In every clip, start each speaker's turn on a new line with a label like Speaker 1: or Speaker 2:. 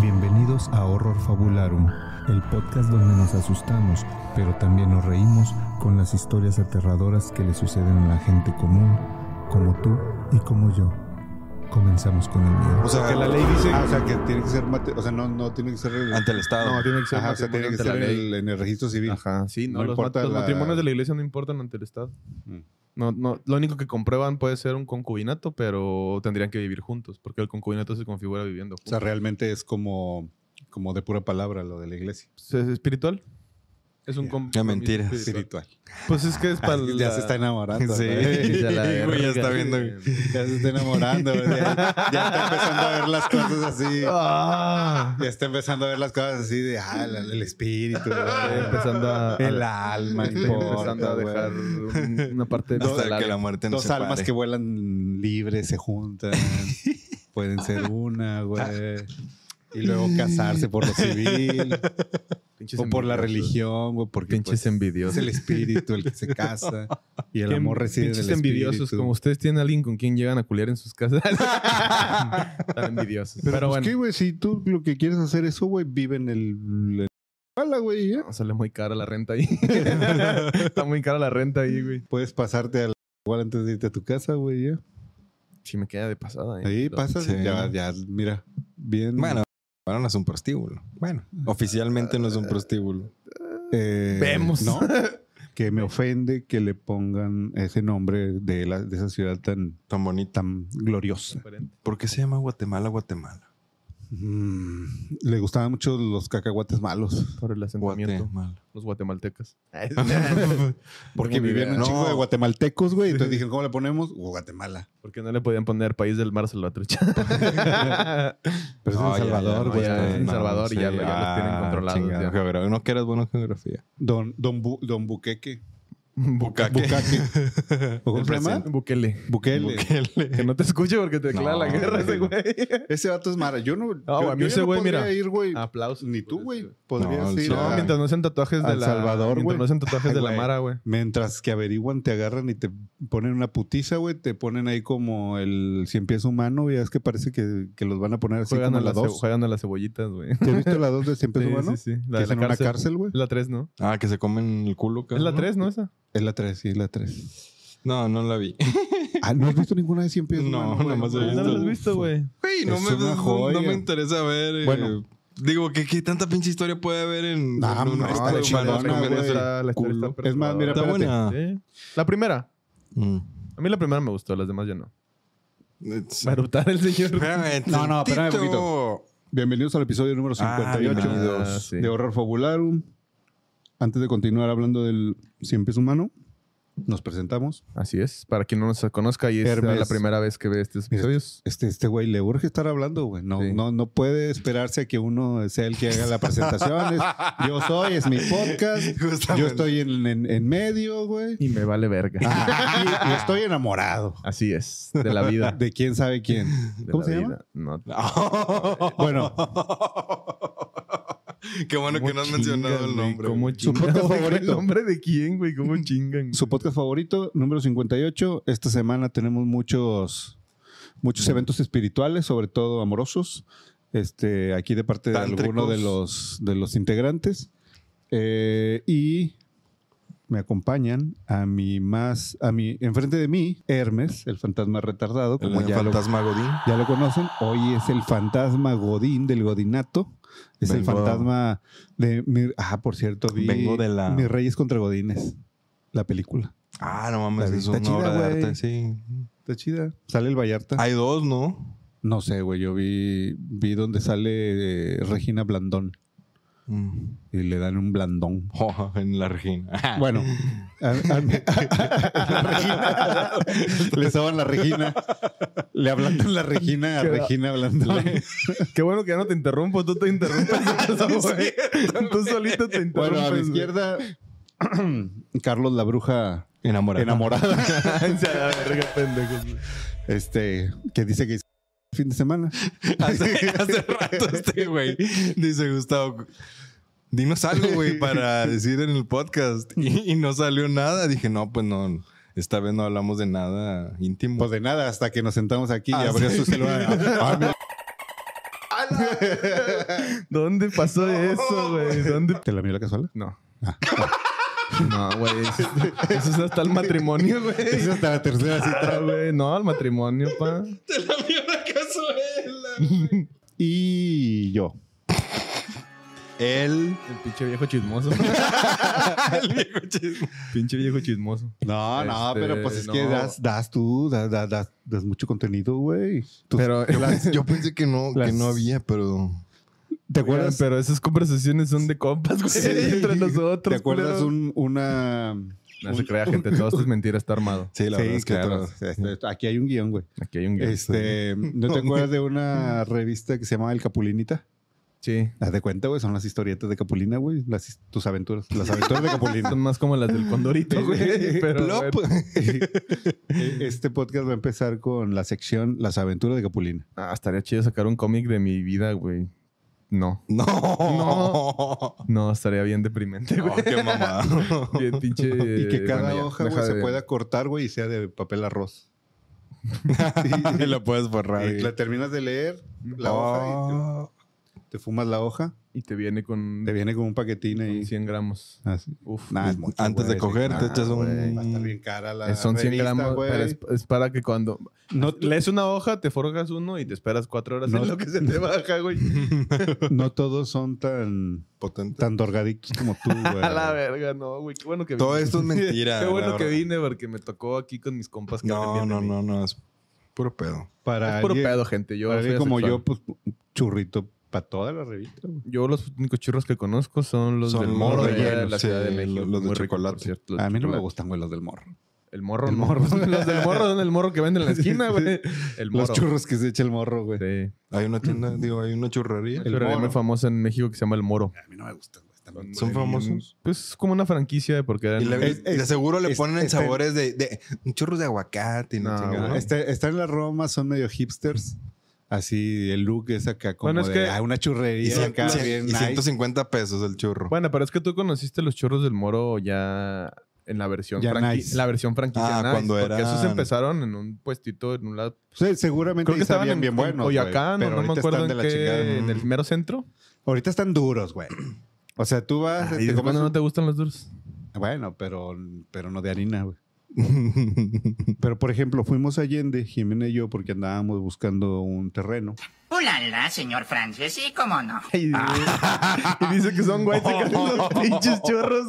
Speaker 1: Bienvenidos a Horror Fabularum, el podcast donde nos asustamos, pero también nos reímos con las historias aterradoras que le suceden a la gente común, como tú y como yo. Comenzamos con el miedo.
Speaker 2: O sea, que la ley dice-
Speaker 3: Ah, o sea, que tiene que ser. mate- O sea, no, no tiene que ser. el-
Speaker 2: Ante el Estado.
Speaker 3: No, tiene que ser.
Speaker 4: Ajá,
Speaker 3: o sea, tiene
Speaker 4: matrimonio
Speaker 3: que
Speaker 4: ante
Speaker 3: ser
Speaker 4: la
Speaker 3: en
Speaker 4: ley.
Speaker 3: el, en el registro civil.
Speaker 4: Ajá, sí, no,
Speaker 3: No
Speaker 4: los,
Speaker 3: importa
Speaker 4: mat- los
Speaker 3: la-
Speaker 4: matrimonios de la iglesia no importan ante el Estado.
Speaker 3: Mm.
Speaker 4: No, no, lo único que comprueban puede ser un concubinato, pero tendrían que vivir juntos, porque el concubinato se configura viviendo
Speaker 3: O sea,
Speaker 4: juntos.
Speaker 3: realmente es como, como de pura palabra lo de la iglesia.
Speaker 4: ¿Es espiritual? Es un
Speaker 3: Ya.
Speaker 4: compromiso
Speaker 2: Ya, mentiras.
Speaker 4: espiritual.
Speaker 3: Espiritual.
Speaker 4: Pues es que es para
Speaker 3: ya se está enamorando.
Speaker 2: Sí.
Speaker 3: ¿verdad?
Speaker 4: Ya la
Speaker 2: Güey,
Speaker 4: verga.
Speaker 2: ya está viendo.
Speaker 3: Ya se está enamorando. güey. Ya, ya está empezando a ver las cosas así.
Speaker 4: Ah,
Speaker 3: Ya está empezando a ver las cosas así de. Ah, la- el espíritu.
Speaker 4: estoy
Speaker 3: güey.
Speaker 4: empezando a...
Speaker 3: El alma.
Speaker 4: estoy
Speaker 3: importa,
Speaker 4: empezando a
Speaker 3: güey.
Speaker 4: dejar un- una parte de
Speaker 2: Hasta
Speaker 4: nuestra
Speaker 2: que la
Speaker 4: larga.
Speaker 2: muerte nos
Speaker 3: Dos
Speaker 2: separe.
Speaker 3: almas que vuelan libres se juntan. Pueden ser una, güey. Y luego casarse por lo civil
Speaker 4: Pinches
Speaker 3: o por la
Speaker 4: envidiosos.
Speaker 3: religión, güey, porque
Speaker 4: Pinches
Speaker 3: pues, es
Speaker 4: envidiosos.
Speaker 3: el espíritu el que se casa y el
Speaker 4: Qué
Speaker 3: amor reside en el
Speaker 4: pinches
Speaker 3: espíritu.
Speaker 4: envidiosos. Como ustedes tienen a alguien con quien llegan a culiar en sus casas. Están envidiosos. Pero,
Speaker 3: Pero, pues,
Speaker 4: bueno,
Speaker 3: ¿qué, güey? Si tú lo que quieres hacer eso, güey, vive en el... en- Hola, güey, ¿eh?
Speaker 4: sale muy cara la renta ahí. Está muy cara la renta ahí, güey.
Speaker 3: Puedes pasarte al... Igual antes de irte a tu casa, güey, ¿eh?
Speaker 4: Si me queda de pasada. ¿eh?
Speaker 3: Ahí
Speaker 4: Lo-
Speaker 3: pasas,
Speaker 2: sí.
Speaker 3: ya, ya, mira, bien...
Speaker 2: Bueno, bueno, no es un prostíbulo. Bueno, oficialmente no es un prostíbulo.
Speaker 3: Eh,
Speaker 4: Vemos.
Speaker 3: ¿no? que me ofende que le pongan ese nombre de, la, de esa ciudad tan,
Speaker 2: Tan bonita.
Speaker 3: tan gloriosa.
Speaker 4: Diferente.
Speaker 2: ¿Por qué se llama Guatemala, Guatemala?
Speaker 3: Mm, le gustaban mucho los cacahuates malos.
Speaker 4: Por el asentamiento.
Speaker 2: Guatemala.
Speaker 4: Los guatemaltecas.
Speaker 3: Porque
Speaker 4: Tengo mi
Speaker 3: vivían
Speaker 4: idea.
Speaker 3: un
Speaker 2: No.
Speaker 3: chingo de guatemaltecos, güey. Entonces dijeron, ¿cómo le ponemos? Guatemala.
Speaker 4: Porque no le podían poner país del mar salvatrucha.
Speaker 3: Pero es
Speaker 2: No,
Speaker 3: El
Speaker 2: ya,
Speaker 3: Salvador,
Speaker 2: ya,
Speaker 3: güey.
Speaker 4: ya, en
Speaker 2: no,
Speaker 4: Salvador y ya lo- ya los tienen controlados,
Speaker 2: chingado,
Speaker 4: ya.
Speaker 2: geografía. No que eras bueno en geografía.
Speaker 3: Don, don, Bu- don Buqueque.
Speaker 2: Bucaque.
Speaker 3: Bucaque. ¿O ¿Cómo se llama?
Speaker 4: Bukele.
Speaker 3: Bukele.
Speaker 4: Que no te escucho porque te declara
Speaker 2: No,
Speaker 4: la guerra ese
Speaker 2: güey.
Speaker 4: güey.
Speaker 3: Ese vato es mara. Yo no.
Speaker 4: Ah,
Speaker 3: yo,
Speaker 4: güey, a mí
Speaker 3: yo
Speaker 4: ese
Speaker 3: ya no
Speaker 4: güey,
Speaker 3: podría
Speaker 4: mira.
Speaker 3: ir, güey.
Speaker 4: Aplausos.
Speaker 3: Ni tú,
Speaker 4: por
Speaker 3: güey.
Speaker 4: eso,
Speaker 3: Podrías
Speaker 2: No,
Speaker 3: ir.
Speaker 2: sí,
Speaker 4: No,
Speaker 3: a-
Speaker 4: mientras no sean tatuajes de
Speaker 3: Al
Speaker 4: la...
Speaker 3: Salvador,
Speaker 4: mientras
Speaker 3: güey.
Speaker 4: no sean tatuajes
Speaker 3: Ay,
Speaker 4: de la
Speaker 3: güey.
Speaker 4: Mara, güey.
Speaker 3: Mientras que averiguan, te agarran y te ponen una putiza, güey. Te ponen ahí como el cien pies humano. Y es que parece que, que los van a poner así
Speaker 4: Juegan
Speaker 3: como
Speaker 4: a,
Speaker 3: en la
Speaker 4: las ce-
Speaker 3: 2.
Speaker 4: juegan a las cebollitas, güey.
Speaker 3: ¿Te viste la 2 de cien pies
Speaker 4: Sí,
Speaker 3: humano?
Speaker 4: sí, sí.
Speaker 3: Que
Speaker 4: La de
Speaker 3: es en
Speaker 4: la
Speaker 3: una
Speaker 4: cárcel.
Speaker 3: cárcel, güey.
Speaker 4: Es la 3, ¿no?
Speaker 2: Ah, que se comen el culo,
Speaker 4: Es
Speaker 2: cabrón.
Speaker 4: la 3, ¿no? Esa.
Speaker 3: Es la 3, sí, es la 3.
Speaker 2: No, no la vi.
Speaker 3: Ah, ¿no has visto ninguna de cien pies
Speaker 2: No,
Speaker 3: humano? güey?
Speaker 2: nada más he
Speaker 4: No
Speaker 2: visto.
Speaker 4: lo has visto, güey.
Speaker 2: Güey, no,
Speaker 3: Es
Speaker 2: me,
Speaker 3: una
Speaker 2: no-
Speaker 3: joya.
Speaker 2: no me interesa ver. eh,
Speaker 3: Bueno.
Speaker 2: Digo, ¿qué, ¿qué tanta pinche historia puede haber en,
Speaker 3: Nah,
Speaker 2: en
Speaker 3: Ah,
Speaker 2: un
Speaker 3: no,
Speaker 4: Ah,
Speaker 2: resto de
Speaker 3: está chingona,
Speaker 2: humanos que
Speaker 3: güey.
Speaker 2: merecen?
Speaker 4: la, la historia
Speaker 3: culo.
Speaker 4: está perturbadora.
Speaker 3: Es más, mira,
Speaker 2: Está
Speaker 3: espérate.
Speaker 2: buena.
Speaker 4: Sí. La primera.
Speaker 2: Mm.
Speaker 4: A mí la primera me gustó, las demás ya no.
Speaker 2: It's-
Speaker 4: Marutar el
Speaker 3: Ah,
Speaker 4: señor.
Speaker 2: Espérame,
Speaker 3: No, no, espérame
Speaker 2: tantito.
Speaker 3: Bienvenidos al episodio número
Speaker 2: Ah,
Speaker 3: 58
Speaker 2: bienvenidos.
Speaker 4: Ah, sí.
Speaker 3: de Horror Fabularum. Antes de continuar hablando del cien pies humano, nos presentamos.
Speaker 4: Así es. Para quien no nos conozca y es
Speaker 3: Hermes.
Speaker 4: la primera vez que ve estos
Speaker 3: Mira,
Speaker 4: episodios.
Speaker 3: Este, este güey le urge estar hablando, güey. No,
Speaker 4: Sí.
Speaker 3: no, no puede esperarse a que uno sea el que haga la presentación. Es- yo soy, es mi podcast.
Speaker 2: Justamente.
Speaker 3: Yo estoy en, en- en medio, güey.
Speaker 4: Y me vale verga.
Speaker 3: Ah, y, y estoy enamorado
Speaker 4: Así es. De la vida.
Speaker 3: de quién sabe quién.
Speaker 4: De
Speaker 3: ¿Cómo
Speaker 4: la
Speaker 3: se
Speaker 4: vida.
Speaker 3: llama?
Speaker 4: No.
Speaker 3: Bueno,
Speaker 2: Qué bueno que no has
Speaker 4: ¿Cómo
Speaker 2: mencionado
Speaker 4: chingan,
Speaker 2: el
Speaker 4: güey?
Speaker 2: nombre.
Speaker 4: ¿Cómo
Speaker 2: güey.
Speaker 4: chingan?
Speaker 3: podcast
Speaker 4: güey? ¿El
Speaker 3: favorito.
Speaker 4: nombre de quién, güey? ¿Cómo chingan?
Speaker 3: su podcast favorito, número 58. Esta semana tenemos muchos, muchos eventos espirituales, sobre todo amorosos. Este, aquí de parte de alguno
Speaker 2: Tántricos.
Speaker 3: de los, de los integrantes. Eh, y me acompañan a mi más, a mi, enfrente de mí, Hermes, el fantasma retardado, como
Speaker 2: El
Speaker 3: ya lo,
Speaker 2: fantasma Godín.
Speaker 3: ya lo conocen. Hoy es el fantasma Godín del Godinato. Es el
Speaker 2: Vengo-
Speaker 3: fantasma de. mi- ah, por cierto, vi.
Speaker 2: Vengo de la-
Speaker 3: Mis Reyes contra Godines, la película.
Speaker 2: Ah, no
Speaker 3: La
Speaker 2: mames,
Speaker 3: vi.
Speaker 2: es
Speaker 3: Está
Speaker 2: una
Speaker 3: chida,
Speaker 2: obra de
Speaker 3: güey.
Speaker 2: arte, sí.
Speaker 3: Está chida. Sale el Vallarta.
Speaker 2: Hay dos, ¿no?
Speaker 3: No sé, güey. Yo vi, vi donde sale eh, Regina Blandón
Speaker 2: Mm.
Speaker 3: y le dan un blandón.
Speaker 2: Oh, en la Regina.
Speaker 3: Bueno, a- a- la Regina. le soban la Regina. Le ablandan la Regina a
Speaker 4: Queda-
Speaker 3: Regina Blandón.
Speaker 4: Qué bueno que ya no te interrumpo, tú te interrumpes. güey. tú solito te interrumpes.
Speaker 3: Bueno, a mi
Speaker 4: güey.
Speaker 3: izquierda, Carlos la Bruja
Speaker 2: Enamorada.
Speaker 3: enamorada.
Speaker 4: Váyanse a la verga, pendejos, güey.
Speaker 3: Este, que dice que es fin de semana.
Speaker 2: hace, hace rato este güey dice Gustavo, dinos algo, güey, para decir en el podcast. Y, y no salió nada. Dije, no, pues no, esta vez no hablamos de nada íntimo.
Speaker 3: Pues de nada, hasta que nos sentamos aquí y
Speaker 2: Ah,
Speaker 3: abrió
Speaker 2: sí.
Speaker 3: su celular. Ah, mira.
Speaker 4: ¿Dónde pasó eso, güey? ¿Dónde?
Speaker 3: ¿Te la la cazuela?
Speaker 4: No. No, güey. Eso, es- eso es hasta el matrimonio, güey.
Speaker 3: Es hasta la tercera cita.
Speaker 4: Ah, güey, No, al matrimonio, pa.
Speaker 2: Te la vio la cazuela.
Speaker 3: Y yo.
Speaker 2: Él.
Speaker 4: El pinche viejo chismoso. pinche viejo chismoso.
Speaker 3: No, no,
Speaker 4: Este,
Speaker 3: pero pues es
Speaker 4: no.
Speaker 3: que das, das tú, das, das, das, das mucho contenido, güey. Tú-
Speaker 4: Pero,
Speaker 2: Yo pensé que no, que
Speaker 3: Las-
Speaker 2: no había, pero.
Speaker 3: ¿Te acuerdas?
Speaker 4: pero esas conversaciones son de compas, güey. Entre nosotros.
Speaker 3: ¿Te acuerdas
Speaker 4: culero?
Speaker 3: un- una...
Speaker 4: No se crea, gente. Todo esto es mentira, está armado.
Speaker 2: Sí, la
Speaker 3: Sí,
Speaker 2: verdad es que
Speaker 3: claro.
Speaker 2: todo-
Speaker 3: Este, Aquí hay un guión, güey.
Speaker 4: Aquí hay un guión.
Speaker 3: Este, ¿No te acuerdas de una revista que se llamaba El Capulinita?
Speaker 4: Sí.
Speaker 3: Haz de cuenta, güey, son las historietas de Capulina, güey. Las, his- tus aventuras, las aventuras de Capulina.
Speaker 4: Son más como las del condorito, güey. Pero,
Speaker 2: Plop.
Speaker 4: bueno.
Speaker 3: este podcast va a empezar con la sección Las aventuras de Capulina.
Speaker 4: Ah, estaría chido sacar un cómic de mi vida, güey. No.
Speaker 2: No.
Speaker 4: No. No, estaría bien deprimente, güey.
Speaker 2: Oh, qué mamá.
Speaker 4: Bien pinche... eh,
Speaker 3: y que cada
Speaker 4: bueno, ya,
Speaker 3: hoja,
Speaker 4: deja
Speaker 3: güey, se
Speaker 4: de-
Speaker 3: pueda cortar, güey, y sea de papel arroz.
Speaker 2: y lo puedes borrar.
Speaker 3: Y Eh, la terminas de leer, la hoja,
Speaker 2: Oh.
Speaker 3: y te, te fumas la hoja,
Speaker 4: Y te viene con
Speaker 3: te viene con un paquetín ahí. Ah,
Speaker 4: 100 gramos.
Speaker 3: Así.
Speaker 4: Uf.
Speaker 3: Nah, es mucho,
Speaker 2: Antes
Speaker 3: güey,
Speaker 2: de ah, coger, te
Speaker 4: nah,
Speaker 2: echas un.
Speaker 4: güey.
Speaker 3: Va a estar bien cara la
Speaker 4: Eh, Son 100
Speaker 3: revista,
Speaker 4: gramos,
Speaker 3: güey.
Speaker 4: pero es, es para que cuando
Speaker 3: No,
Speaker 4: lees una hoja, te forjas uno y te esperas cuatro horas
Speaker 3: No.
Speaker 4: en lo que se te baja, güey.
Speaker 3: no todos son tan,
Speaker 2: Potente.
Speaker 3: tan dorgadictos como tú, güey.
Speaker 4: A la verga, no, güey. Qué bueno que vine.
Speaker 2: Todo esto es mentira.
Speaker 4: Qué
Speaker 2: la
Speaker 4: bueno que
Speaker 2: verdad.
Speaker 4: vine porque me tocó aquí con mis compas. que
Speaker 2: No,
Speaker 4: aprendían de
Speaker 2: no,
Speaker 4: mí.
Speaker 2: no, no. Es puro pedo.
Speaker 3: Para
Speaker 4: Es puro
Speaker 3: alguien-
Speaker 4: pedo, gente. Yo
Speaker 3: para alguien
Speaker 4: soy
Speaker 3: como yo,
Speaker 4: asexual.
Speaker 3: pues, un churrito para toda la revista, güey.
Speaker 4: Yo los únicos churros que conozco son los
Speaker 2: Son
Speaker 4: del morro
Speaker 2: los
Speaker 4: de, allá de
Speaker 2: rellenos,
Speaker 4: la Ciudad
Speaker 2: sí,
Speaker 4: de México.
Speaker 2: los de
Speaker 4: Muy ricos,
Speaker 2: chocolate.
Speaker 4: por cierto, los
Speaker 3: A mí no me
Speaker 4: chocolates.
Speaker 3: gustan, güey, los del morro.
Speaker 4: El morro,
Speaker 3: El
Speaker 4: no.
Speaker 3: morro.
Speaker 4: los del morro son el morro que venden en la esquina, güey. El morro.
Speaker 3: Los churros que se echa el morro, güey.
Speaker 4: Sí.
Speaker 2: Hay una tienda, digo, hay una churrería.
Speaker 4: El churrería
Speaker 3: Moro.
Speaker 4: muy famosa en México que se llama El Moro.
Speaker 3: A mí no me gustan, güey. están bien
Speaker 2: Son
Speaker 3: culeros.
Speaker 2: famosos.
Speaker 4: Pues es como una franquicia de porque eran...
Speaker 2: Y le-
Speaker 3: Es- es-
Speaker 2: de seguro le
Speaker 3: es-
Speaker 2: ponen
Speaker 3: está-
Speaker 2: sabores de, de churros de aguacate y no,
Speaker 4: No,
Speaker 2: chingada,
Speaker 3: Ah,
Speaker 2: ¿no?
Speaker 3: este- están en la Roma, son medio hipsters. Así, el look es acá como
Speaker 4: Bueno, es
Speaker 3: de
Speaker 4: que-
Speaker 3: ah, una
Speaker 2: Y,
Speaker 3: churrería
Speaker 2: cien-
Speaker 3: acá
Speaker 2: cien-
Speaker 3: bien
Speaker 2: y
Speaker 3: nice.
Speaker 2: 150 pesos el churro.
Speaker 4: Bueno, pero es que tú conociste los churros del Moro ya en la versión
Speaker 3: Ya
Speaker 4: franqui-
Speaker 3: nice.
Speaker 4: la versión franquicia
Speaker 2: Ah,
Speaker 4: nice,
Speaker 2: cuando
Speaker 4: porque esos
Speaker 2: eran-
Speaker 4: empezaron en un puestito en un lado
Speaker 3: Sí, seguramente
Speaker 4: creo que
Speaker 3: estaban
Speaker 4: estaban en,
Speaker 3: bien
Speaker 4: en
Speaker 3: buenos. güey,
Speaker 4: Coyoacán
Speaker 3: pero
Speaker 4: o no me
Speaker 3: ahorita
Speaker 4: acuerdo
Speaker 3: están
Speaker 4: en,
Speaker 3: de
Speaker 4: qué,
Speaker 3: la chingada.
Speaker 4: en el mero centro
Speaker 3: Ahorita están duros, güey. O sea, tú vas.
Speaker 4: Ay,
Speaker 3: te
Speaker 4: ¿desde
Speaker 3: comes
Speaker 4: cuándo
Speaker 3: un-
Speaker 4: no te gustan los duros
Speaker 3: Bueno, pero, pero no de harina, güey. Pero, por ejemplo, fuimos a Allende, Jimena y yo, porque andábamos buscando un terreno.
Speaker 5: Ulala, señor Francis, sí, cómo no.
Speaker 4: y, dice que son guay los pinches churros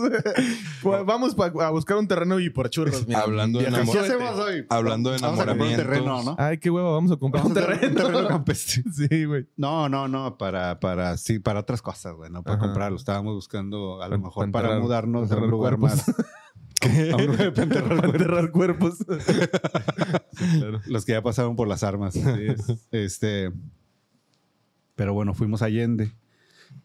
Speaker 4: Pues vamos a buscar un terreno y por churros
Speaker 2: Hablando de
Speaker 3: ¿Qué
Speaker 2: enamoramiento.
Speaker 3: hacemos hoy?
Speaker 2: Hablando de
Speaker 3: Vamos a comprar un
Speaker 2: enamoramientos.
Speaker 3: terreno, ¿no?
Speaker 4: ay qué huevo vamos a
Speaker 3: Vamos
Speaker 4: comprar un
Speaker 3: a hacer
Speaker 4: terreno,
Speaker 3: campestre.
Speaker 4: sí güey
Speaker 3: No, no, no, para, para, sí, para otras cosas, güey, no para
Speaker 4: Ajá.
Speaker 3: comprarlo. Estábamos buscando a lo
Speaker 4: Para-
Speaker 3: mejor
Speaker 4: para
Speaker 3: para
Speaker 4: enterrar-
Speaker 3: mudarnos a un
Speaker 4: enterrar
Speaker 3: lugar
Speaker 4: cuerpos.
Speaker 3: más. a un lugar para enterrar
Speaker 4: para enterrar cuerpos Sí, claro.
Speaker 3: los que ya pasaron por las armas. Este, pero bueno, fuimos a Allende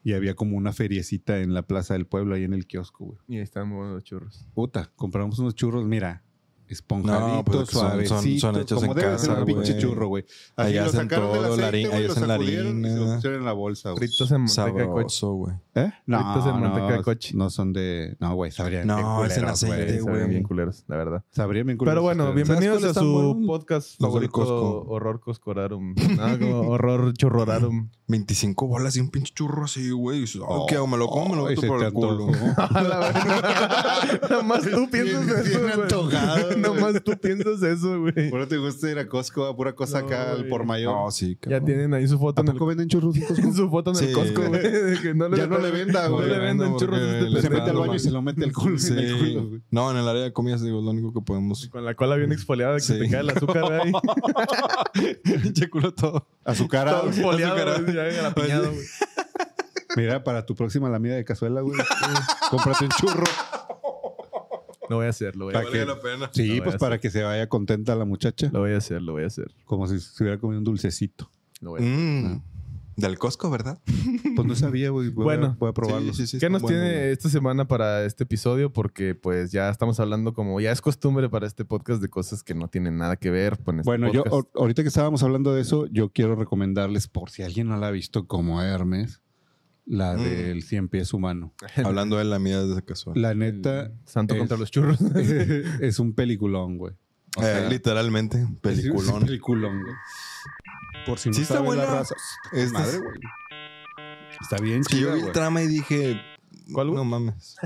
Speaker 3: y había como una feriecita en la Plaza del Pueblo, ahí en el kiosco, güey.
Speaker 4: y ahí están muy buenos los churros
Speaker 3: Puta, compramos unos churros, mira.
Speaker 2: No,
Speaker 3: Esponjaditos,
Speaker 2: pues es que son- son- son
Speaker 3: suavecitos,
Speaker 2: hechos
Speaker 3: como
Speaker 2: en
Speaker 3: debe ser
Speaker 2: casa,
Speaker 3: un pinche
Speaker 2: güey.
Speaker 3: churro, güey. Así
Speaker 2: Ahí
Speaker 3: lo
Speaker 2: hacen
Speaker 3: sacaron del
Speaker 2: todo, la harina-
Speaker 3: güey,
Speaker 2: ahí
Speaker 3: lo
Speaker 2: hacen la
Speaker 3: sacudieron y se lo
Speaker 2: harina.
Speaker 3: pusieron en la bolsa, güey.
Speaker 4: fritos en manteca de coche
Speaker 2: Sabroso, güey.
Speaker 3: ¿Eh?
Speaker 4: Fritos en manteca de coche.
Speaker 3: No son de. No, güey, sabrían
Speaker 2: No,
Speaker 3: bien
Speaker 2: es en
Speaker 3: culeros, güey.
Speaker 2: aceite,
Speaker 4: Sí,
Speaker 2: güey.
Speaker 4: sabían bien culeros, la verdad.
Speaker 3: Sabrían bien
Speaker 4: Pero
Speaker 3: culeros
Speaker 4: bueno,
Speaker 3: ustedes.
Speaker 4: bienvenidos
Speaker 2: ¿Sabes
Speaker 4: a
Speaker 2: cuáles están
Speaker 4: su
Speaker 2: buenos?
Speaker 4: podcast
Speaker 2: Los del
Speaker 4: favorito,
Speaker 2: Costco.
Speaker 4: Horror Coscorarum. Ah, como horror Churrorarum.
Speaker 2: 25 bolas y un pinche churro así, güey. Y dices, "Ah, ¿Qué hago? ¿Me lo como? ¿Me lo
Speaker 3: Ay,
Speaker 2: meto
Speaker 3: se
Speaker 2: por
Speaker 3: te
Speaker 2: el culo?
Speaker 3: antojó.
Speaker 4: Nada más tú
Speaker 3: Bien-
Speaker 4: piensas
Speaker 3: bien
Speaker 4: eso, güey.
Speaker 3: antojado, güey.
Speaker 4: Nada más tú piensas eso, güey.
Speaker 3: Por eso te gusta ir a Costco, a pura cosa
Speaker 4: No,
Speaker 3: acá al
Speaker 4: güey.
Speaker 3: por mayor.
Speaker 2: No, sí,
Speaker 4: Ya
Speaker 2: cabrón.
Speaker 4: tienen ahí su foto
Speaker 3: ¿A
Speaker 4: en el,
Speaker 3: poco venden churros en Costco?
Speaker 4: su foto en el
Speaker 2: Sí.
Speaker 4: Costco, güey. de que no
Speaker 3: Ya no le venda,
Speaker 4: No
Speaker 3: güey.
Speaker 4: le vendan
Speaker 2: Porque
Speaker 4: churros de este
Speaker 2: le
Speaker 3: Se
Speaker 2: Está
Speaker 3: mete al
Speaker 2: dando
Speaker 3: baño y
Speaker 2: mal.
Speaker 3: se lo mete el culo.
Speaker 2: Sí.
Speaker 3: En el culo güey.
Speaker 2: No, en el área de comidas, digo, es lo único que podemos.
Speaker 4: Con la cola bien exfoliada que
Speaker 2: Sí.
Speaker 4: te cae el azúcar ahí.
Speaker 2: Pinche culo todo.
Speaker 3: a su cara.
Speaker 4: Todo exfoliado, güey, ya garapiñado, güey.
Speaker 3: Mira, para tu próxima lamida de cazuela, güey. Cómprate un churro.
Speaker 4: Lo voy a hacer, lo voy a
Speaker 3: Para
Speaker 4: hacer.
Speaker 3: que-
Speaker 2: la pena.
Speaker 3: Sí,
Speaker 4: Lo voy
Speaker 3: pues
Speaker 4: a
Speaker 3: para que se vaya contenta la muchacha.
Speaker 4: Lo voy a hacer, lo voy a hacer.
Speaker 3: Como si se hubiera comido un dulcecito.
Speaker 4: Lo voy a hacer.
Speaker 2: Mm, Del Costco, ¿verdad?
Speaker 3: Pues no sabía, güey. Voy a-
Speaker 4: Bueno.
Speaker 3: voy a probarlo.
Speaker 2: Sí, sí, sí,
Speaker 4: ¿Qué
Speaker 2: está
Speaker 4: nos
Speaker 2: bueno,
Speaker 4: tiene
Speaker 2: güey.
Speaker 4: esta semana para este episodio? Porque pues ya estamos hablando como ya es costumbre para este podcast de cosas que no tienen nada que ver con este
Speaker 3: Bueno, yo
Speaker 4: podcast.
Speaker 3: ahor- ahorita que estábamos hablando de eso, yo quiero recomendarles, por si alguien no la ha visto como Hermes, la
Speaker 2: Mm.
Speaker 3: del 100 pies humano.
Speaker 2: Hablando de la mía desde casual.
Speaker 3: La neta
Speaker 4: Santo
Speaker 3: es-
Speaker 4: contra los churros.
Speaker 3: Mm. es un peliculón, güey.
Speaker 2: Eh, literalmente,
Speaker 3: Es un
Speaker 2: peliculón.
Speaker 3: peliculón, güey. Por si no
Speaker 2: Sí está
Speaker 3: sabe la
Speaker 2: buena.
Speaker 3: raza.
Speaker 2: Este
Speaker 3: Madre,
Speaker 2: es-
Speaker 3: güey. Está bien
Speaker 2: Que yo
Speaker 3: chida,
Speaker 2: vi
Speaker 3: güey.
Speaker 2: el trama y dije.
Speaker 4: ¿Cuál, güey?
Speaker 2: No mames.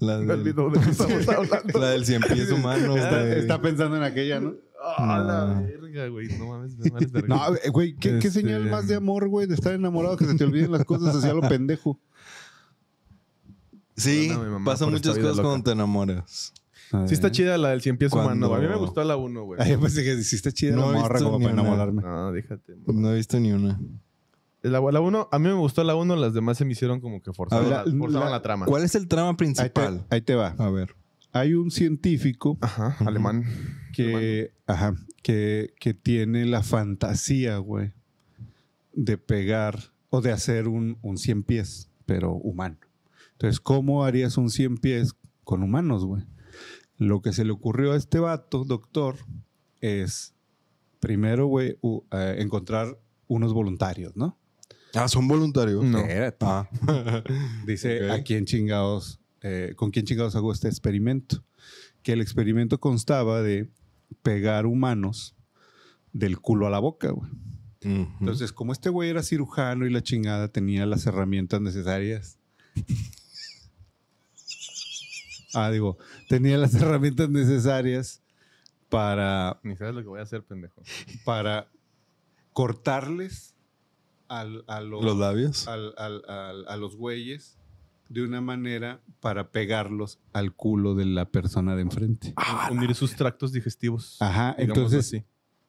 Speaker 2: La
Speaker 4: Me
Speaker 2: del,
Speaker 4: olvidó de qué estamos hablando.
Speaker 2: la del cien pies humano.
Speaker 3: Está,
Speaker 2: güey.
Speaker 3: está pensando en aquella, ¿no?
Speaker 4: Ah, la
Speaker 2: No.
Speaker 4: verga, güey. No mames, no mames, verga.
Speaker 3: No, eh, güey, ¿qué, qué
Speaker 2: Este-
Speaker 3: señal más de amor, güey, de estar enamorado que se te olviden las cosas hacia lo pendejo?
Speaker 2: Sí,
Speaker 4: Perdóname, mamá,
Speaker 2: pasan
Speaker 4: por esta
Speaker 2: muchas
Speaker 4: vida
Speaker 2: cosas
Speaker 4: loca.
Speaker 2: cuando te enamoras.
Speaker 4: Sí está chida la del cien pies
Speaker 2: Cuando-
Speaker 4: humano. güey. A mí me gustó la 1, güey.
Speaker 3: Ah, yo pensé que sí está chida
Speaker 2: No
Speaker 3: la
Speaker 2: he
Speaker 3: morra
Speaker 2: visto
Speaker 3: como
Speaker 2: ni
Speaker 3: para
Speaker 2: una.
Speaker 3: enamorarme.
Speaker 4: No, déjate. mamá.
Speaker 2: No he visto ni una.
Speaker 4: La, la 1, a mí me gustó la 1, las demás se me hicieron como que forzaron
Speaker 3: A
Speaker 4: la,
Speaker 3: ver, la-
Speaker 4: forzaron
Speaker 3: la-
Speaker 4: la trama.
Speaker 2: ¿Cuál es el trama
Speaker 3: Ahí, te,
Speaker 2: principal?
Speaker 3: ahí te va.
Speaker 2: A ver.
Speaker 3: Hay un científico
Speaker 4: Ajá, alemán.
Speaker 3: que, ajá, que, que tiene la fantasía, güey, de pegar o de hacer un, un 100 pies, pero humano. Entonces, ¿cómo harías un 100 pies con humanos, güey? Lo que se le ocurrió a este vato, doctor, es primero, güey, u- eh, encontrar unos voluntarios, ¿no?
Speaker 2: Ah, son voluntarios.
Speaker 4: No.
Speaker 3: Espérate.
Speaker 2: Ah.
Speaker 3: Dice,
Speaker 2: Ok.
Speaker 3: ¿a quién chingados, eh, con quién chingados hago este experimento? Que el experimento constaba de pegar humanos del culo a la boca, güey.
Speaker 2: mm.
Speaker 3: Entonces, como este güey era cirujano y la chingada tenía las herramientas necesarias. Ah, digo, tenía las herramientas necesarias para,
Speaker 4: Ni sabes lo que voy a hacer, pendejo.
Speaker 3: para cortarles al- a los,
Speaker 2: los labios.
Speaker 3: al- al- al- a los güeyes de una manera para pegarlos al culo de la persona de enfrente.
Speaker 2: Ah,
Speaker 4: Unir sus tractos digestivos.
Speaker 3: Ajá,
Speaker 4: digamos
Speaker 3: entonces
Speaker 4: así.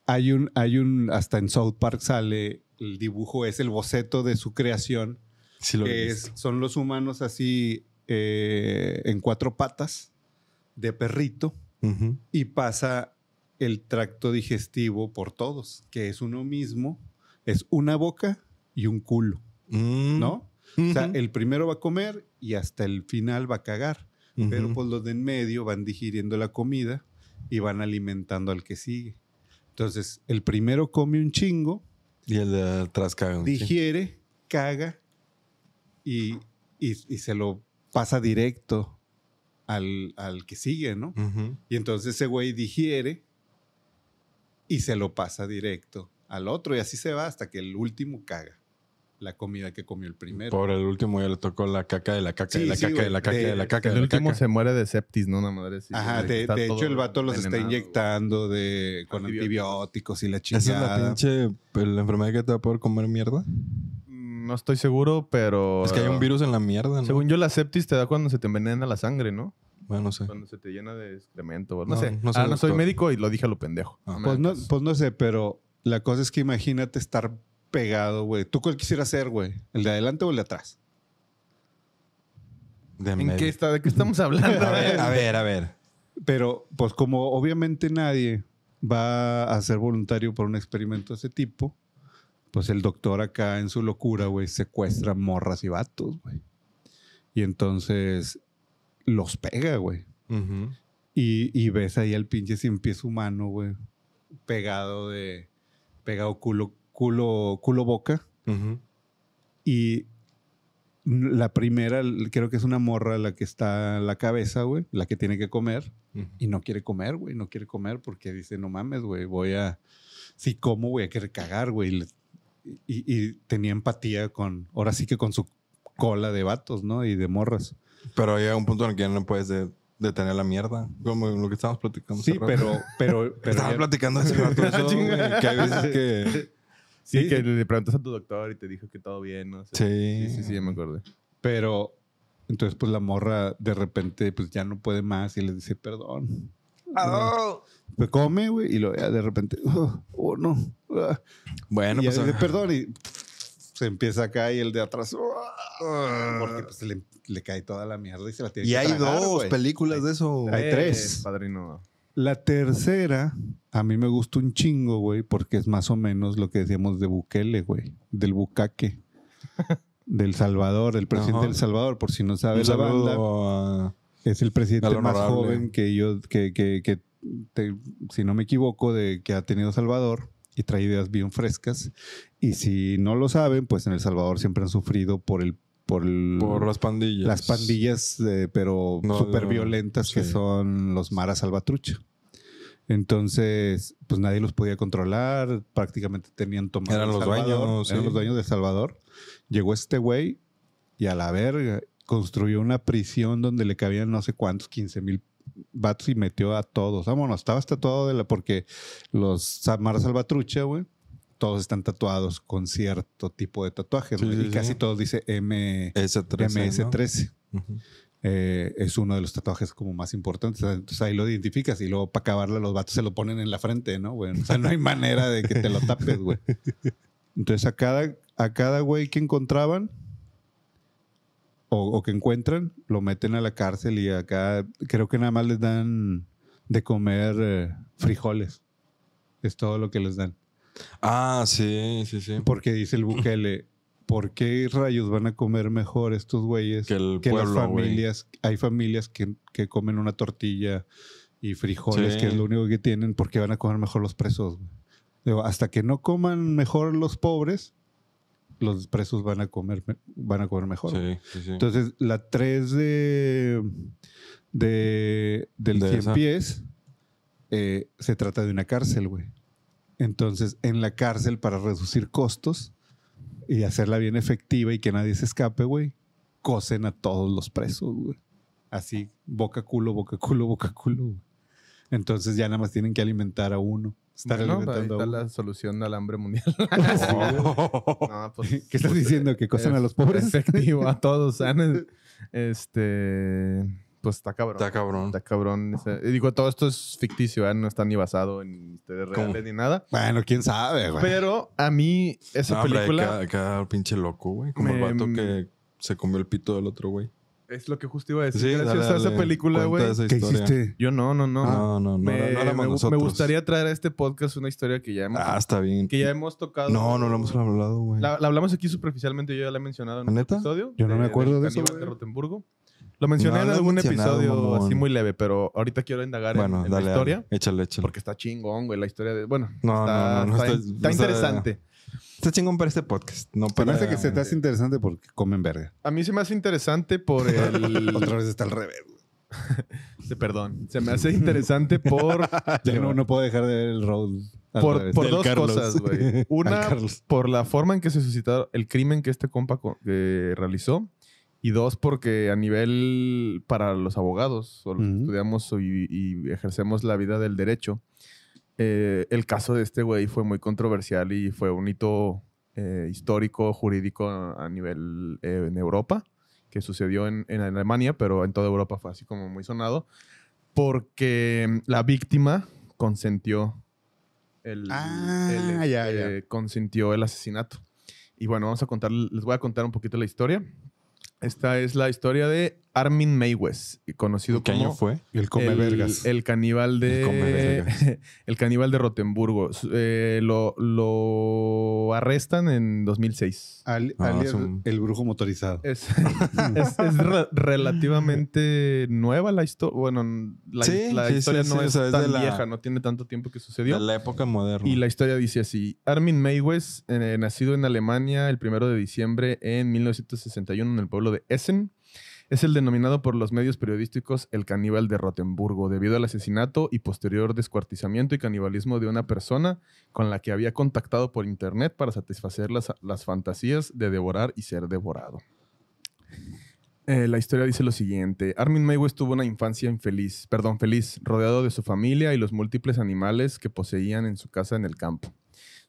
Speaker 3: hay un, hay un, hasta en South Park sale el dibujo, es el boceto de su creación,
Speaker 2: Sí lo he
Speaker 3: que es-
Speaker 2: visto.
Speaker 3: son los humanos así eh, en cuatro patas de perrito
Speaker 2: Ujú.
Speaker 3: y pasa el tracto digestivo por todos, que es uno mismo, es una boca y un culo,
Speaker 2: Mm.
Speaker 3: ¿no? O sea,
Speaker 2: Ujú.
Speaker 3: el primero va a comer y hasta el final va a cagar.
Speaker 2: Ujú.
Speaker 3: Pero pues los de en medio van digiriendo la comida y van alimentando al que sigue. Entonces, el primero come un chingo,
Speaker 2: Y el de atrás caga un chingo.
Speaker 3: digiere, caga y, y- y se lo pasa directo al, al que sigue, ¿no?
Speaker 2: Ujú.
Speaker 3: Y entonces ese güey digiere y se lo pasa directo al otro y así se va hasta que el último caga la comida que comió el primero.
Speaker 2: Pobre, el último ya le tocó la caca de la caca de
Speaker 3: Sí,
Speaker 2: la
Speaker 3: sí,
Speaker 2: caca de
Speaker 3: güey.
Speaker 2: la caca
Speaker 3: De-
Speaker 2: de la caca de
Speaker 4: El
Speaker 2: la
Speaker 4: último
Speaker 2: caca.
Speaker 4: se muere de septis, ¿no? Una madre así,
Speaker 3: Ajá,
Speaker 4: güey, que
Speaker 3: de,
Speaker 4: está
Speaker 3: de hecho
Speaker 4: todo
Speaker 3: el vato los está
Speaker 4: envenenado, güey.
Speaker 3: inyectando de, con
Speaker 4: Antibióticos.
Speaker 3: antibióticos y la
Speaker 2: Esa es la
Speaker 3: chingada.
Speaker 2: pinche la enfermedad que te va a poder comer mierda.
Speaker 4: Mm, No estoy seguro, pero.
Speaker 2: Es que hay un virus en la mierda, ¿no?
Speaker 4: Según yo, la septis te da cuando se te envenena la sangre, ¿no?
Speaker 2: Bueno, no sé.
Speaker 4: Cuando se te llena de excremento. No,
Speaker 2: No,
Speaker 4: sé.
Speaker 2: no soy
Speaker 4: ah, no soy
Speaker 2: doctor.
Speaker 4: médico y lo dije a lo pendejo.
Speaker 2: Ah.
Speaker 4: me
Speaker 3: pues, no,
Speaker 4: hagas caso.
Speaker 3: pues no sé, pero la cosa es que imagínate estar pegado, güey. ¿Tú cuál quisieras ser, güey? ¿El de adelante o el de atrás?
Speaker 2: De
Speaker 4: ¿En qué
Speaker 2: medio.
Speaker 4: está, ¿De qué estamos hablando?
Speaker 2: A ver, a ver, a ver.
Speaker 3: Pero pues como obviamente nadie va a ser voluntario por un experimento de ese tipo, pues el doctor acá en su locura, güey, secuestra morras y vatos, güey. Y entonces los pega, güey.
Speaker 2: Ujú.
Speaker 3: Y, y ves ahí al pinche sin pies humano, güey. Pegado de. Pegado culo, culo, culo boca.
Speaker 2: Ujú.
Speaker 3: Y la primera, l- creo que es una morra la que está a la cabeza, güey. La que tiene que comer.
Speaker 2: Ujú.
Speaker 3: Y no quiere comer, güey. No quiere comer porque dice, no mames, güey. Voy a. Si como, voy a querer cagar, güey. Y le- Y, y tenía empatía con. Ahora sí que con su cola de vatos, ¿no? Y de morras.
Speaker 2: Pero llega un punto en el que ya no puedes de- detener la mierda. Como lo que estábamos platicando.
Speaker 3: Sí,
Speaker 2: hace rato.
Speaker 3: pero. pero, pero
Speaker 2: estábamos
Speaker 3: ya- Ah,
Speaker 2: platicando hace rato eso, güey, que hay veces que...
Speaker 4: Sí,
Speaker 3: sí,
Speaker 4: que le preguntas a tu doctor y te dijo que todo bien, ¿no? O sea,
Speaker 2: Sí.
Speaker 4: Sí, sí, sí, ya me acordé.
Speaker 3: Pero entonces, pues la morra de repente, pues ya no puede más y le dice perdón. Pues come, güey, y lo vea de repente, oh, oh, no. ah".
Speaker 2: Bueno,
Speaker 3: y ya
Speaker 2: pues...
Speaker 3: dice
Speaker 2: ah,
Speaker 3: perdón y se empieza acá y el de atrás, "Ah", porque pues le, le cae toda la mierda y se la tiene
Speaker 2: Y
Speaker 3: que
Speaker 2: hay
Speaker 3: tragar,
Speaker 2: dos
Speaker 3: güey.
Speaker 2: películas de eso.
Speaker 3: Hay
Speaker 4: Eh,
Speaker 3: tres.
Speaker 4: Padrino.
Speaker 3: La tercera, a mí me gusta un chingo, güey, porque es más o menos lo que decíamos de Bukele, güey, del bucaque. Del Salvador, el presidente
Speaker 2: Ajá.
Speaker 3: del Salvador, por si no
Speaker 2: Un
Speaker 3: sabe la banda.
Speaker 2: saludo a-
Speaker 3: Es el presidente
Speaker 2: Al
Speaker 3: más
Speaker 2: honorable.
Speaker 3: joven que yo, que, que, que te- si no me equivoco, de que ha tenido Salvador y trae ideas bien frescas. Y si no lo saben, pues en El Salvador siempre han sufrido por el, por, el-
Speaker 2: Por las pandillas.
Speaker 3: las pandillas, eh, pero
Speaker 2: No,
Speaker 3: súper
Speaker 2: no,
Speaker 3: violentas que
Speaker 2: sí.
Speaker 3: son los Maras Salvatrucha. Entonces, pues nadie los podía controlar, prácticamente tenían tomado.
Speaker 2: Eran
Speaker 3: El
Speaker 2: los
Speaker 3: Salvador,
Speaker 2: dueños,
Speaker 3: Eran
Speaker 2: sí.
Speaker 3: los dueños de El Salvador. Llegó este güey y a la verga construyó una prisión donde le cabían no sé cuántos, 15 mil vatos y metió a todos. Vámonos, estaba hasta todo de la. Porque los Samar Salvatrucha, güey, todos están tatuados con cierto tipo de tatuajes.
Speaker 2: Sí,
Speaker 3: güey,
Speaker 2: sí,
Speaker 3: y
Speaker 2: sí.
Speaker 3: casi todos dice M,
Speaker 2: S13. ¿no?
Speaker 3: MS13
Speaker 2: Ujú.
Speaker 3: eh, es uno de los tatuajes como más importantes. Entonces ahí lo identificas y luego para acabarla los vatos se lo ponen en la frente, ¿no? güey? o sea, no hay manera de que te lo tapes, güey. Entonces a cada, a cada güey que encontraban o, o que encuentran, lo meten a la cárcel y acá creo que nada más les dan de comer eh, frijoles. Es todo lo que les dan.
Speaker 2: Ah, sí, sí, sí.
Speaker 3: Porque dice el Bukele, ¿por qué rayos van a comer mejor estos güeyes
Speaker 2: Que el
Speaker 3: que
Speaker 2: pueblo,
Speaker 3: las
Speaker 2: güey.
Speaker 3: familias, hay familias que, que comen una tortilla y frijoles,
Speaker 2: Sí.
Speaker 3: que es lo único que tienen, porque van a comer mejor los presos. güey? Digo, hasta que no coman mejor los pobres, los presos van a comer, me- van a comer mejor. güey.
Speaker 2: Sí, sí, sí.
Speaker 3: Entonces, la 3 de, de- del
Speaker 2: De
Speaker 3: 100
Speaker 2: esa.
Speaker 3: pies eh, se trata de una cárcel, güey. Entonces, en la cárcel, para reducir costos y hacerla bien efectiva y que nadie se escape, güey, cosen a todos los presos, güey. Así, boca culo, boca culo, boca culo, güey. Entonces ya nada más tienen que alimentar a uno. Estar
Speaker 4: Bueno, ahí
Speaker 3: alimentando
Speaker 4: está
Speaker 3: a uno.
Speaker 4: la solución al hambre mundial. No, pues,
Speaker 3: ¿Qué estás
Speaker 4: pues,
Speaker 3: diciendo? ¿Que cosen
Speaker 4: eh,
Speaker 3: a los pobres?
Speaker 4: Efectivo a todos, ¿sabes? Este. Pues está cabrón.
Speaker 2: Está cabrón.
Speaker 4: Está cabrón. ese- y Digo, todo esto es ficticio, ¿eh? no está ni basado en historias
Speaker 2: ¿Cómo?
Speaker 4: reales ni nada.
Speaker 3: Bueno, quién sabe, güey.
Speaker 4: Pero a mí, esa
Speaker 2: No, hombre,
Speaker 4: película
Speaker 2: cada, cada pinche loco, güey. Como el
Speaker 4: Me-
Speaker 2: vato que se comió el pito del otro, güey.
Speaker 4: es lo que justo iba a decir.
Speaker 2: Sí,
Speaker 4: Gracias
Speaker 2: dale,
Speaker 4: a esa
Speaker 2: dale,
Speaker 4: película,
Speaker 2: cuenta
Speaker 4: güey.
Speaker 2: esa
Speaker 3: ¿Qué
Speaker 2: historia.
Speaker 3: hiciste?
Speaker 4: Yo no, no, no.
Speaker 3: Ah,
Speaker 2: No, no, no.
Speaker 4: me,
Speaker 2: no, no éramos
Speaker 4: me- me
Speaker 2: nosotros.
Speaker 4: gustaría traer a este podcast una historia que ya hemos,
Speaker 2: Ah, está bien.
Speaker 4: que ya hemos tocado.
Speaker 2: No, no lo hemos hablado, güey.
Speaker 4: La, la hablamos aquí superficialmente, yo ya la he mencionado en
Speaker 2: ¿La
Speaker 4: un
Speaker 2: neta?
Speaker 4: episodio. eh,
Speaker 3: Yo no me acuerdo de eso,
Speaker 4: Caníbal
Speaker 3: güey.
Speaker 4: Rotemburgo. Lo mencioné
Speaker 2: No,
Speaker 4: en
Speaker 2: la he
Speaker 4: algún
Speaker 2: mencionado,
Speaker 4: episodio
Speaker 2: mamón.
Speaker 4: así muy leve, pero ahorita quiero indagar en-
Speaker 2: Bueno,
Speaker 4: en,
Speaker 2: dale.
Speaker 4: la
Speaker 2: dale.
Speaker 4: historia.
Speaker 2: Échale, échale.
Speaker 4: Porque está chingón, güey, la historia de... Bueno,
Speaker 2: No,
Speaker 4: está,
Speaker 2: no, no, no,
Speaker 4: está-
Speaker 2: está-
Speaker 4: está
Speaker 2: o sea,
Speaker 4: interesante.
Speaker 2: Está chingón para este podcast. No
Speaker 3: Se me
Speaker 2: para...
Speaker 3: hace que se te hace interesante porque comen verga.
Speaker 4: A mí se me hace interesante por
Speaker 3: Otra
Speaker 4: el...
Speaker 3: vez está al revés.
Speaker 4: se- Perdón. Se me hace interesante por,
Speaker 3: Ya no, no puedo dejar de ver el road. al
Speaker 4: por,
Speaker 3: revés.
Speaker 4: por
Speaker 3: Del
Speaker 4: dos
Speaker 3: Carlos.
Speaker 4: cosas, güey.
Speaker 3: Al
Speaker 4: Una,
Speaker 3: Carlos.
Speaker 4: por la forma en que se suscitó el crimen que este compa co- que realizó. Y dos, porque a nivel para los abogados, o los que
Speaker 3: Ujú.
Speaker 4: estudiamos y, y ejercemos la vida del derecho, eh, el caso de este güey fue muy controversial y fue un hito eh, histórico, jurídico a nivel eh, en Europa, que sucedió en, en Alemania, pero en toda Europa fue así como muy sonado, porque mm, la víctima consentió el,
Speaker 3: Ah,
Speaker 4: el,
Speaker 3: ya, ya.
Speaker 4: eh, consintió el asesinato. Y bueno, vamos a contar, les voy a contar un poquito la historia. Esta es la historia de Armin Meiwes, conocido
Speaker 2: ¿Qué
Speaker 4: como
Speaker 2: año fue?
Speaker 3: El come
Speaker 4: el,
Speaker 3: vergas.
Speaker 4: el caníbal de.
Speaker 2: El
Speaker 4: El,
Speaker 2: come vergas.
Speaker 4: caníbal de Rotemburgo. Su- eh, lo, lo arrestan en 2006.
Speaker 3: Al-
Speaker 2: Ah,
Speaker 3: alias
Speaker 2: es un-
Speaker 3: el brujo motorizado.
Speaker 4: Es, es- es re- relativamente nueva la historia. Bueno, la,
Speaker 2: Sí,
Speaker 4: la
Speaker 2: sí,
Speaker 4: historia
Speaker 2: sí,
Speaker 4: no
Speaker 2: sí, o
Speaker 4: es
Speaker 2: sea, es de
Speaker 4: tan
Speaker 2: la-
Speaker 4: vieja, no tiene tanto tiempo que sucedió.
Speaker 2: De la época moderna.
Speaker 4: Y la historia dice así. Armin Meiwes, eh, nacido en Alemania el 1 de diciembre en 1961 en el pueblo de Essen, es el denominado por los medios periodísticos el caníbal de Rotemburgo, debido al asesinato y posterior descuartizamiento y canibalismo de una persona con la que había contactado por internet para satisfacer las, las fantasías de devorar y ser devorado. Eh, la historia dice lo siguiente. Armin Meiwes tuvo una infancia infeliz, perdón, feliz, rodeado de su familia y los múltiples animales que poseían en su casa en el campo.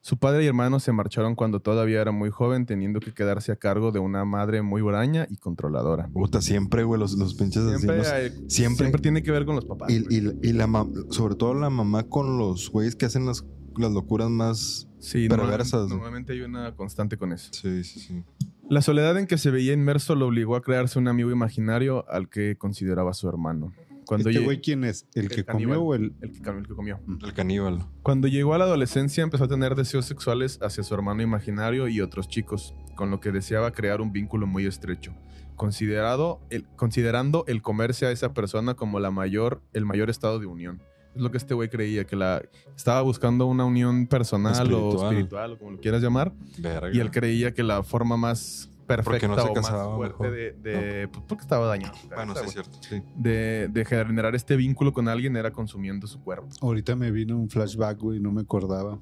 Speaker 4: Su padre y hermano se marcharon cuando todavía era muy joven, teniendo que quedarse a cargo de una madre muy huraña y controladora.
Speaker 2: Puta, siempre, güey, los, los pinches
Speaker 4: Siempre,
Speaker 2: asesinos.
Speaker 4: hay-
Speaker 2: siempre-
Speaker 4: siempre tiene que ver con los papás.
Speaker 2: Y,
Speaker 4: güey.
Speaker 2: y- y la mam- sobre todo la mamá con los güeyes que hacen las, las locuras más...
Speaker 4: sí,
Speaker 2: perversas,
Speaker 4: normal-
Speaker 2: ¿no?
Speaker 4: Normalmente hay una constante con eso.
Speaker 2: Sí, sí, sí.
Speaker 4: La soledad en que se veía inmerso lo obligó a crearse un amigo imaginario al que consideraba su hermano. Cuando
Speaker 3: ¿Este
Speaker 4: lle-
Speaker 3: güey quién es? ¿El,
Speaker 4: el
Speaker 3: que
Speaker 4: caníbal.
Speaker 3: comió o el...?
Speaker 4: el que cam- el que comió.
Speaker 2: El caníbal.
Speaker 4: Cuando llegó a la adolescencia empezó a tener deseos sexuales hacia su hermano imaginario y otros chicos, con lo que deseaba crear un vínculo muy estrecho, considerado el, considerando el comerse a esa persona como la mayor, el mayor estado de unión. Es lo que este güey creía, que la, estaba buscando una unión personal o
Speaker 2: Espiritual.
Speaker 4: espiritual, o como lo quieras llamar,
Speaker 2: Verga.
Speaker 4: y él creía que la forma más perfecta
Speaker 2: no se
Speaker 4: o más
Speaker 2: casaba,
Speaker 4: fuerte
Speaker 2: mejor.
Speaker 4: de, de- pues, porque estaba dañado.
Speaker 2: Bueno, sí, es cierto. Sí.
Speaker 4: de, de generar este vínculo con alguien era consumiendo su cuerpo.
Speaker 3: Ahorita me vino un flashback, güey, no me acordaba.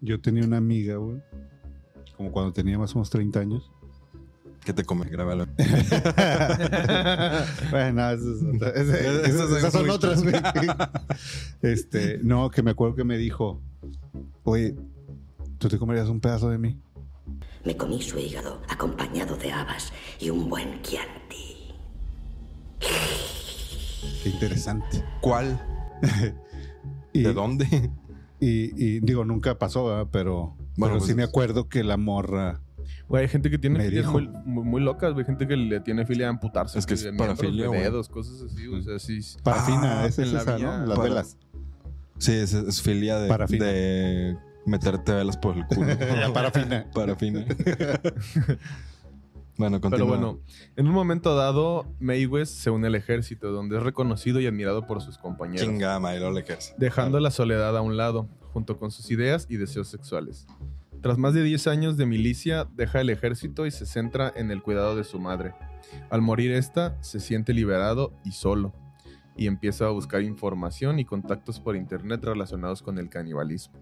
Speaker 3: Yo tenía una amiga, güey, como cuando tenía más o menos 30 años.
Speaker 2: ¿Qué te come? Grábalo.
Speaker 3: bueno, esas, son otras- esas-
Speaker 2: Esas
Speaker 3: esas-
Speaker 2: son
Speaker 3: esas son
Speaker 2: muy-
Speaker 3: otras, güey. Este, no, que me acuerdo que me dijo, oye, ¿tú te comerías un pedazo de mí?
Speaker 6: Me comí su hígado acompañado de habas y un buen Chianti.
Speaker 3: Qué interesante.
Speaker 2: ¿Cuál?
Speaker 3: Y,
Speaker 2: ¿De dónde?
Speaker 3: y- y digo, nunca pasó, ¿verdad? pero,
Speaker 2: Bueno,
Speaker 3: pero
Speaker 2: pues-
Speaker 3: sí me acuerdo que la morra...
Speaker 4: Güey, hay gente que tiene
Speaker 3: Me
Speaker 4: filias
Speaker 3: dijo.
Speaker 4: muy, muy, muy locas, güey. Gente que le tiene filia a amputarse.
Speaker 2: Es que
Speaker 4: güey,
Speaker 2: es
Speaker 4: de miembros,
Speaker 2: parafilia,
Speaker 4: de
Speaker 2: güey.
Speaker 4: dedos, cosas así. güey, O sea, sí.
Speaker 3: Parafina,
Speaker 2: Ah,
Speaker 3: esa es
Speaker 4: en la
Speaker 3: esa,
Speaker 4: vía-
Speaker 3: ¿no? Las
Speaker 2: para-
Speaker 3: velas.
Speaker 2: Sí, es, es filia de,
Speaker 3: Parafina.
Speaker 2: de meterte velas por el culo.
Speaker 3: La parafina.
Speaker 2: Parafina. bueno, continúa.
Speaker 4: Pero bueno, en un momento dado, Mayweather se une al ejército, donde es reconocido y admirado por sus compañeros.
Speaker 2: Chinga, Mayro Lakers.
Speaker 4: dejando la soledad a un lado, junto con sus ideas y deseos sexuales. Tras más de 10 años de milicia, deja el ejército y se centra en el cuidado de su madre. Al morir esta, se siente liberado y solo, y empieza a buscar información y contactos por internet relacionados con el canibalismo.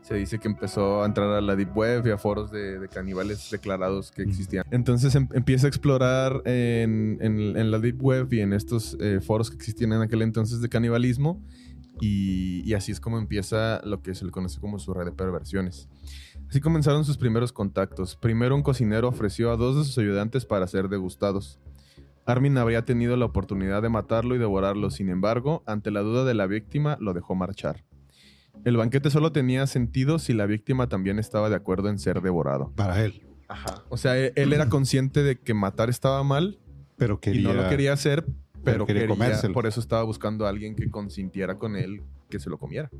Speaker 4: Se dice que empezó a entrar a la Deep Web y a foros de, de caníbales declarados que existían. Entonces em- empieza a explorar en, en- en la Deep Web y en estos eh, foros que existían en aquel entonces de canibalismo y, y así es como empieza lo que se le conoce como su red de perversiones. Así comenzaron sus primeros contactos. Primero un cocinero ofreció a dos de sus ayudantes para ser degustados. Armin habría tenido la oportunidad de matarlo y devorarlo, sin embargo, ante la duda de la víctima, lo dejó marchar. El banquete solo tenía sentido si la víctima también estaba de acuerdo en ser devorado.
Speaker 3: Para él.
Speaker 4: O sea, e- él era consciente de que matar estaba mal
Speaker 3: Pero Mm. quería...
Speaker 4: y no lo quería hacer, pero,
Speaker 3: pero quería
Speaker 4: quería-
Speaker 3: comérselo.
Speaker 4: por eso estaba buscando a alguien que consintiera con él que se lo comiera.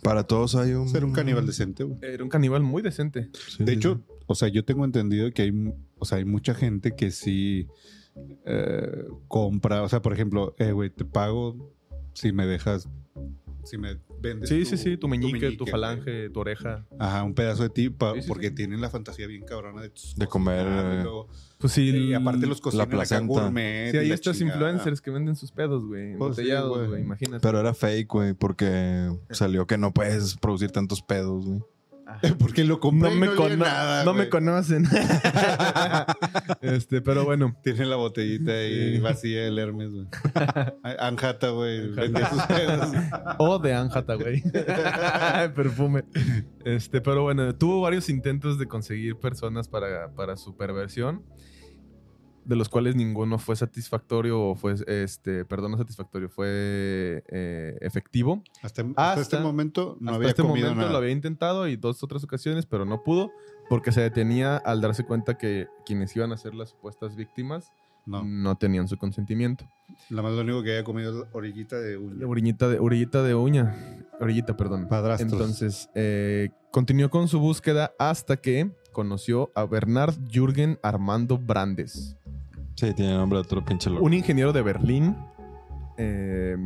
Speaker 2: Para todos hay un.
Speaker 3: Ser un caníbal decente, güey.
Speaker 4: Era un caníbal muy decente.
Speaker 2: Sí,
Speaker 3: De
Speaker 2: sí,
Speaker 3: hecho,
Speaker 2: sí.
Speaker 3: o sea, yo tengo entendido que hay, m- o sea, hay mucha gente que sí eh, compra, o sea, por ejemplo, eh, güey, te pago si me dejas, si me vendes.
Speaker 4: Sí, sí, sí. Tu meñique, tu,
Speaker 3: güey.
Speaker 4: falange, tu oreja.
Speaker 3: Ajá, un pedazo de ti, pa-
Speaker 4: Sí, sí,
Speaker 3: porque
Speaker 4: sí.
Speaker 3: tienen la fantasía bien cabrona de, Ah,
Speaker 2: De comer,
Speaker 3: Y,
Speaker 2: eh,
Speaker 3: luego-
Speaker 4: Pues sí.
Speaker 3: y aparte los cocinan acá
Speaker 2: placenta.
Speaker 3: gourmet
Speaker 4: Sí,
Speaker 3: y
Speaker 4: hay
Speaker 3: la
Speaker 4: estos
Speaker 3: chingada.
Speaker 4: influencers que venden sus pedos, güey.
Speaker 3: Pues sí,
Speaker 4: Embotellados,
Speaker 3: güey.
Speaker 4: Oh, güey. Imagínate.
Speaker 2: Pero era fake, güey,
Speaker 4: Eh.
Speaker 2: porque salió que no puedes producir tantos pedos, güey.
Speaker 3: Porque lo compré
Speaker 4: no
Speaker 3: y
Speaker 4: me,
Speaker 3: no
Speaker 4: cono-
Speaker 3: olía nada,
Speaker 4: no me
Speaker 3: güey.
Speaker 4: conocen. este, pero bueno.
Speaker 3: Tienen la botellita y
Speaker 4: Sí.
Speaker 3: vacía el Hermes, güey. Anjata, güey.
Speaker 4: Anjata.
Speaker 3: vendía sus pedos.
Speaker 4: O de Anjata, güey. Perfume. Este, pero bueno, tuvo varios intentos de conseguir personas para, para su perversión, de los cuales ninguno fue satisfactorio o fue, este, perdón, no satisfactorio, fue eh, efectivo.
Speaker 3: Hasta,
Speaker 4: Hasta-
Speaker 3: hasta este momento no
Speaker 4: Ah, Hasta
Speaker 3: había
Speaker 4: este
Speaker 3: comido
Speaker 4: momento
Speaker 3: nada.
Speaker 4: lo había intentado y dos otras ocasiones, pero no pudo porque se detenía al darse cuenta que quienes iban a ser las supuestas víctimas no,
Speaker 3: No,
Speaker 4: tenían su consentimiento.
Speaker 3: la más lo único que había comido es orillita de uña.
Speaker 4: Orillita de, orillita de uña. Orillita, perdón.
Speaker 3: Padrastros.
Speaker 4: Entonces, eh, continuó con su búsqueda hasta que conoció a Bernard Jürgen Armando Brandes,
Speaker 2: Sí, tiene nombre de otro pinche loco.
Speaker 4: un ingeniero de Berlín. Eh,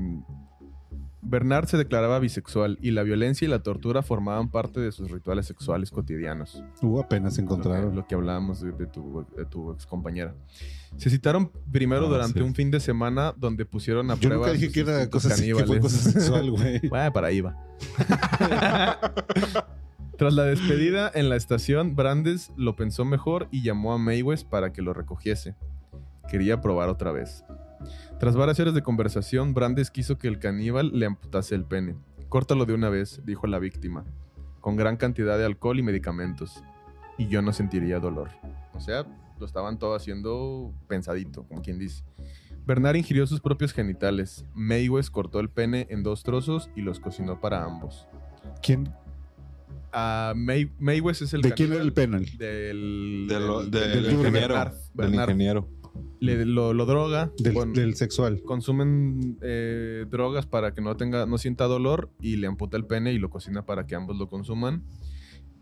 Speaker 4: Bernard se declaraba bisexual y la violencia y la tortura formaban parte de sus rituales sexuales cotidianos.
Speaker 3: Uh, apenas
Speaker 4: lo que,
Speaker 3: encontraron.
Speaker 4: lo que hablábamos de, de tu, de tu excompañera. Se citaron primero
Speaker 2: Ah,
Speaker 4: durante
Speaker 2: sí.
Speaker 4: un fin de semana donde pusieron a
Speaker 3: Yo
Speaker 4: prueba.
Speaker 3: nunca dije
Speaker 4: sus
Speaker 3: que era
Speaker 4: instintos
Speaker 3: cosa, que fue
Speaker 4: caníbales.
Speaker 3: cosa sexual, güey.
Speaker 4: Bueno, Ah, para ahí va. Tras la despedida en la estación, Brandes lo pensó mejor y llamó a Mayweather para que lo recogiese. Quería probar otra vez. Tras varias horas de conversación, Brandes quiso que el caníbal le amputase el pene. Córtalo de una vez, dijo la víctima, con gran cantidad de alcohol y medicamentos. Y yo no sentiría dolor. O sea, lo estaban todo haciendo pensadito, como quien dice. Bernard ingirió sus propios genitales. Mayweather cortó el pene en dos trozos y los cocinó para ambos.
Speaker 3: ¿Quién,
Speaker 4: Ah, May Mayweather es el
Speaker 3: ¿De quién era
Speaker 4: caníbal
Speaker 3: el penal?
Speaker 4: Del,
Speaker 2: De lo-
Speaker 4: del-
Speaker 2: de-
Speaker 4: del-
Speaker 2: del
Speaker 4: de
Speaker 2: ingeniero.
Speaker 4: Bernard.
Speaker 2: Del
Speaker 4: Bernard.
Speaker 2: ingeniero.
Speaker 4: Le- lo, lo droga.
Speaker 3: Del,
Speaker 4: con-
Speaker 3: del sexual.
Speaker 4: Consumen eh, drogas para que no tenga, no sienta dolor y le amputa el pene y lo cocina para que ambos lo consuman.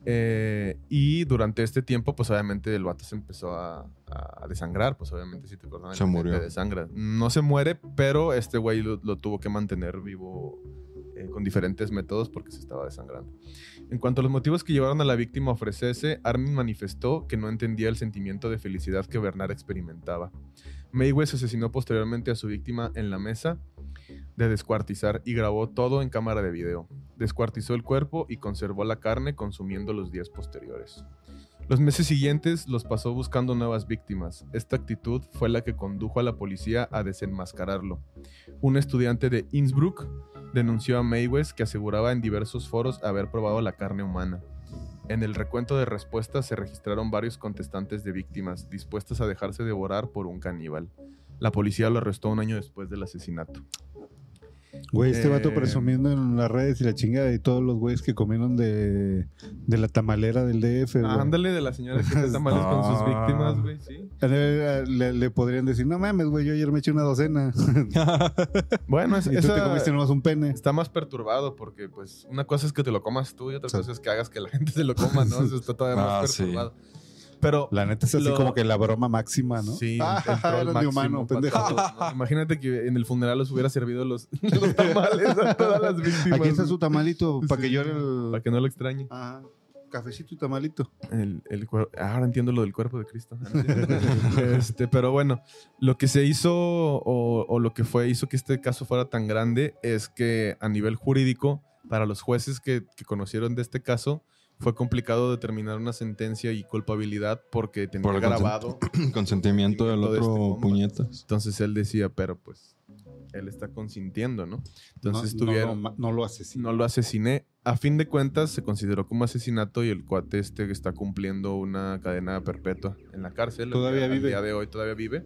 Speaker 4: Eh, y durante este tiempo, pues obviamente el vato se empezó a, a desangrar. Pues obviamente si te cortan el
Speaker 2: Se
Speaker 4: pene,
Speaker 2: murió.
Speaker 4: te desangra. No se muere, pero este güey lo, lo tuvo que mantener vivo eh, eh, con diferentes métodos porque se estaba desangrando. En cuanto a los motivos que llevaron a la víctima a ofrecerse, Armin manifestó que no entendía el sentimiento de felicidad que Bernard experimentaba. Mayweather asesinó posteriormente a su víctima en la mesa de descuartizar y grabó todo en cámara de video. Descuartizó el cuerpo y conservó la carne consumiendo los días posteriores. Los meses siguientes los pasó buscando nuevas víctimas. Esta actitud fue la que condujo a la policía a desenmascararlo. Un estudiante de Innsbruck denunció a Mayweather que aseguraba en diversos foros haber probado la carne humana. En el recuento de respuestas se registraron varios contestantes de víctimas dispuestas a dejarse devorar por un caníbal. La policía lo arrestó un año después del asesinato.
Speaker 3: Güey, este vato
Speaker 4: Eh,
Speaker 3: presumiendo en las redes y la chingada y todos los güeyes que comieron de, de la tamalera del DF. güey.
Speaker 4: Ah, ándale de la señora que está mal con sus víctimas, güey, sí.
Speaker 3: Eh, Le, le podrían decir, no mames, güey, yo ayer me eché una docena.
Speaker 4: Bueno, es,
Speaker 3: y tú te
Speaker 4: esa-
Speaker 3: comiste nomás un pene.
Speaker 4: está más perturbado porque, pues, una cosa es que te lo comas tú y otra cosa es que hagas que la gente se lo coma, ¿no? Eso está todavía
Speaker 2: Ah,
Speaker 4: más
Speaker 2: sí.
Speaker 4: perturbado. Pero
Speaker 3: La neta es así
Speaker 4: Lo-
Speaker 3: como que la broma máxima, ¿no?
Speaker 4: Sí,
Speaker 3: Ah,
Speaker 4: el troll
Speaker 3: eran de
Speaker 4: máximo
Speaker 3: humano,
Speaker 4: para
Speaker 3: pendejo.
Speaker 4: todos, ¿no? Imagínate que en el funeral los hubiera servido los, los tamales a todas las víctimas.
Speaker 3: Aquí está su tamalito para que
Speaker 4: Sí.
Speaker 3: llore el.
Speaker 4: Para que no lo extrañe.
Speaker 3: Ajá, cafecito y tamalito.
Speaker 4: El, el cuer- Ahora entiendo lo del cuerpo de Cristo. Ah, este, pero bueno, lo que se hizo o, o lo que fue hizo que este caso fuera tan grande es que a nivel jurídico, para los jueces que, que conocieron de este caso, fue complicado determinar una sentencia y culpabilidad porque tenía
Speaker 2: Por el
Speaker 4: grabado.
Speaker 2: Consentimiento del
Speaker 4: Consentimiento de
Speaker 2: otro
Speaker 4: este compa.
Speaker 2: puñetas.
Speaker 4: Entonces él decía, pero pues él está consintiendo, ¿no? Entonces
Speaker 3: no,
Speaker 4: tuvieron
Speaker 3: no, ma- no lo asesino.
Speaker 4: no lo asesiné. A fin de cuentas, se consideró como asesinato y el cuate este que está cumpliendo una cadena perpetua en la cárcel.
Speaker 3: Todavía
Speaker 4: al
Speaker 3: vive.
Speaker 4: día de hoy todavía vive.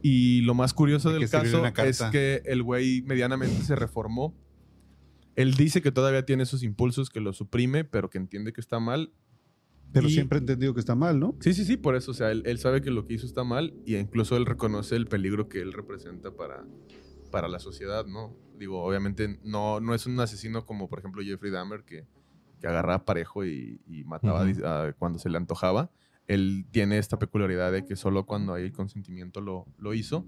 Speaker 4: Y lo más curioso
Speaker 3: Hay que
Speaker 4: del
Speaker 3: escribirle
Speaker 4: caso
Speaker 3: una carta.
Speaker 4: es que el güey medianamente se reformó. Él dice que todavía tiene sus impulsos, que lo suprime, pero que entiende que está mal.
Speaker 3: Pero
Speaker 4: Y-
Speaker 3: siempre he entendido que está mal, ¿no?
Speaker 4: Sí, sí, sí, por eso. O sea, él, él sabe que lo que hizo está mal y incluso él reconoce el peligro que él representa para, para la sociedad, ¿no? Digo, obviamente no, no es un asesino como, por ejemplo, Jeffrey Dahmer, que, que agarraba parejo y, y mataba
Speaker 2: Ujú.
Speaker 4: dis- a- cuando se le antojaba. Él tiene esta peculiaridad de que solo cuando hay consentimiento lo, lo hizo.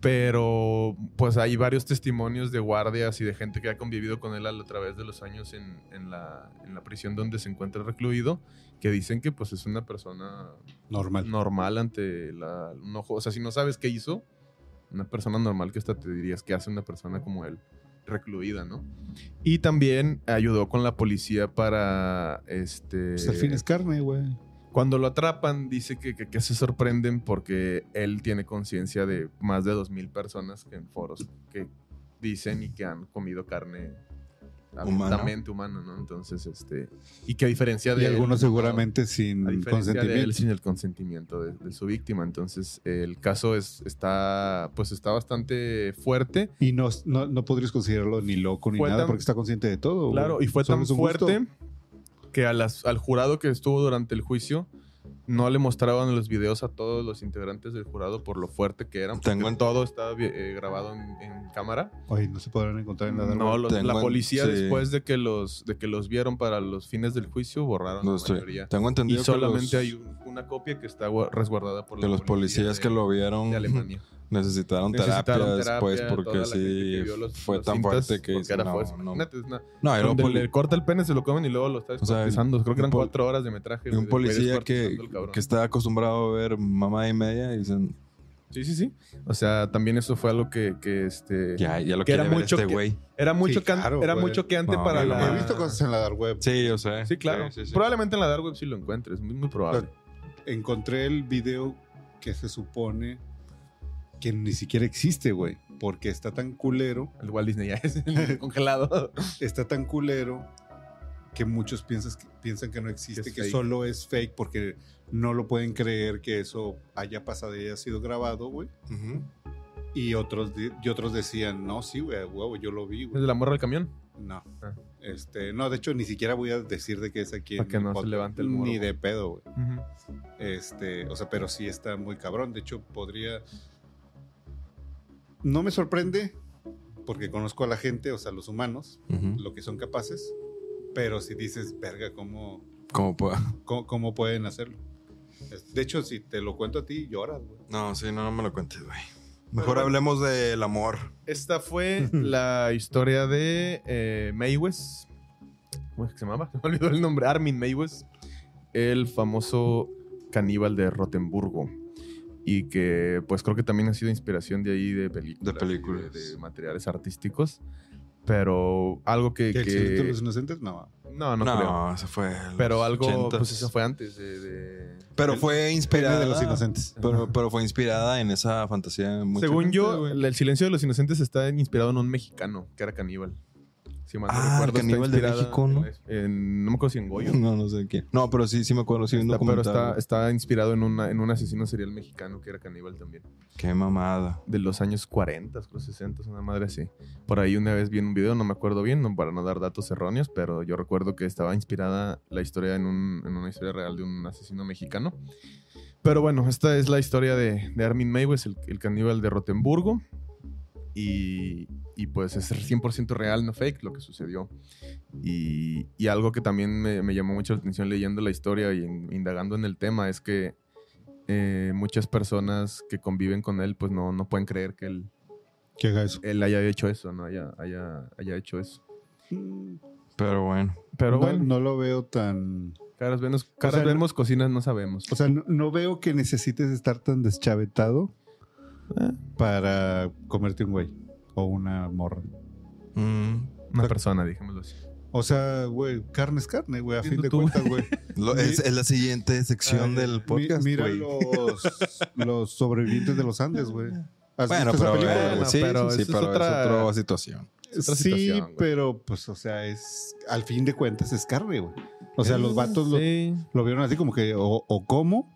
Speaker 4: Pero pues hay varios testimonios de guardias y de gente que ha convivido con él a la- a través de los años en, en la, en la prisión donde se encuentra recluido, que dicen que pues es una persona
Speaker 3: Normal.
Speaker 4: normal ante la, un ojo. O sea, si no sabes qué hizo, una persona normal que hasta te dirías que hace una persona como él, recluida, ¿no? Y también ayudó con la policía para este.
Speaker 3: Pues al fin es carne, güey.
Speaker 4: Cuando lo atrapan, dice que, que- que se sorprenden porque él tiene conciencia de más de 2.000 personas que en foros que dicen y que han comido carne
Speaker 2: Humano.
Speaker 4: abiertamente humana, ¿no? Entonces, este... Y que a diferencia de...
Speaker 3: Y
Speaker 4: él,
Speaker 3: algunos
Speaker 4: ¿no?
Speaker 3: seguramente
Speaker 4: A
Speaker 3: sin
Speaker 4: diferencia de él,
Speaker 3: consentimiento.
Speaker 4: sin el consentimiento de, de su víctima. Entonces, el caso es, está, pues, está bastante fuerte.
Speaker 3: Y no, no, no podrías considerarlo ni loco ni
Speaker 4: Fue
Speaker 3: nada
Speaker 4: tan-
Speaker 3: porque está consciente de todo.
Speaker 4: Claro,
Speaker 3: güey.
Speaker 4: y fue
Speaker 3: Oh, Solo
Speaker 4: tan
Speaker 3: es un gusto.
Speaker 4: fuerte que a las- al jurado que estuvo durante el juicio no le mostraban los videos a todos los integrantes del jurado por lo fuerte que eran. porque
Speaker 2: Tengo en-
Speaker 4: todo estaba vi- eh, grabado en, en cámara.
Speaker 3: Ay, no se podrán encontrar en la dark
Speaker 4: No,
Speaker 3: web.
Speaker 4: los-
Speaker 2: Tengo
Speaker 4: la
Speaker 2: en-
Speaker 4: policía
Speaker 2: sí.
Speaker 4: después de que los de que los vieron para los fines del juicio borraron
Speaker 2: Lo
Speaker 4: la
Speaker 2: estoy-
Speaker 4: mayoría.
Speaker 2: Tengo
Speaker 4: Y
Speaker 2: entendido
Speaker 4: solamente
Speaker 2: que los,
Speaker 4: hay un- una copia que está gua- resguardada por
Speaker 2: que
Speaker 4: la
Speaker 2: los
Speaker 4: policía
Speaker 2: policías
Speaker 4: de-
Speaker 2: que lo vieron
Speaker 4: de Alemania.
Speaker 2: necesitaron,
Speaker 4: Necesitaron
Speaker 2: terapia después
Speaker 4: terapia, toda
Speaker 2: pues, porque
Speaker 4: la gente
Speaker 2: sí
Speaker 4: que vio los-
Speaker 2: fue
Speaker 4: los
Speaker 2: tan
Speaker 4: cintas,
Speaker 2: fuerte que
Speaker 4: porque
Speaker 2: dice,
Speaker 4: era
Speaker 2: no,
Speaker 4: fuerte.
Speaker 2: no.
Speaker 4: Imagínate, es una-
Speaker 2: No, y luego
Speaker 4: donde
Speaker 2: poli-
Speaker 4: le corta el pene, se lo comen y luego lo está
Speaker 2: sea,
Speaker 4: descuartizando. Creo que eran
Speaker 2: un pol-
Speaker 4: cuatro horas de metraje.
Speaker 2: y
Speaker 4: güey,
Speaker 2: un
Speaker 4: de
Speaker 2: policía
Speaker 4: güey
Speaker 2: que,
Speaker 4: descuartizando al cabrón.
Speaker 2: que está acostumbrado a ver mamá y media y dicen,
Speaker 4: Sí, sí, sí. O sea, también eso fue algo que, que este...
Speaker 2: ya, ya lo
Speaker 4: Que
Speaker 2: quiere
Speaker 4: era
Speaker 2: ver
Speaker 4: mucho
Speaker 2: este
Speaker 4: que-
Speaker 2: güey.
Speaker 4: Era mucho,
Speaker 3: Sí,
Speaker 4: can-
Speaker 3: claro,
Speaker 4: era
Speaker 3: güey.
Speaker 4: mucho que antes
Speaker 2: No,
Speaker 4: para
Speaker 2: no,
Speaker 4: la...
Speaker 2: no.
Speaker 3: He visto cosas en la dark web.
Speaker 2: Sí, yo sé.
Speaker 4: Sí, claro.
Speaker 2: Sí, sí, sí.
Speaker 4: Probablemente en la Dark Web sí lo encuentres. Muy, muy probable.
Speaker 3: Encontré el video que se supone que ni siquiera existe, güey. Porque está tan culero,
Speaker 4: El Walt Disney ya es el congelado.
Speaker 3: está tan culero que muchos piensas que, piensan que no
Speaker 4: Que
Speaker 3: existe,
Speaker 4: es
Speaker 3: que
Speaker 4: fake.
Speaker 3: solo es fake porque no lo pueden creer que eso haya pasado y haya sido grabado, güey.
Speaker 2: Ujú.
Speaker 3: Y otros, di- y otros decían, no, sí, güey, a huevo, yo lo vi,
Speaker 4: Es
Speaker 3: güey.
Speaker 4: de la morra del camión.
Speaker 3: No.
Speaker 4: Ah.
Speaker 3: Este, no, de hecho, ni siquiera voy a decir de qué es aquí.
Speaker 4: Pa'
Speaker 3: en
Speaker 4: que
Speaker 3: el
Speaker 4: no se
Speaker 3: podcast,
Speaker 4: levante el muro,
Speaker 3: Ni
Speaker 4: güey.
Speaker 3: de pedo, güey.
Speaker 4: Ujú.
Speaker 3: Este, o sea, pero sí está muy cabrón. De hecho, podría. No me sorprende, porque conozco a la gente, o sea, los humanos,
Speaker 2: Ujú.
Speaker 3: lo que son capaces. Pero si dices, verga, ¿cómo,
Speaker 2: Como pueda.
Speaker 3: cómo, cómo pueden hacerlo? Es- De hecho, si te lo cuento a ti, lloras, güey.
Speaker 2: No, sí, no, no me lo cuentes, güey. Mejor hablemos del amor.
Speaker 4: Esta fue la historia de eh, Maywes. ¿Cómo es que se llamaba? Se me olvidó el nombre. Armin Maywes. El famoso caníbal de Rotemburgo. Y que pues creo que también ha sido inspiración de ahí de películas.
Speaker 2: De películas.
Speaker 4: y De, de materiales artísticos. Pero algo que...
Speaker 3: ¿Que el
Speaker 4: que-
Speaker 3: secreto de los inocentes? No.
Speaker 4: No, no,
Speaker 2: No,
Speaker 4: creo.
Speaker 2: ese fue. el
Speaker 4: Pero algo...
Speaker 2: 80s.
Speaker 4: Pues eso fue antes de... de-
Speaker 2: Pero fue
Speaker 3: Pena
Speaker 2: inspirada.
Speaker 3: de los inocentes.
Speaker 2: Pero, pero fue inspirada en esa fantasía. muy
Speaker 4: Según yo,
Speaker 2: chingona.
Speaker 4: el silencio de los inocentes está inspirado en un mexicano que era caníbal. Si mal no
Speaker 2: Ah,
Speaker 4: recuerdo,
Speaker 2: el
Speaker 4: está
Speaker 2: caníbal de
Speaker 4: inspirada
Speaker 2: México, ¿no?
Speaker 4: en- en- no me acuerdo si en Goyo.
Speaker 2: No, no sé quién. No, pero sí, sí me acuerdo. Sí, vi un
Speaker 4: Está- pero está,
Speaker 2: documental.
Speaker 4: está inspirado en, una, en un asesino serial mexicano que era caníbal también.
Speaker 2: Qué mamada.
Speaker 4: De los años 40, creo 60, una madre así. Por ahí una vez vi en un video, no me acuerdo bien, no- para no dar datos erróneos, pero yo recuerdo que estaba inspirada la historia en, un- en una historia real de un asesino mexicano. Pero bueno, esta es la historia de, de Armin Meiwes, el, el caníbal de Rotemburgo. Y, y pues es 100% real, no fake, lo que sucedió. Y, y algo que también me, me llamó mucho la atención leyendo la historia y en- indagando en el tema es que eh, muchas personas que conviven con él pues no, no pueden creer que él,
Speaker 3: Que haga eso.
Speaker 4: él haya hecho eso, no haya, haya, haya hecho eso.
Speaker 2: Pero bueno.
Speaker 4: Pero
Speaker 3: Mm, no,
Speaker 4: bueno,
Speaker 3: no lo veo tan.
Speaker 4: caras, vemos, caras
Speaker 3: sea, no-
Speaker 4: vemos, cocinas no sabemos.
Speaker 3: O sea, no, no veo que necesites estar tan deschavetado Eh. para comerte un güey o una morra.
Speaker 2: Mm.
Speaker 4: Una persona, dijémoslo así.
Speaker 3: O sea, güey, carne es carne, güey, a fin
Speaker 4: Entiendo
Speaker 3: de
Speaker 4: tú,
Speaker 3: cuentas, güey.
Speaker 2: Lo- es, es la siguiente sección
Speaker 3: Ay,
Speaker 2: del podcast.
Speaker 3: Mi- mira
Speaker 2: güey.
Speaker 3: los, los sobrevivientes de los Andes, güey. ¿Has
Speaker 2: Bueno,
Speaker 3: visto esa
Speaker 2: pero,
Speaker 3: película,
Speaker 2: eh,
Speaker 3: güey?
Speaker 4: Bueno,
Speaker 2: sí,
Speaker 4: pero
Speaker 2: sí,
Speaker 4: eso
Speaker 2: sí,
Speaker 4: es
Speaker 2: pero es
Speaker 4: otra-
Speaker 2: otra situación.
Speaker 4: Es otra
Speaker 3: sí,
Speaker 4: situación, güey.
Speaker 3: pero pues, o sea, es al fin de cuentas es carne, güey. O sea, los vatos lo,
Speaker 4: Eh, Sí,
Speaker 3: lo vieron así como que o, o como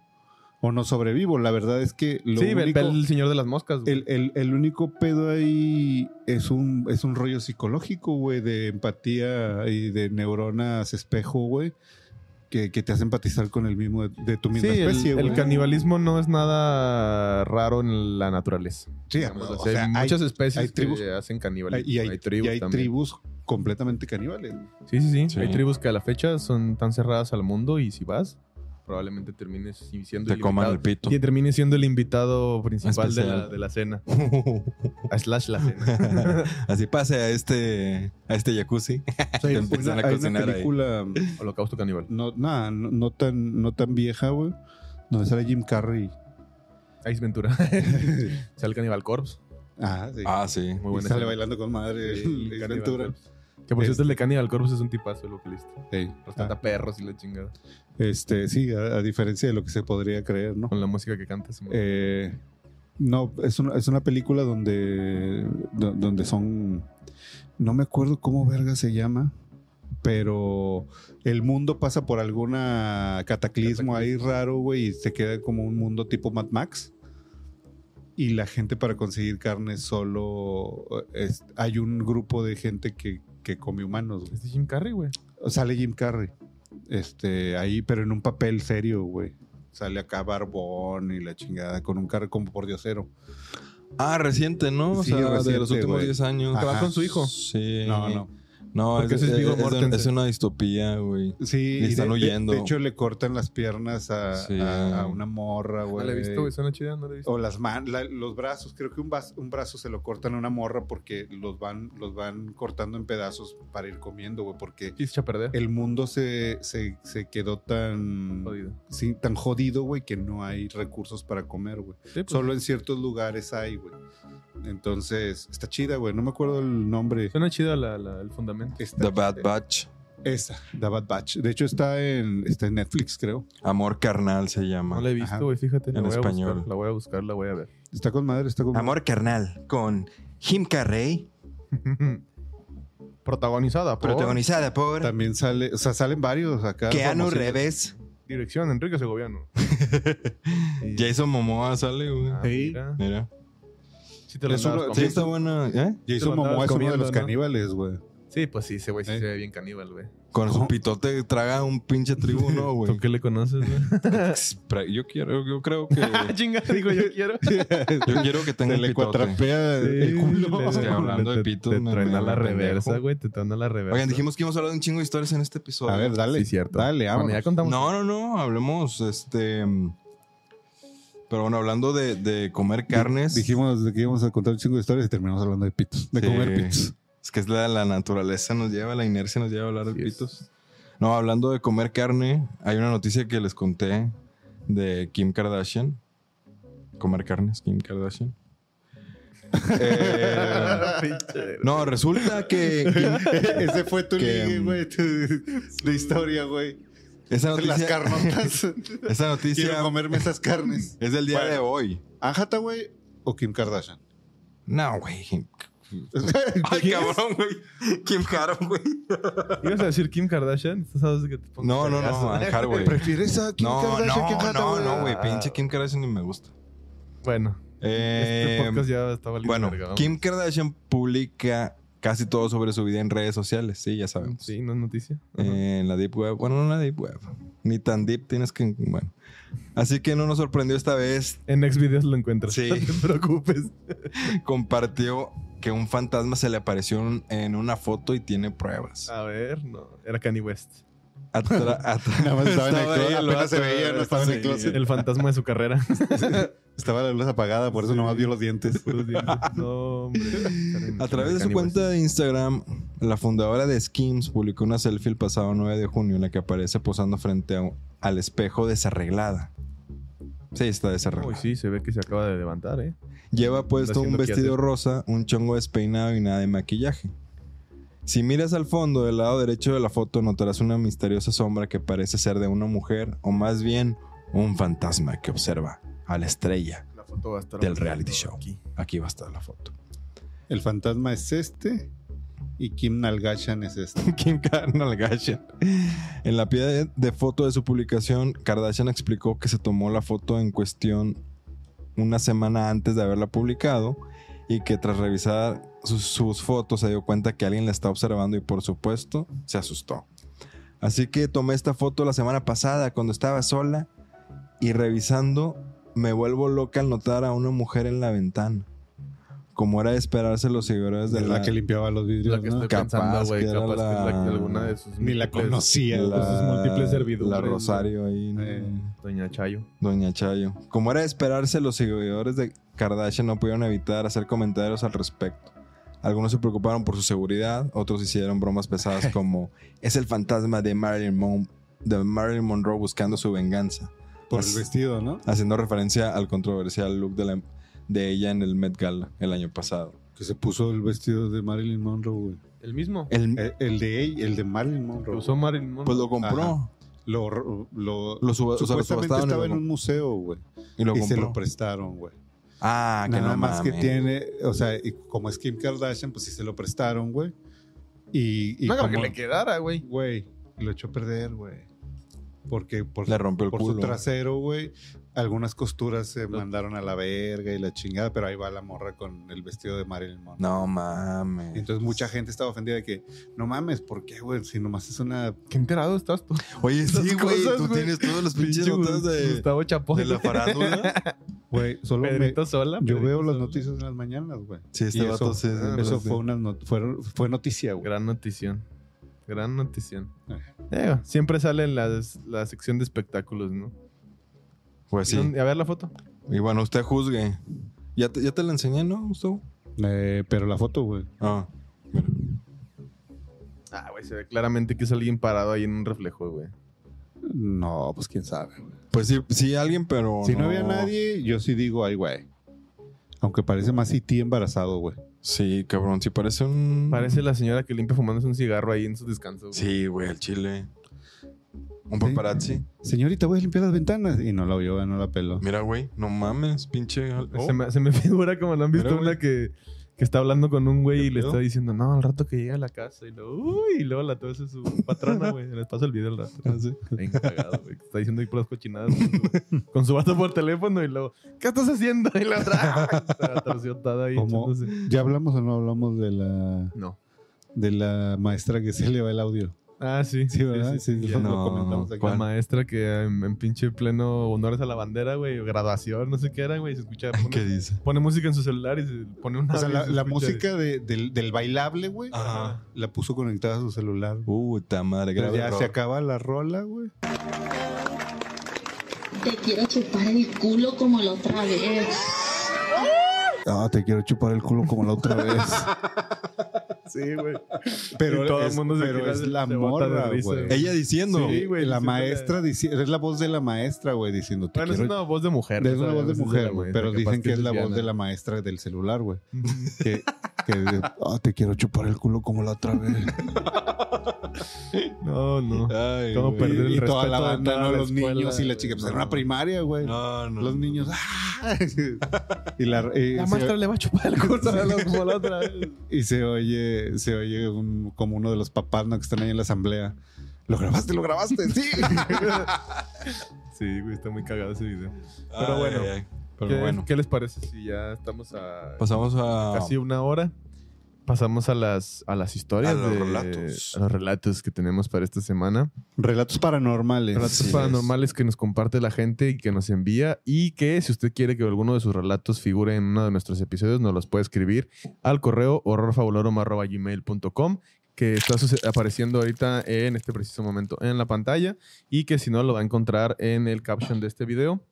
Speaker 3: o no sobrevivo. La verdad es que lo
Speaker 4: Sí, ve-
Speaker 3: único,
Speaker 4: ve el señor de las moscas. güey.
Speaker 3: el, el- el único pedo ahí es un, es un rollo psicológico, güey, de empatía y de neuronas espejo, güey, que, que te hace empatizar con el mismo de, de tu
Speaker 4: Sí,
Speaker 3: misma
Speaker 4: el-
Speaker 3: especie,
Speaker 4: el,
Speaker 3: güey.
Speaker 4: canibalismo no es nada raro en la naturaleza.
Speaker 3: Sí,
Speaker 4: digamos.
Speaker 3: o
Speaker 4: O sea,
Speaker 3: sea,
Speaker 4: hay
Speaker 3: hay-
Speaker 4: muchas especies
Speaker 3: hay tribus-
Speaker 4: que hacen
Speaker 3: Hay-
Speaker 4: canibalismo.
Speaker 3: y hay,
Speaker 4: tribus
Speaker 3: y hay
Speaker 4: también.
Speaker 3: tribus completamente caníbales.
Speaker 4: Sí, sí, sí,
Speaker 2: Sí.
Speaker 4: Hay tribus que a la fecha son tan cerradas al mundo y si vas, probablemente termines siendo
Speaker 2: Te
Speaker 4: el
Speaker 2: coman el
Speaker 4: invitado-
Speaker 2: pito.
Speaker 4: y termines siendo el invitado principal de la,
Speaker 2: Especial.
Speaker 4: de la cena. A slash la cena.
Speaker 2: Así pase a este, a este jacuzzi.
Speaker 3: Hay
Speaker 2: empiezan
Speaker 3: una-
Speaker 2: a
Speaker 3: hay
Speaker 2: cocinar
Speaker 3: una
Speaker 2: ahí.
Speaker 3: película
Speaker 4: Holocausto caníbal.
Speaker 3: no, nada, no, no tan, no tan vieja, güey, donde sale Jim Carrey.
Speaker 4: Ice Ventura. Sale el Caníbal Corpse.
Speaker 3: Ah, sí.
Speaker 2: Ah, sí.
Speaker 4: Muy
Speaker 3: Y
Speaker 4: buena.
Speaker 3: sale
Speaker 4: escena.
Speaker 3: bailando con madre
Speaker 4: Sí,
Speaker 3: el- el
Speaker 4: Cannibal
Speaker 3: Ventura.
Speaker 4: Corpse. Que por cierto,
Speaker 3: Este-
Speaker 4: el de Caníbal Corpse es un tipazo el vocalista.
Speaker 3: Sí.
Speaker 4: Rescata
Speaker 3: Ah,
Speaker 4: perros y la chingada.
Speaker 3: este, sí, a, a diferencia de lo que se podría creer, ¿no?
Speaker 4: Con la música que canta. se me-
Speaker 3: Eh, no, es una, es una película donde, do- donde son. No me acuerdo cómo verga se llama, pero el mundo pasa por algún cataclismo ahí raro, güey, y se queda como un mundo tipo Mad Max. Y la gente para conseguir carne solo. eh, es- hay un grupo de gente que, que come humanos, güey.
Speaker 4: Es de Jim Carrey, güey.
Speaker 3: Sale Jim Carrey. Este, ahí, pero en un papel serio, güey. Sale acá Barbón y la chingada con un carro como por diosero.
Speaker 2: Ah, reciente, ¿no? O
Speaker 3: Sí,
Speaker 2: sea, de
Speaker 3: reciente,
Speaker 2: los últimos
Speaker 3: güey.
Speaker 2: 10 años.
Speaker 3: Ajá.
Speaker 4: Que va con su hijo.
Speaker 2: Sí.
Speaker 3: No, no.
Speaker 2: No, es,
Speaker 4: Porque ese es
Speaker 2: es-
Speaker 4: Viggo
Speaker 2: es de-
Speaker 4: Mortensen.
Speaker 2: es una distopía, güey.
Speaker 3: Sí,
Speaker 2: Le
Speaker 3: y
Speaker 2: están
Speaker 3: de- de-
Speaker 2: huyendo.
Speaker 3: De, hecho, le cortan las piernas a,
Speaker 2: Sí.
Speaker 3: a- a una morra,
Speaker 4: No
Speaker 3: güey.
Speaker 4: Ah, la he visto, güey. Suena chida, no la he visto.
Speaker 3: O las man, la- los brazos. Creo que un, bas- un brazo se lo cortan a una morra porque los van, los van cortando en pedazos para ir comiendo, güey. Porque
Speaker 4: Y se echa a perder.
Speaker 3: el mundo se, se, se quedó tan
Speaker 4: Jodido.
Speaker 3: sí, tan jodido, güey, que no hay recursos para comer, güey.
Speaker 4: Sí, pues,
Speaker 3: Solo en ciertos lugares hay, güey. Entonces, está chida, güey. No me acuerdo el nombre.
Speaker 4: Suena chida la- la- el fundamento.
Speaker 3: Está-
Speaker 2: The Bad Batch.
Speaker 3: Esa, The Bad Batch. De hecho, está en, está en Netflix, creo.
Speaker 2: Amor carnal se llama.
Speaker 4: No la he
Speaker 3: Ajá.
Speaker 4: visto, güey, fíjate. La
Speaker 2: En
Speaker 4: voy, A
Speaker 2: español.
Speaker 4: buscar, la voy a buscar, la voy a ver.
Speaker 3: Está con madre, está con
Speaker 2: Amor carnal con Jim Carrey,
Speaker 4: Protagonizada por
Speaker 2: protagonizada por
Speaker 3: También sale, o sea, salen varios acá.
Speaker 2: Keanu
Speaker 3: famositos.
Speaker 2: Reeves.
Speaker 4: dirección Enrique Segoviano.
Speaker 2: Jason Momoa sale, güey.
Speaker 4: Ah,
Speaker 3: Sí.
Speaker 4: mira.
Speaker 2: Mira.
Speaker 4: Sí, te lo
Speaker 3: Es uno-
Speaker 4: andabas
Speaker 2: Sí,
Speaker 4: comiendo.
Speaker 2: está buena, ¿eh?
Speaker 3: Jason
Speaker 4: Te lo andabas
Speaker 3: Momoa es uno
Speaker 4: comiendo,
Speaker 3: de los
Speaker 4: ¿no?
Speaker 3: caníbales, güey.
Speaker 4: Sí, pues sí, ese güey sí
Speaker 3: Sí.
Speaker 4: se ve bien caníbal, güey.
Speaker 2: Con su
Speaker 3: ¿Cómo?
Speaker 2: pitote traga un pinche tribuno, güey.
Speaker 4: ¿Tú qué le conoces, güey?
Speaker 2: Pero Yo quiero, yo creo que. Yo
Speaker 4: chinga, digo, yo quiero.
Speaker 2: quiero que tenga
Speaker 3: Se
Speaker 2: el
Speaker 3: le
Speaker 2: pitote.
Speaker 3: cuatrapea el culo.
Speaker 2: Es que hablando de
Speaker 4: Te-
Speaker 2: pitos,
Speaker 4: Te
Speaker 2: me-
Speaker 4: truena
Speaker 2: me-
Speaker 4: la
Speaker 2: me
Speaker 4: reversa,
Speaker 2: pendejo.
Speaker 4: güey. Te truena la reversa.
Speaker 2: Oigan, dijimos que íbamos a hablar de un chingo de historias en este episodio.
Speaker 3: A ver, dale.
Speaker 4: Sí, cierto.
Speaker 3: Dale,
Speaker 4: Bueno,
Speaker 3: vámonos.
Speaker 4: ya contamos.
Speaker 2: No, no, no. Hablemos, este. mm, Pero bueno, hablando de, de comer carnes,
Speaker 3: Dijimos que íbamos a contar un chingo de historias y terminamos hablando de pitos. De
Speaker 2: Sí.
Speaker 3: comer pitos.
Speaker 2: es que es la, la naturaleza nos lleva, la inercia nos lleva a hablar de
Speaker 4: Así es.
Speaker 2: pitos. No, hablando de comer carne, hay una noticia que les conté de Kim Kardashian. Comer carnes, Kim Kardashian. Eh, no, resulta que Kim-
Speaker 3: Ese fue tu
Speaker 2: Que,
Speaker 3: ligue,
Speaker 2: mm,
Speaker 3: güey, tu- de historia, güey.
Speaker 2: esa
Speaker 3: Las
Speaker 2: noticia,
Speaker 3: carnotas.
Speaker 2: esa noticia
Speaker 3: Quiero comerme esas carnes.
Speaker 2: es del día
Speaker 3: Bueno.
Speaker 2: de hoy.
Speaker 3: ¿Ajá, güey? ¿O Kim Kardashian?
Speaker 2: No, güey. Ay, cabrón, güey. Kim Kardashian, güey.
Speaker 4: ¿Ibas a decir Kim Kardashian? ¿Tú sabes que te pongo
Speaker 2: No, no, no,
Speaker 4: payaso?
Speaker 2: a Hathaway.
Speaker 3: ¿Prefieres a Kim
Speaker 2: No,
Speaker 3: Kardashian que Ah.
Speaker 2: no,
Speaker 3: Hathaway?
Speaker 2: no, no, güey. Pinche Kim Kardashian ni me gusta.
Speaker 4: Bueno,
Speaker 2: Eh,
Speaker 4: este podcast ya está valiendo
Speaker 2: bueno,
Speaker 4: verga, vamos.
Speaker 2: Kim Kardashian publica casi todo sobre su vida en redes sociales. Sí, ya sabemos. Eh,
Speaker 4: Sí, no es noticia. Ajá.
Speaker 2: En la Deep Web. Bueno, no en la Deep Web. Ni tan deep tienes que. Bueno. Así que no nos sorprendió esta vez.
Speaker 4: En Next Videos lo encuentras.
Speaker 2: Sí.
Speaker 4: No te preocupes.
Speaker 2: Compartió que un fantasma se le apareció en- en una foto y tiene pruebas.
Speaker 4: A ver, no. Era Kanye West.
Speaker 2: Atra- atra-
Speaker 3: Nada más estaba, en el
Speaker 2: Estaba ahí
Speaker 3: closet,
Speaker 2: el
Speaker 3: apenas se
Speaker 2: vato, eh,
Speaker 3: veía, no estaba en el
Speaker 2: estaba ahí.
Speaker 3: closet.
Speaker 4: El fantasma de su carrera.
Speaker 3: Estaba la luz apagada, por eso nomás vio los dientes.
Speaker 4: Puros dientes. No, hombre.
Speaker 2: A través de su
Speaker 4: Kanye
Speaker 2: cuenta de Instagram, la fundadora de Skims publicó una selfie el pasado 9 de junio en la que aparece posando frente a- al espejo desarreglada. Sí,
Speaker 4: West.
Speaker 2: está
Speaker 4: Uy,
Speaker 2: desarreglada.
Speaker 4: sí, se ve que se acaba de levantar, ¿eh?
Speaker 2: Lleva puesto un
Speaker 4: haciendo qué
Speaker 2: vestido
Speaker 4: hacer.
Speaker 2: rosa, un chongo despeinado y nada de maquillaje. Si miras al fondo del lado derecho de la foto, notarás una misteriosa sombra que parece ser de una mujer, o más bien un fantasma que observa a la estrella
Speaker 4: La foto va a estar
Speaker 2: del
Speaker 4: bonita
Speaker 2: reality show.
Speaker 4: aquí.
Speaker 2: Aquí va a estar la foto.
Speaker 3: El fantasma es este y Kim Nalgashan es este.
Speaker 2: Kim Kardashian. En la piedra de- de foto de su publicación, Kardashian explicó que se tomó la foto en cuestión una semana antes de haberla publicado y que tras revisar sus, sus fotos se dio cuenta que alguien la está observando y por supuesto se asustó. Así que tomé esta foto la semana pasada cuando estaba sola y revisando me vuelvo loca al notar a una mujer en la ventana. Como era de esperarse los seguidores de
Speaker 3: De
Speaker 2: la,
Speaker 3: la que limpiaba los vidrios,
Speaker 4: La que
Speaker 3: ¿no?
Speaker 4: estoy
Speaker 2: Capaz
Speaker 4: pensando, güey.
Speaker 2: que era
Speaker 4: Capaz que es
Speaker 2: la-
Speaker 4: la- alguna de sus.
Speaker 3: Ni la
Speaker 4: múltiples-
Speaker 3: conocía.
Speaker 4: la- sus múltiples servidumbres,
Speaker 2: La Rosario ahí, ¿no?
Speaker 3: Eh.
Speaker 4: Doña Chayo.
Speaker 2: Doña Chayo. Como era de esperarse, los seguidores de Kardashian no pudieron evitar hacer comentarios al respecto. Algunos se preocuparon por su seguridad, otros hicieron bromas pesadas como es el fantasma de Marilyn, Mon- de Marilyn Monroe buscando su venganza,
Speaker 3: pues, Por el vestido, ¿no?
Speaker 2: haciendo referencia al controversial look de, la- em, de ella en el Met Gala el año pasado.
Speaker 3: Que se puso el vestido de Marilyn Monroe, güey.
Speaker 4: El mismo.
Speaker 2: El-
Speaker 3: Eh, El, de ella, el de Marilyn Monroe.
Speaker 4: Usó Marilyn Monroe.
Speaker 2: pues lo compró.
Speaker 3: Ajá. Lo, lo,
Speaker 2: Lo suba- o sea, lo
Speaker 3: supuestamente
Speaker 2: subastaron y
Speaker 3: estaba en
Speaker 2: lo
Speaker 3: un museo, güey.
Speaker 2: Y lo
Speaker 3: Y se
Speaker 2: compró.
Speaker 3: lo prestaron, güey.
Speaker 2: ah, que
Speaker 3: Nada
Speaker 2: no
Speaker 3: más que
Speaker 2: mames.
Speaker 3: tiene, o sea, y como es Kim Kardashian, pues sí se lo prestaron, güey. Y, y
Speaker 4: no,
Speaker 3: como-
Speaker 4: que le quedara, güey.
Speaker 3: güey, y lo echó a perder, güey. Porque por,
Speaker 2: Le rompió el
Speaker 3: por su
Speaker 2: culo.
Speaker 3: trasero, güey, algunas costuras se mandaron a la verga y la chingada, pero ahí va la morra con el vestido de Marilyn Monroe.
Speaker 2: No mames.
Speaker 3: Entonces mucha gente estaba ofendida de que, no mames, ¿por qué, güey? Si nomás es una...
Speaker 4: Qué enterado estás tú.
Speaker 2: Oye, sí,
Speaker 4: Esas
Speaker 2: güey.
Speaker 4: cosas,
Speaker 2: Tú
Speaker 4: güey.
Speaker 2: tienes todos los pinches
Speaker 4: Pinche
Speaker 2: notas de,
Speaker 4: Gustavo Chapón.
Speaker 2: de la farándula.
Speaker 3: Güey, solo me-
Speaker 4: Pedrito Sola.
Speaker 3: Yo
Speaker 4: Pedrito
Speaker 3: veo las
Speaker 4: Sola.
Speaker 3: noticias en las mañanas, güey.
Speaker 2: Sí, este
Speaker 3: Y
Speaker 2: vato
Speaker 3: eso,
Speaker 2: se- se-
Speaker 3: eso
Speaker 2: se-
Speaker 3: fue, una not- fueron- fue noticia, güey.
Speaker 4: Gran notición. Gran notición.
Speaker 3: Ajá.
Speaker 4: Digo, siempre sale en las- la sección de espectáculos, ¿no?
Speaker 2: Pues sí.
Speaker 4: ¿Dónde- A ver la foto.
Speaker 2: Y bueno, usted juzgue. Ya te, ya te la enseñé, ¿no, Gustavo?
Speaker 3: Eh, pero la foto, güey.
Speaker 2: Ah.
Speaker 4: Ah, güey, se ve claramente que es alguien parado ahí en un reflejo, güey.
Speaker 3: No, pues quién sabe. güey.
Speaker 2: Pues sí, sí, alguien, pero.
Speaker 3: Si no
Speaker 4: Oh,
Speaker 3: había nadie, yo sí digo, ay, güey. Aunque parece más IT embarazado, güey.
Speaker 2: Sí, cabrón. Sí, parece un.
Speaker 4: Parece la señora que limpia fumándose un cigarro ahí en su descanso. güey.
Speaker 2: Sí, güey, al chile. Un paparazzi.
Speaker 3: Señorita, voy a limpiar las ventanas. Y no la oyó, no la peló.
Speaker 2: Mira, güey, no mames, pinche. al-
Speaker 3: Oh.
Speaker 4: Se, me, se me figura como lo han visto
Speaker 2: Mira, güey.
Speaker 4: una que, que está hablando con un güey
Speaker 2: ¿Qué
Speaker 4: y le
Speaker 2: pedo?
Speaker 4: está diciendo, no, al rato que llega a la casa. Y luego, uy, y luego la tosa es su patrona, güey. Les paso el video al rato.
Speaker 3: Ah,
Speaker 4: Bien cagado, güey. Está diciendo ahí por las cochinadas con su, con su vato por teléfono y luego, ¿qué estás haciendo? Y la otra, "Ah", está torciotada ahí.
Speaker 3: Como-
Speaker 4: echándose.
Speaker 3: ¿Ya hablamos o no hablamos de la,
Speaker 4: No.
Speaker 3: de la maestra que se le va el audio?
Speaker 4: Ah, sí.
Speaker 3: Sí, ¿verdad? Sí,
Speaker 4: ya.
Speaker 3: eso
Speaker 2: No,
Speaker 3: lo comentamos aquí.
Speaker 4: La maestra que en, en pinche pleno honores a la bandera, güey, graduación, no sé qué era, güey, se escucha. Pone,
Speaker 2: ¿Qué dice?
Speaker 4: pone música en su celular y se pone una.
Speaker 3: O sea,
Speaker 4: y
Speaker 3: la,
Speaker 4: se
Speaker 3: la
Speaker 4: escucha.
Speaker 3: música de- del, del bailable, güey,
Speaker 4: Ah.
Speaker 2: Ajá.
Speaker 3: la puso conectada a su celular. Pues
Speaker 2: Puta madre,
Speaker 3: Pero
Speaker 2: grave
Speaker 3: ya
Speaker 2: error.
Speaker 3: se acaba la rola, güey.
Speaker 7: Te quiero chupar el culo como la otra vez.
Speaker 3: Ah, te quiero chupar el culo como la otra vez.
Speaker 4: Sí, güey.
Speaker 3: Pero
Speaker 4: Y todo
Speaker 3: es,
Speaker 4: el mundo se
Speaker 3: pero
Speaker 4: tira
Speaker 3: es
Speaker 4: de-
Speaker 3: la
Speaker 4: se bota de
Speaker 3: morra,
Speaker 4: risa,
Speaker 3: güey.
Speaker 4: güey.
Speaker 2: Ella diciendo.
Speaker 3: Sí, güey, la
Speaker 4: diciéndole-
Speaker 3: maestra dici- es la voz de la maestra, güey, diciendo te
Speaker 4: Bueno, es
Speaker 3: quiero
Speaker 4: una voz de mujer.
Speaker 3: es una voz de
Speaker 4: Sabemos,
Speaker 3: mujer,
Speaker 4: esa,
Speaker 3: güey,
Speaker 4: de
Speaker 3: pero dicen
Speaker 4: capaz
Speaker 3: que es la voz
Speaker 4: lesbiana.
Speaker 3: de la maestra del celular, güey. que que de- "Ah, te quiero chupar el culo como la otra vez.
Speaker 4: No, no.
Speaker 2: Ay,
Speaker 4: Cómo
Speaker 2: güey.
Speaker 4: perder el
Speaker 3: oh, y, y toda
Speaker 4: respeto
Speaker 3: la
Speaker 4: de
Speaker 3: banda,
Speaker 4: toda
Speaker 3: ¿no?
Speaker 4: la
Speaker 3: los
Speaker 4: escuela,
Speaker 3: niños y la
Speaker 4: güey.
Speaker 3: chica, pues era una primaria, güey.
Speaker 2: No, no.
Speaker 3: los
Speaker 2: no.
Speaker 3: niños, ¡ah! y la, y
Speaker 4: La
Speaker 3: se-
Speaker 4: maestra le va a chupar el culo a la- como la otra vez.
Speaker 3: Y se oye, se oye un- como uno de los papás ¿no? que están ahí en la asamblea. Lo grabaste, lo grabaste, sí.
Speaker 4: Sí, güey, está muy cagado ese video.
Speaker 2: Ay,
Speaker 4: bueno.
Speaker 2: ay, ay. Pero
Speaker 4: ¿Qué,
Speaker 2: bueno.
Speaker 4: ¿Qué les parece si ya estamos a
Speaker 3: Pues,
Speaker 2: Pasamos a.
Speaker 4: casi una hora? Pasamos a las, a las historias.
Speaker 2: A los
Speaker 4: de-
Speaker 2: relatos.
Speaker 4: A los relatos que tenemos para esta semana.
Speaker 3: Relatos paranormales.
Speaker 4: Relatos
Speaker 2: es.
Speaker 4: paranormales que nos comparte la gente y que nos envía. Y que si usted quiere que alguno de sus relatos figure en uno de nuestros episodios, nos los puede escribir al correo horrorfabulorum.com que está suce- apareciendo ahorita en este preciso momento en la pantalla y que si no lo va a encontrar en el caption de este video.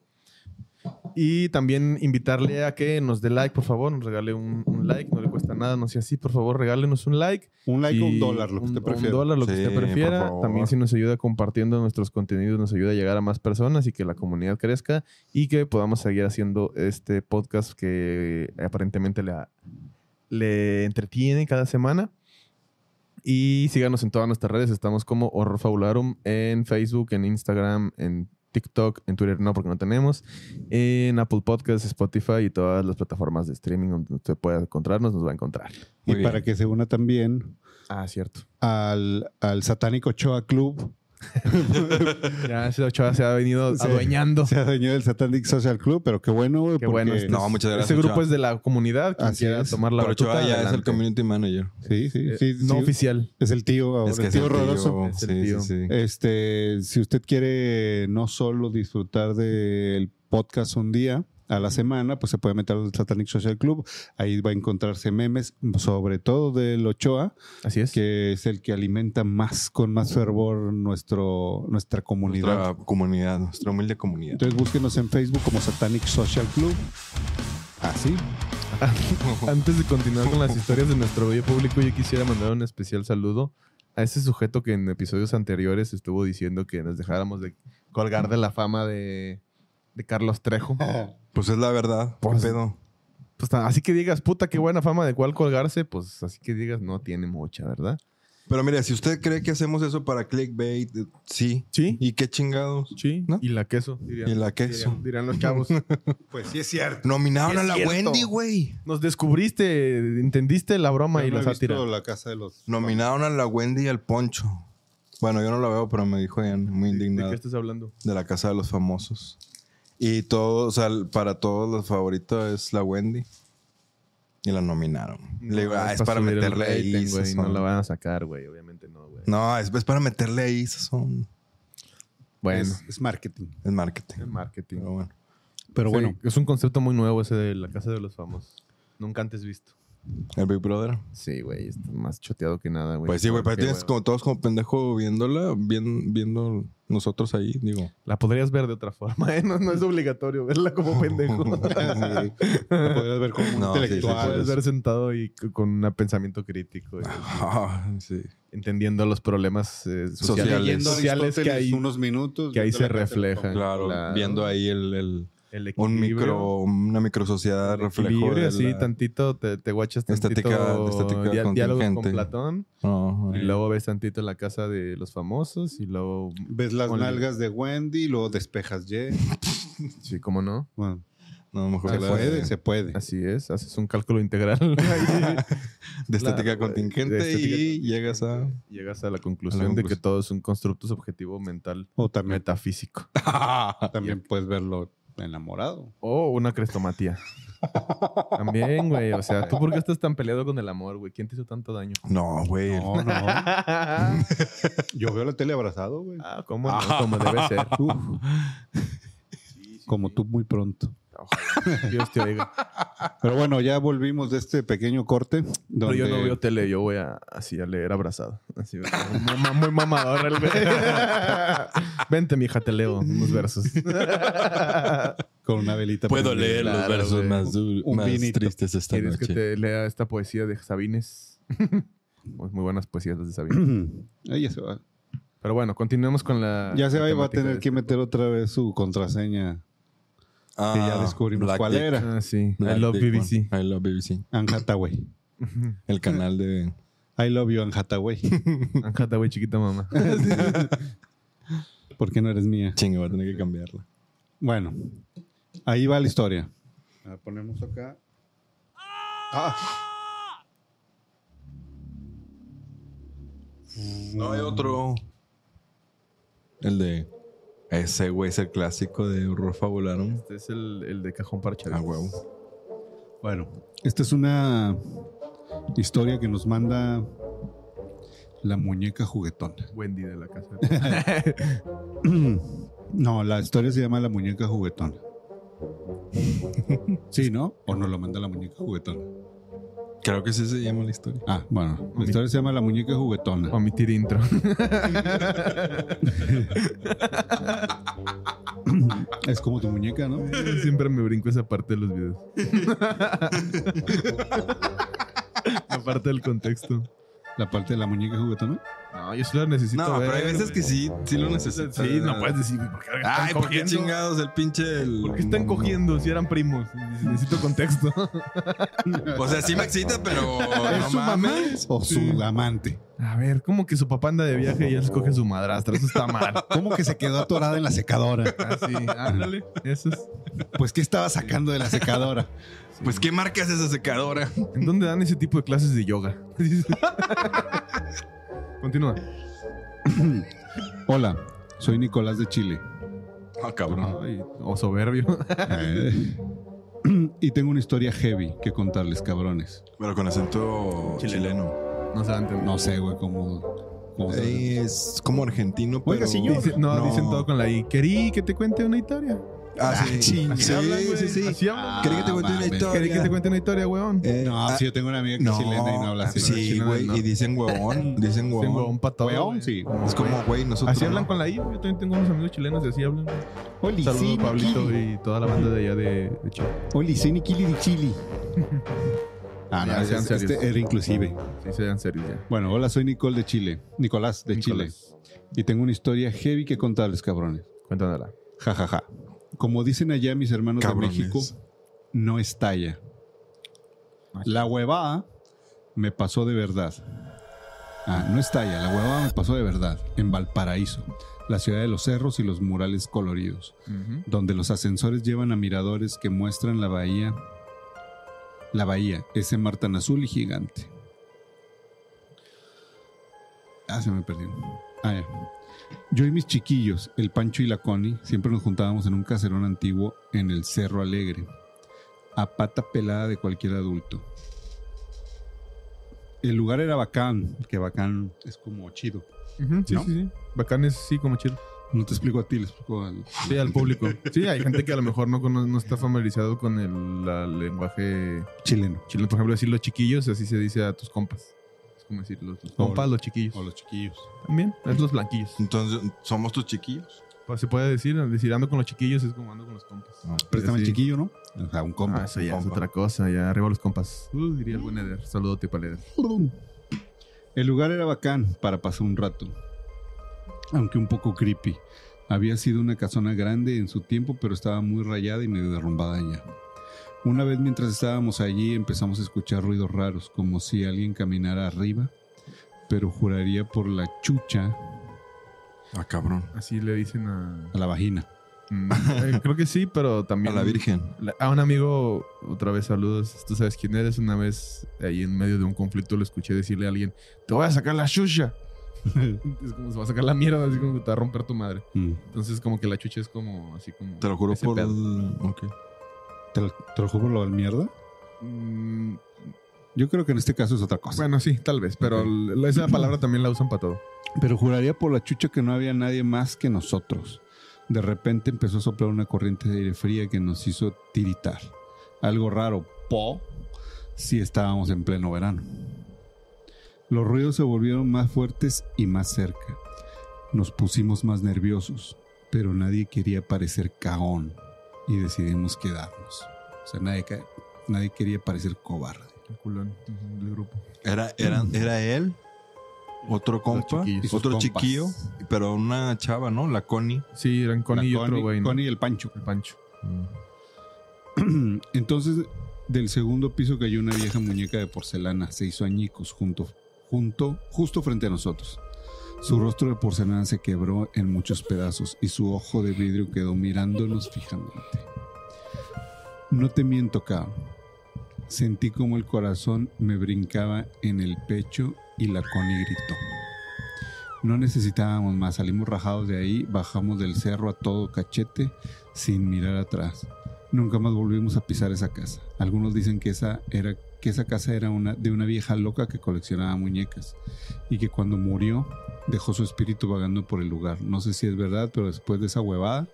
Speaker 4: Y también invitarle a que nos dé like, por favor, nos regale un, un like, no le cuesta nada, no sea así, por favor, regálenos un like.
Speaker 3: Un like o
Speaker 4: Y
Speaker 3: un dólar, lo que
Speaker 4: un-
Speaker 3: usted
Speaker 4: Un
Speaker 3: prefiera.
Speaker 4: dólar, lo que
Speaker 2: Sí,
Speaker 4: usted
Speaker 2: por
Speaker 4: prefiera.
Speaker 2: favor.
Speaker 4: También si nos ayuda compartiendo nuestros contenidos, nos ayuda a llegar a más personas y que la comunidad crezca y que podamos seguir haciendo este podcast que aparentemente le, le entretiene cada semana. Y síganos en todas nuestras redes. Estamos como Horror Fabularum en Facebook, en Instagram, en TikTok, en Twitter no, porque no tenemos. En Apple Podcasts, Spotify y todas las plataformas de streaming donde usted pueda encontrarnos, nos va a encontrar.
Speaker 3: y
Speaker 2: Muy bien.
Speaker 3: para que se una también
Speaker 4: Ah, cierto.
Speaker 3: al, al satánico Choa Club.
Speaker 4: Ya ese Ochoa se ha venido
Speaker 3: Sí.
Speaker 4: adueñando.
Speaker 3: Se adueñó del Satanic Social Club, pero qué bueno, güey.
Speaker 4: Qué
Speaker 3: porque-
Speaker 4: bueno. este-
Speaker 2: No, muchas gracias,
Speaker 4: Ese grupo
Speaker 2: Ochoa.
Speaker 4: es de la comunidad. Quien
Speaker 3: Así
Speaker 4: quiera
Speaker 3: es.
Speaker 4: tomar la
Speaker 2: Pero
Speaker 4: batuta,
Speaker 2: Ochoa ya es el
Speaker 4: adelante.
Speaker 2: community manager.
Speaker 3: Sí, sí,
Speaker 4: Eh,
Speaker 3: sí.
Speaker 4: no
Speaker 3: sí.
Speaker 4: oficial.
Speaker 3: Es el tío ahora,
Speaker 2: Es que
Speaker 3: el
Speaker 2: es
Speaker 3: tío
Speaker 2: el
Speaker 3: horroroso.
Speaker 2: tío.
Speaker 4: Es el
Speaker 2: Sí,
Speaker 4: tío. Eh,
Speaker 2: sí, sí.
Speaker 3: Este, si usted quiere no solo disfrutar del podcast un día a la semana, pues se puede meter al Satanic Social Club. Ahí va a encontrarse memes, sobre todo del Ochoa,
Speaker 4: Así es.
Speaker 3: que es el que alimenta más, con más fervor nuestro, nuestra comunidad.
Speaker 2: Nuestra comunidad, nuestra humilde comunidad.
Speaker 3: Entonces búsquenos en Facebook como Satanic Social Club. Así.
Speaker 4: Antes de continuar con las historias de nuestro bello público, yo quisiera mandar un especial saludo a ese sujeto que en episodios anteriores estuvo diciendo que nos dejáramos de colgar de la fama de, de Carlos Trejo.
Speaker 2: Pues es la verdad. ¿Qué
Speaker 4: Pues-
Speaker 2: pedo?
Speaker 4: Pues, ta- así que digas, puta, qué buena fama de cuál colgarse, pues así que digas, no tiene mucha, ¿verdad?
Speaker 2: Pero mire, si usted cree que hacemos eso para clickbait, eh, sí.
Speaker 4: Sí.
Speaker 2: ¿Y qué chingados?
Speaker 4: Sí. Y la queso, dirían,
Speaker 2: Y la queso.
Speaker 4: dirían- dirían los chavos.
Speaker 3: Pues sí es cierto.
Speaker 2: Nominaron
Speaker 4: Es
Speaker 2: a la
Speaker 4: cierto.
Speaker 2: Wendy, güey.
Speaker 4: Nos descubriste, entendiste la broma y la sátira.
Speaker 3: la casa de los
Speaker 2: Nominaron a la Wendy y al Poncho. Bueno, yo no la veo, pero me dijo ella muy
Speaker 4: ¿De
Speaker 2: indignada.
Speaker 4: qué estás hablando?
Speaker 2: de la casa de los famosos. Y todos, o sea, para todos los favoritos es la Wendy. Y la nominaron. Le digo, ah, es, para
Speaker 4: subir el
Speaker 2: meterle ahí.
Speaker 4: rating, güey, No
Speaker 2: sazón".
Speaker 4: la van a sacar, güey. Obviamente no, güey.
Speaker 2: No, es, es para meterle ahí sazón.
Speaker 4: Bueno,
Speaker 3: es, es marketing.
Speaker 2: Es marketing.
Speaker 4: el marketing.
Speaker 2: Pero bueno.
Speaker 3: Pero
Speaker 4: Sí,
Speaker 3: bueno,
Speaker 4: Es un concepto muy nuevo ese de la casa de los famosos. Nunca antes visto.
Speaker 2: El Big Brother.
Speaker 4: Sí, güey. Está más choteado que nada, güey.
Speaker 2: Pues sí, güey, pero
Speaker 4: Qué
Speaker 2: tienes
Speaker 4: hueva.
Speaker 2: como todos como pendejo viéndola, bien- viendo nosotros ahí, digo.
Speaker 4: La podrías ver de otra forma, ¿eh? No, no es obligatorio verla como pendejo.
Speaker 2: Pues
Speaker 3: Sí. Lo podrías ver como un
Speaker 2: No, sí, sí,
Speaker 3: intelectual.
Speaker 4: Puedes ver sentado y c- con un pensamiento crítico, y
Speaker 2: Ah, sí.
Speaker 4: entendiendo los problemas eh,
Speaker 2: Sociales.
Speaker 4: sociales,
Speaker 2: Leyendo
Speaker 4: sociales que hay,
Speaker 3: unos minutos
Speaker 4: que ahí se reflejan.
Speaker 2: Claro,
Speaker 4: la-
Speaker 2: viendo ahí el, el-
Speaker 4: el
Speaker 2: un
Speaker 4: equilibrio.
Speaker 2: micro, una microsociedad reflejo.
Speaker 4: Libre,
Speaker 2: de
Speaker 4: así,
Speaker 2: la-
Speaker 4: tantito, te, te guachas tantito
Speaker 2: Estática- estática
Speaker 4: dia- diálogos con
Speaker 2: contingente.
Speaker 4: Platón.
Speaker 2: No,
Speaker 4: Y luego ves tantito la casa de los famosos y luego...
Speaker 3: Ves las
Speaker 4: Ole.
Speaker 3: nalgas de Wendy, luego despejas Y.
Speaker 4: Sí, cómo no.
Speaker 3: Bueno,
Speaker 2: no, mejor
Speaker 3: se
Speaker 2: la
Speaker 3: puede,
Speaker 2: de-
Speaker 3: se puede.
Speaker 4: Pues Así es, haces un cálculo integral.
Speaker 2: de estética
Speaker 4: Claro,
Speaker 2: contingente
Speaker 4: de estética
Speaker 2: y
Speaker 4: contingente.
Speaker 2: llegas a...
Speaker 4: Llegas a la conclusión de que
Speaker 2: conclusión.
Speaker 4: todo es un constructo subjetivo mental
Speaker 3: O también,
Speaker 4: metafísico. Ah,
Speaker 3: también puedes verlo enamorado.
Speaker 4: O una crestomatía. También, güey. O sea, ¿tú por qué estás tan peleado con el amor, güey? ¿Quién te hizo tanto daño?
Speaker 2: No, güey.
Speaker 3: No, no.
Speaker 4: ah,
Speaker 3: Yo veo la tele abrazado, güey.
Speaker 4: ¿cómo no? Como debe ser.
Speaker 3: Como tú muy pronto.
Speaker 4: Ojalá. Dios te oiga.
Speaker 3: Pero bueno, ya volvimos de este pequeño corte.
Speaker 4: Pero
Speaker 3: Donde
Speaker 4: yo no veo tele, yo voy a, así a leer abrazado. Así, mamá- muy mamador el güey. Vente, mija, te leo unos versos.
Speaker 3: Con una velita.
Speaker 2: Puedo
Speaker 3: prendida.
Speaker 2: leer los
Speaker 4: claro,
Speaker 2: versos
Speaker 4: güey.
Speaker 2: más, du-
Speaker 3: Un
Speaker 2: más
Speaker 3: vinito.
Speaker 2: tristes esta
Speaker 4: ¿Quieres que
Speaker 2: noche.
Speaker 4: te lea esta poesía de Sabines? Pues muy buenas poesías las de Sabines.
Speaker 3: Ahí ya se va.
Speaker 4: Pero bueno, continuemos con la.
Speaker 3: Ya se
Speaker 4: la
Speaker 3: va y va a
Speaker 4: temática
Speaker 3: tener
Speaker 4: de
Speaker 3: que
Speaker 4: este.
Speaker 3: meter otra vez su contraseña.
Speaker 2: Ah,
Speaker 3: que ya descubrimos
Speaker 2: Black
Speaker 3: cuál
Speaker 2: Dick.
Speaker 3: era.
Speaker 4: Ah, sí.
Speaker 2: Black
Speaker 4: I love
Speaker 2: Dick, man.
Speaker 4: BBC.
Speaker 2: I love BBC.
Speaker 3: Anne Hathaway.
Speaker 2: El canal de.
Speaker 3: I love you, Anne Hathaway.
Speaker 4: Anne Hathaway, chiquita mamá.
Speaker 3: ¿Por qué no eres mía?
Speaker 2: Chinga, va a tener que cambiarla.
Speaker 3: Bueno, ahí va la historia. La ponemos acá. Ah,
Speaker 2: No hay otro. El de. Ese güey es el clásico de horror fabularum.
Speaker 4: Este es el, el de cajón parchado.
Speaker 2: A huevo.
Speaker 3: bueno, esta es una historia que nos manda la muñeca juguetona.
Speaker 4: Wendy de la casa.
Speaker 3: No, la historia se llama La muñeca juguetona. Sí, ¿no? O nos lo manda la muñeca juguetona.
Speaker 2: Creo que sí se llama la historia.
Speaker 3: Ah, bueno, la historia se llama La muñeca juguetona.
Speaker 4: Omitir intro.
Speaker 3: Es como tu muñeca, ¿no?
Speaker 4: Siempre me brinco esa parte de los videos. Aparte del contexto.
Speaker 3: La parte de la muñeca juguetona.
Speaker 4: No, yo sí lo necesito.
Speaker 2: No, pero hay
Speaker 4: ver,
Speaker 2: veces que
Speaker 4: güey.
Speaker 2: sí, sí lo necesitas.
Speaker 4: Sí, no puedes decir, güey, ¿por qué están
Speaker 2: Ay, ¿por qué
Speaker 4: cogiendo?
Speaker 2: chingados el pinche. del-
Speaker 4: ¿Por qué están cogiendo si eran primos? Necesito contexto.
Speaker 2: O sea, sí me excita, pero. no mames.
Speaker 3: O su amante.
Speaker 4: A ver, ¿cómo que su papá anda de viaje y él escoge a su madrastra? Eso está mal.
Speaker 3: ¿Cómo que se quedó atorada en la secadora?
Speaker 2: Ah,
Speaker 4: Así, ándale. Eso es.
Speaker 3: Pues, ¿qué estaba sacando de la secadora?
Speaker 2: Pues, ¿qué marca es esa secadora?
Speaker 4: ¿En dónde dan ese tipo de clases de yoga? Continúa.
Speaker 3: Hola, soy Nicolás de Chile.
Speaker 2: Ah, cabrón.
Speaker 4: Ay, o soberbio.
Speaker 3: Eh, y tengo una historia heavy que contarles, cabrones.
Speaker 2: Pero con acento chileno.
Speaker 4: No se va a entender.
Speaker 3: No sé, güey, cómo... cómo se-
Speaker 2: Es como argentino, pero...
Speaker 3: Oiga, señor.
Speaker 4: Dice- no, dicen todo con la I. Querí que te cuente una historia.
Speaker 2: Ah, sí.
Speaker 3: chinga.
Speaker 2: sí,
Speaker 4: hablan, güey.
Speaker 2: sí, sí.
Speaker 4: Así hablan.
Speaker 2: ¿Cree que te cuente
Speaker 3: Ah,
Speaker 2: una
Speaker 3: mames.
Speaker 2: historia?
Speaker 4: Querí que te cuente una historia, weón.
Speaker 2: Eh,
Speaker 3: No,
Speaker 2: ah,
Speaker 3: sí, yo tengo una amiga que es chilena y no habla así.
Speaker 2: Sí,
Speaker 4: Chilena,
Speaker 2: güey.
Speaker 4: no.
Speaker 2: Y dicen huevón. Dicen
Speaker 4: Dicen
Speaker 2: huevón.
Speaker 4: weón pa' todo,
Speaker 3: Weón,
Speaker 4: güey.
Speaker 3: sí.
Speaker 2: Es como, güey, nosotros...
Speaker 4: Así hablan
Speaker 2: no.
Speaker 4: con la I. Yo también tengo unos amigos chilenos y así hablan.
Speaker 3: Oli,
Speaker 4: Saludos, Pablito y toda la banda de allá de, de Chile.
Speaker 3: Oli, Nikili de Chile. Ah, no,
Speaker 4: Ya, sean
Speaker 3: este-
Speaker 4: serios.
Speaker 3: este era inclusive.
Speaker 4: Sí, sean serios ya.
Speaker 3: Bueno, hola, soy Nicole de Chile. Nicolás de Chile.
Speaker 4: Nicolás,
Speaker 3: Y tengo una historia heavy que contarles, cabrones.
Speaker 4: Cuéntanosla.
Speaker 3: Ja, ja, ja. Como dicen allá mis hermanos
Speaker 2: Cabrones.
Speaker 3: de México, no estalla. La huevada me pasó de verdad. Ah, no estalla, la huevada me pasó de verdad. En Valparaíso, la ciudad de los cerros y los murales coloridos,
Speaker 4: Ujú.
Speaker 3: donde los ascensores llevan a miradores que muestran la bahía. La bahía, ese mar tan azul y gigante. Ah, se me perdió. Ah, ya. Yo y mis chiquillos, el Pancho y la Connie, siempre nos juntábamos en un caserón antiguo en el Cerro Alegre, a pata pelada de cualquier adulto. El lugar era bacán, que bacán es como chido.
Speaker 4: Ujú, Sí,
Speaker 3: ¿No?
Speaker 4: sí, sí. Bacanes, sí, como chido.
Speaker 3: No te explico a ti, le explico al...
Speaker 4: Sí, al público. Sí, hay gente que a lo mejor no, cono- no está familiarizado con el la- lenguaje
Speaker 3: chileno.
Speaker 4: chileno. Por ejemplo, decir los chiquillos, así se dice a tus compas. Es como decir los, los compas, los chiquillos.
Speaker 3: O los chiquillos.
Speaker 4: También, es los blanquillos.
Speaker 2: Entonces, ¿somos tus chiquillos?
Speaker 4: Pues, se puede decir, al decir ando con los chiquillos es como ando con los compas.
Speaker 2: Ah,
Speaker 3: Préstame el
Speaker 4: Sí.
Speaker 3: chiquillo, ¿no? O sea, un compa.
Speaker 4: Ah, eso ya es
Speaker 2: compa.
Speaker 4: otra cosa, ya arriba los compas. Uh, diría el buen Eder. Saludote para Eder.
Speaker 3: El lugar era bacán para pasar un rato, aunque un poco creepy. Había sido una casona grande en su tiempo, pero estaba muy rayada y medio derrumbada ya. Una vez mientras estábamos allí empezamos a escuchar ruidos raros, como si alguien caminara arriba, pero juraría por la chucha
Speaker 2: Ah, cabrón.
Speaker 4: Así le dicen a.
Speaker 3: a la vagina.
Speaker 4: Mm, eh, creo que sí, pero
Speaker 2: A
Speaker 4: también.
Speaker 2: la virgen.
Speaker 4: La- A un amigo, otra vez saludos. Tú sabes quién eres. Una vez ahí en medio de un conflicto lo escuché decirle a alguien: Te voy a sacar la chucha. es como se va a sacar la mierda, así como que te va a romper tu madre.
Speaker 3: Mm.
Speaker 4: Entonces, como que la chucha es como así como.
Speaker 2: Te lo juro
Speaker 4: ese
Speaker 2: por...
Speaker 4: pedo.
Speaker 2: Ok.
Speaker 3: ¿Te, lo, te lo juro lo del mierda?
Speaker 4: Mm,
Speaker 3: Yo creo que en este caso es otra cosa.
Speaker 4: bueno, sí, tal vez, pero l- esa palabra también la usan para todo.
Speaker 3: Pero juraría por la chucha que no había nadie más que nosotros. de repente empezó a soplar una corriente de aire fría que nos hizo tiritar. Algo raro, po, si estábamos en pleno verano. Los ruidos se volvieron más fuertes y más cerca. Nos pusimos más nerviosos, pero nadie quería parecer cagón y decidimos quedarnos. O sea, nadie, ca- nadie quería parecer cobarde.
Speaker 4: El culón ujú, del grupo.
Speaker 2: Era, era, era él, otro compa,
Speaker 4: Mm. chiquillos.
Speaker 3: Y sus
Speaker 2: otro
Speaker 3: compas.
Speaker 2: chiquillo, pero una chava, ¿no? La Connie.
Speaker 4: Sí, eran Connie y
Speaker 3: La
Speaker 4: otro güey. ¿no?
Speaker 3: Connie y el Pancho.
Speaker 4: El Pancho.
Speaker 3: Entonces, del segundo piso cayó una vieja muñeca de porcelana. Se hizo añicos junto, junto, justo frente a nosotros. Su rostro de porcelana se quebró en muchos pedazos y su ojo de vidrio quedó mirándonos fijamente. No te miento, cabrón. Sentí como el corazón me brincaba en el pecho y la Connie gritó. No necesitábamos más, salimos rajados de ahí, bajamos del cerro a todo cachete sin mirar atrás. Nunca más volvimos a pisar esa casa. Algunos dicen que esa, era, que esa casa era una, de una vieja loca que coleccionaba muñecas y que cuando murió dejó su espíritu vagando por el lugar. No sé si es verdad, pero después de esa huevada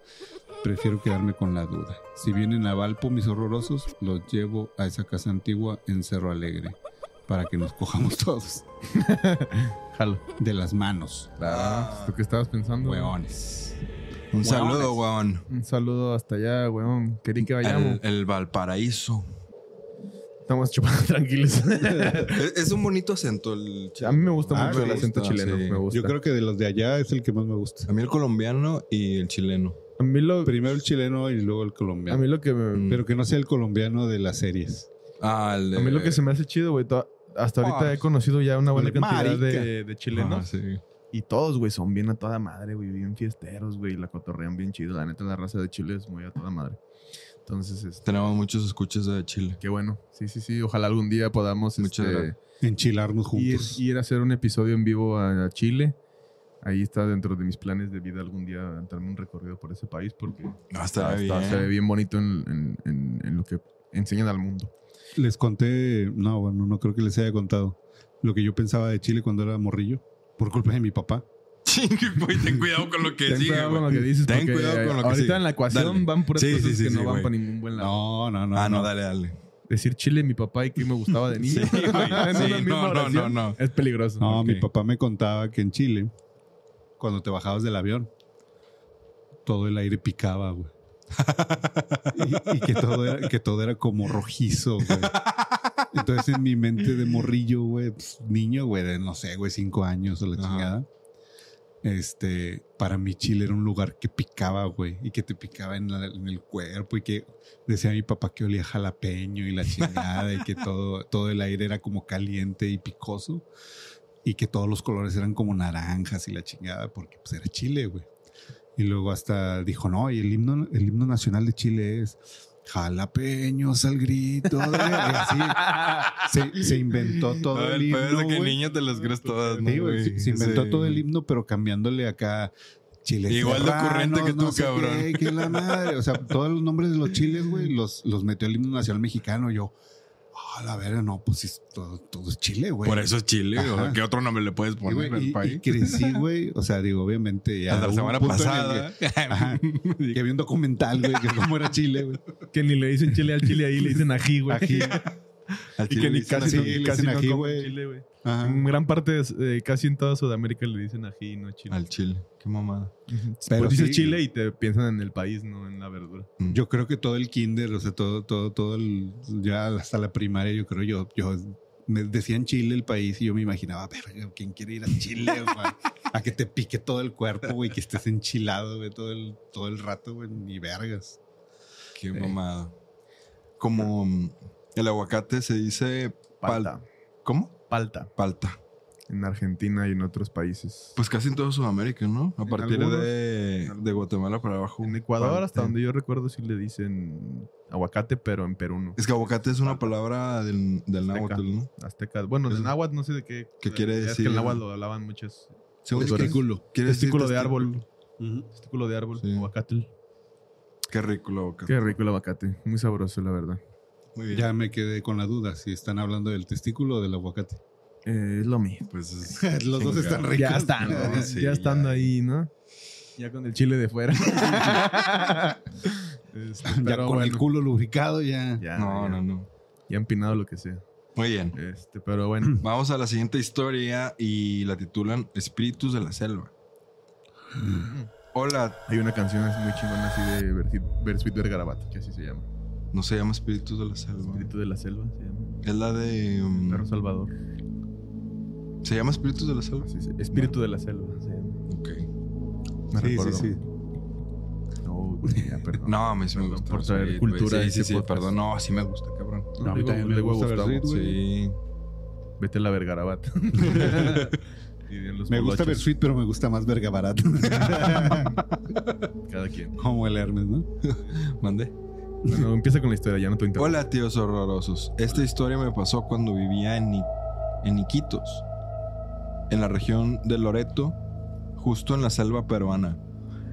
Speaker 3: prefiero quedarme con la duda. Si vienen a Valpo mis horrorosos, los llevo a esa casa antigua en Cerro Alegre para que nos cojamos todos
Speaker 4: Jalo.
Speaker 3: de las manos,
Speaker 4: Ah, ¿Tú qué estabas pensando? güey?
Speaker 3: hueones.
Speaker 2: Un saludo, weón.
Speaker 4: Un saludo hasta allá, weón. Querí que vayamos.
Speaker 2: El, el Valparaíso.
Speaker 4: Estamos chupando tranquilos.
Speaker 2: es, es un bonito acento el
Speaker 4: a mí me gusta
Speaker 2: Ah,
Speaker 4: mucho el
Speaker 2: sí,
Speaker 4: acento
Speaker 2: está,
Speaker 4: chileno.
Speaker 2: sí.
Speaker 4: Me gusta.
Speaker 3: Yo creo que de los de allá es el que más me gusta.
Speaker 2: A mí el colombiano y el chileno.
Speaker 4: a, mí lo,
Speaker 3: Primero el chileno y luego el
Speaker 4: a
Speaker 3: colombiano.
Speaker 4: mí lo que me-
Speaker 2: Mm.
Speaker 3: Pero que no sea el colombiano de las series.
Speaker 2: Ah, el de...
Speaker 4: A mí lo que se me hace chido, güey, to- hasta ahorita
Speaker 2: Ah.
Speaker 4: he conocido ya una buena cantidad
Speaker 3: Marica.
Speaker 4: de, de chilenos.
Speaker 2: Ah, sí.
Speaker 4: Y todos, güey, son bien a toda madre, güey, bien fiesteros, güey, la cotorrean bien chido. La neta, la raza de Chile es muy a toda madre. Entonces, este,
Speaker 2: Tenemos muchos escuchas de Chile.
Speaker 4: qué bueno. Sí, sí, sí. Ojalá algún día podamos
Speaker 2: Muchas
Speaker 4: este,
Speaker 2: gracias.
Speaker 3: Enchilarnos
Speaker 4: ir,
Speaker 3: juntos.
Speaker 4: ir a hacer un episodio en vivo a, a Chile. Ahí está dentro de mis planes de vida algún día darme un recorrido por ese país porque
Speaker 2: Hasta
Speaker 4: Ah, está-
Speaker 2: Ah, bien.
Speaker 4: se ve bien bonito en, en- en- en lo que enseñan al mundo.
Speaker 3: Les conté, no, bueno, no creo que les haya contado lo que yo pensaba de Chile cuando era morrillo, por culpa de mi papá.
Speaker 2: Chingue, güey, ten cuidado con lo que
Speaker 4: Ten
Speaker 2: sigue,
Speaker 4: cuidado
Speaker 2: güey.
Speaker 4: con lo que dices.
Speaker 2: Ten
Speaker 4: porque
Speaker 2: cuidado con lo que
Speaker 4: Ahorita
Speaker 2: sigue.
Speaker 4: en la ecuación
Speaker 2: Dale.
Speaker 4: van puras
Speaker 2: Sí,
Speaker 4: cosas
Speaker 2: sí, sí,
Speaker 4: que no
Speaker 2: sí,
Speaker 4: van
Speaker 2: güey.
Speaker 4: para ningún buen lado.
Speaker 3: No, no, no.
Speaker 2: ah, no, dale, dale.
Speaker 4: Decir Chile, mi papá y que me gustaba de niño.
Speaker 2: Sí, güey.
Speaker 4: En
Speaker 2: Sí,
Speaker 4: una misma
Speaker 2: no, no,
Speaker 4: oración
Speaker 2: no, no.
Speaker 4: Es peligroso.
Speaker 3: No,
Speaker 4: Ok.
Speaker 3: mi papá me contaba que en Chile, cuando te bajabas del avión, todo el aire picaba, güey. y y que, todo era, que todo era como rojizo, güey. Entonces en mi mente de morrillo, güey, pues, niño, güey, de no sé, güey, cinco años o la
Speaker 2: Ajá.
Speaker 3: chingada. Este, para mí Chile era un lugar que picaba, güey, y que te picaba en, la- en el cuerpo y que decía mi papá que olía jalapeño y la chingada y que todo, todo el aire era como caliente y picoso y que todos los colores eran como naranjas y la chingada porque pues era Chile, güey. Y luego hasta dijo, no, y el himno, el himno nacional de Chile es jalapeños al grito. de-". Y así, se, se inventó todo
Speaker 2: No,
Speaker 3: el,
Speaker 2: el peor es
Speaker 3: himno.
Speaker 2: de que
Speaker 3: güey.
Speaker 2: niño te las crees todas, ¿no,
Speaker 3: Sí, güey,
Speaker 2: güey?
Speaker 3: se- se inventó
Speaker 2: Sí.
Speaker 3: todo el himno, pero cambiándole acá Chile.
Speaker 2: Igual de ocurrente que tú, cabrón.
Speaker 3: que la madre. O sea, todos los nombres de los chiles, güey, los, los metió el himno nacional mexicano. Yo, ah, la verga, no, pues sí, todo, todo es Chile, güey.
Speaker 2: Por eso es Chile, o sea,
Speaker 3: Ajá.
Speaker 2: ¿qué otro nombre le puedes
Speaker 3: Y, güey,
Speaker 2: poner al
Speaker 3: y-
Speaker 2: país?
Speaker 3: y crecí, güey. O sea, digo, obviamente ya.
Speaker 2: Hasta la
Speaker 3: hubo un
Speaker 2: semana
Speaker 3: punto en el
Speaker 2: pasada.
Speaker 3: Que, ajá, que había un documental, güey, que cómo era Chile, güey.
Speaker 4: Que ni le dicen Chile al Chile ahí, le dicen ají, güey.
Speaker 3: Ají.
Speaker 2: Al
Speaker 4: Y
Speaker 2: Chile
Speaker 4: que
Speaker 2: le
Speaker 4: ni
Speaker 2: dicen Ah.
Speaker 4: casi,
Speaker 2: así.
Speaker 3: ají, le
Speaker 4: no, casi
Speaker 3: dicen
Speaker 4: no
Speaker 3: ají,
Speaker 4: comen
Speaker 3: güey.
Speaker 4: Chile, güey.
Speaker 2: Mm,
Speaker 3: Ajá.
Speaker 4: En gran parte, de- eh, casi en toda Sudamérica le dicen ají, no chile.
Speaker 2: Al Chile. Qué mamada.
Speaker 3: Pero
Speaker 4: Pues dices
Speaker 3: sí,
Speaker 4: chile y te piensan en el país, no en la verdura.
Speaker 3: Yo creo que todo el kinder, o sea, todo, todo, todo el, ya hasta la primaria, yo creo, yo, yo me decían Chile el país y yo me imaginaba, verga, ¿quién quiere ir a Chile? güey? a que te pique todo el cuerpo, güey, que estés enchilado, güey, todo el, todo el rato, güey, ni vergas.
Speaker 2: Qué mamada. Como mm, el aguacate se dice... pal-
Speaker 4: Palta.
Speaker 2: ¿Cómo?
Speaker 4: Palta.
Speaker 2: Palta.
Speaker 4: En Argentina y en otros países.
Speaker 2: Pues casi en toda Sudamérica, ¿no? A
Speaker 4: En
Speaker 2: partir
Speaker 4: algunos.
Speaker 2: de,
Speaker 4: En
Speaker 2: de Guatemala para abajo.
Speaker 4: en Ecuador,
Speaker 2: Palta.
Speaker 4: hasta donde yo recuerdo, sí le dicen aguacate, pero en Perú no.
Speaker 2: Es que aguacate es una palabra del, del
Speaker 4: Azteca.
Speaker 2: náhuatl, ¿no?
Speaker 4: Azteca. Bueno,
Speaker 2: Es-
Speaker 4: en náhuatl no sé de qué.
Speaker 2: Pues, ¿Qué quiere
Speaker 4: ya Es
Speaker 2: decir?
Speaker 4: que el náhuatl lo hablaban muchas.
Speaker 2: Según yo,
Speaker 4: Testículo.
Speaker 2: quiere decir
Speaker 4: Testículo de
Speaker 2: testículo.
Speaker 4: árbol. Testículo de árbol.
Speaker 2: Sí.
Speaker 4: Aguacate.
Speaker 2: Qué rico el aguacate.
Speaker 4: Qué rico el aguacate. Muy sabroso, la verdad.
Speaker 2: Muy bien.
Speaker 3: Ya me quedé con la duda si están hablando del testículo o del aguacate.
Speaker 4: Eh, es lo mío.
Speaker 2: Pues es-
Speaker 3: Los dos están ricos.
Speaker 4: Ya están.
Speaker 2: No,
Speaker 4: ya,
Speaker 2: sí,
Speaker 4: ya estando
Speaker 2: ya.
Speaker 4: ahí, ¿no? Ya con el chile de fuera. Este,
Speaker 3: Ya
Speaker 4: pero
Speaker 3: con el
Speaker 4: bueno,
Speaker 3: culo lubricado, ya.
Speaker 4: Ya,
Speaker 2: No,
Speaker 4: ya,
Speaker 2: no, no.
Speaker 4: ya empinado lo que sea.
Speaker 2: Muy bien.
Speaker 4: Este, pero bueno.
Speaker 2: Vamos a la siguiente historia y la titulan Espíritus de la Selva. Hola,
Speaker 4: Hay una canción así muy chingona así de Versi- Bersuit Vergarabat, que así se llama.
Speaker 2: no se llama Espíritus de la Selva.
Speaker 4: Espíritu de la selva se llama.
Speaker 2: Es la de. um,
Speaker 4: Perro Salvador.
Speaker 2: ¿Se llama Espíritus de la Selva?
Speaker 4: Así se- Espíritu de la selva se llama.
Speaker 2: Ok.
Speaker 4: Me
Speaker 3: Sí, sí,
Speaker 4: recuerdo.
Speaker 3: sí.
Speaker 4: No, güey, ya, perdón.
Speaker 2: No, a mí sí me
Speaker 4: Perdón
Speaker 2: gusta.
Speaker 4: por traer
Speaker 2: Bersuit,
Speaker 4: cultura
Speaker 2: güey.
Speaker 4: a
Speaker 2: Sí,
Speaker 4: este
Speaker 2: sí, sí,
Speaker 4: podcast.
Speaker 2: perdón. No, sí me gusta, cabrón.
Speaker 4: No,
Speaker 3: a mí
Speaker 4: digo,
Speaker 3: también me
Speaker 4: le
Speaker 3: gusta
Speaker 4: gusta
Speaker 3: Bersuit, güey.
Speaker 2: Sí.
Speaker 4: Vete a la Vergarabat. Y en los
Speaker 3: Me gusta
Speaker 4: polochos,
Speaker 3: Bersuit, pero me gusta más verga barata.
Speaker 4: Cada quien.
Speaker 3: Como el Hermes, ¿no?
Speaker 2: Mandé.
Speaker 4: Bueno, empieza con la historia, ya no te interrumpo.
Speaker 2: Hola, tíos horrorosos. Esta historia me pasó cuando vivía en, Ni- en Iquitos, en la región de Loreto, justo en la selva peruana.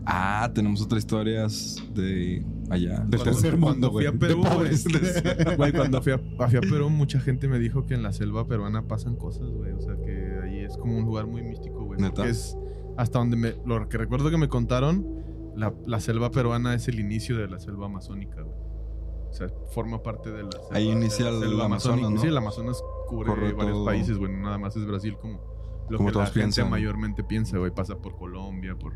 Speaker 2: Ah, tenemos otras historias de allá.
Speaker 3: Del tercer mundo,
Speaker 4: Cuando fui
Speaker 3: güey.
Speaker 4: a
Speaker 3: De
Speaker 4: Perú,
Speaker 3: pobres.
Speaker 4: este, güey, cuando fui a, fui a Perú, mucha gente me dijo que en la selva peruana pasan cosas, güey. O sea, que ahí es como un lugar muy místico, güey.
Speaker 2: ¿Neta?
Speaker 4: porque es hasta donde me... Lo que recuerdo que me contaron, la, la selva peruana es el inicio de la selva amazónica, güey. O sea, forma parte de la selva,
Speaker 2: Ahí inicia
Speaker 4: de la
Speaker 2: el
Speaker 4: selva
Speaker 2: Amazonas,
Speaker 4: amazónica.
Speaker 2: ¿no?
Speaker 4: Sí, el Amazonas cubre
Speaker 2: Corre
Speaker 4: varios
Speaker 2: todo.
Speaker 4: países, güey. no Nada más es Brasil como... Lo
Speaker 2: Como
Speaker 4: que
Speaker 2: todos
Speaker 4: la gente
Speaker 2: piensan.
Speaker 4: mayormente piensa, güey. Pasa por Colombia, por...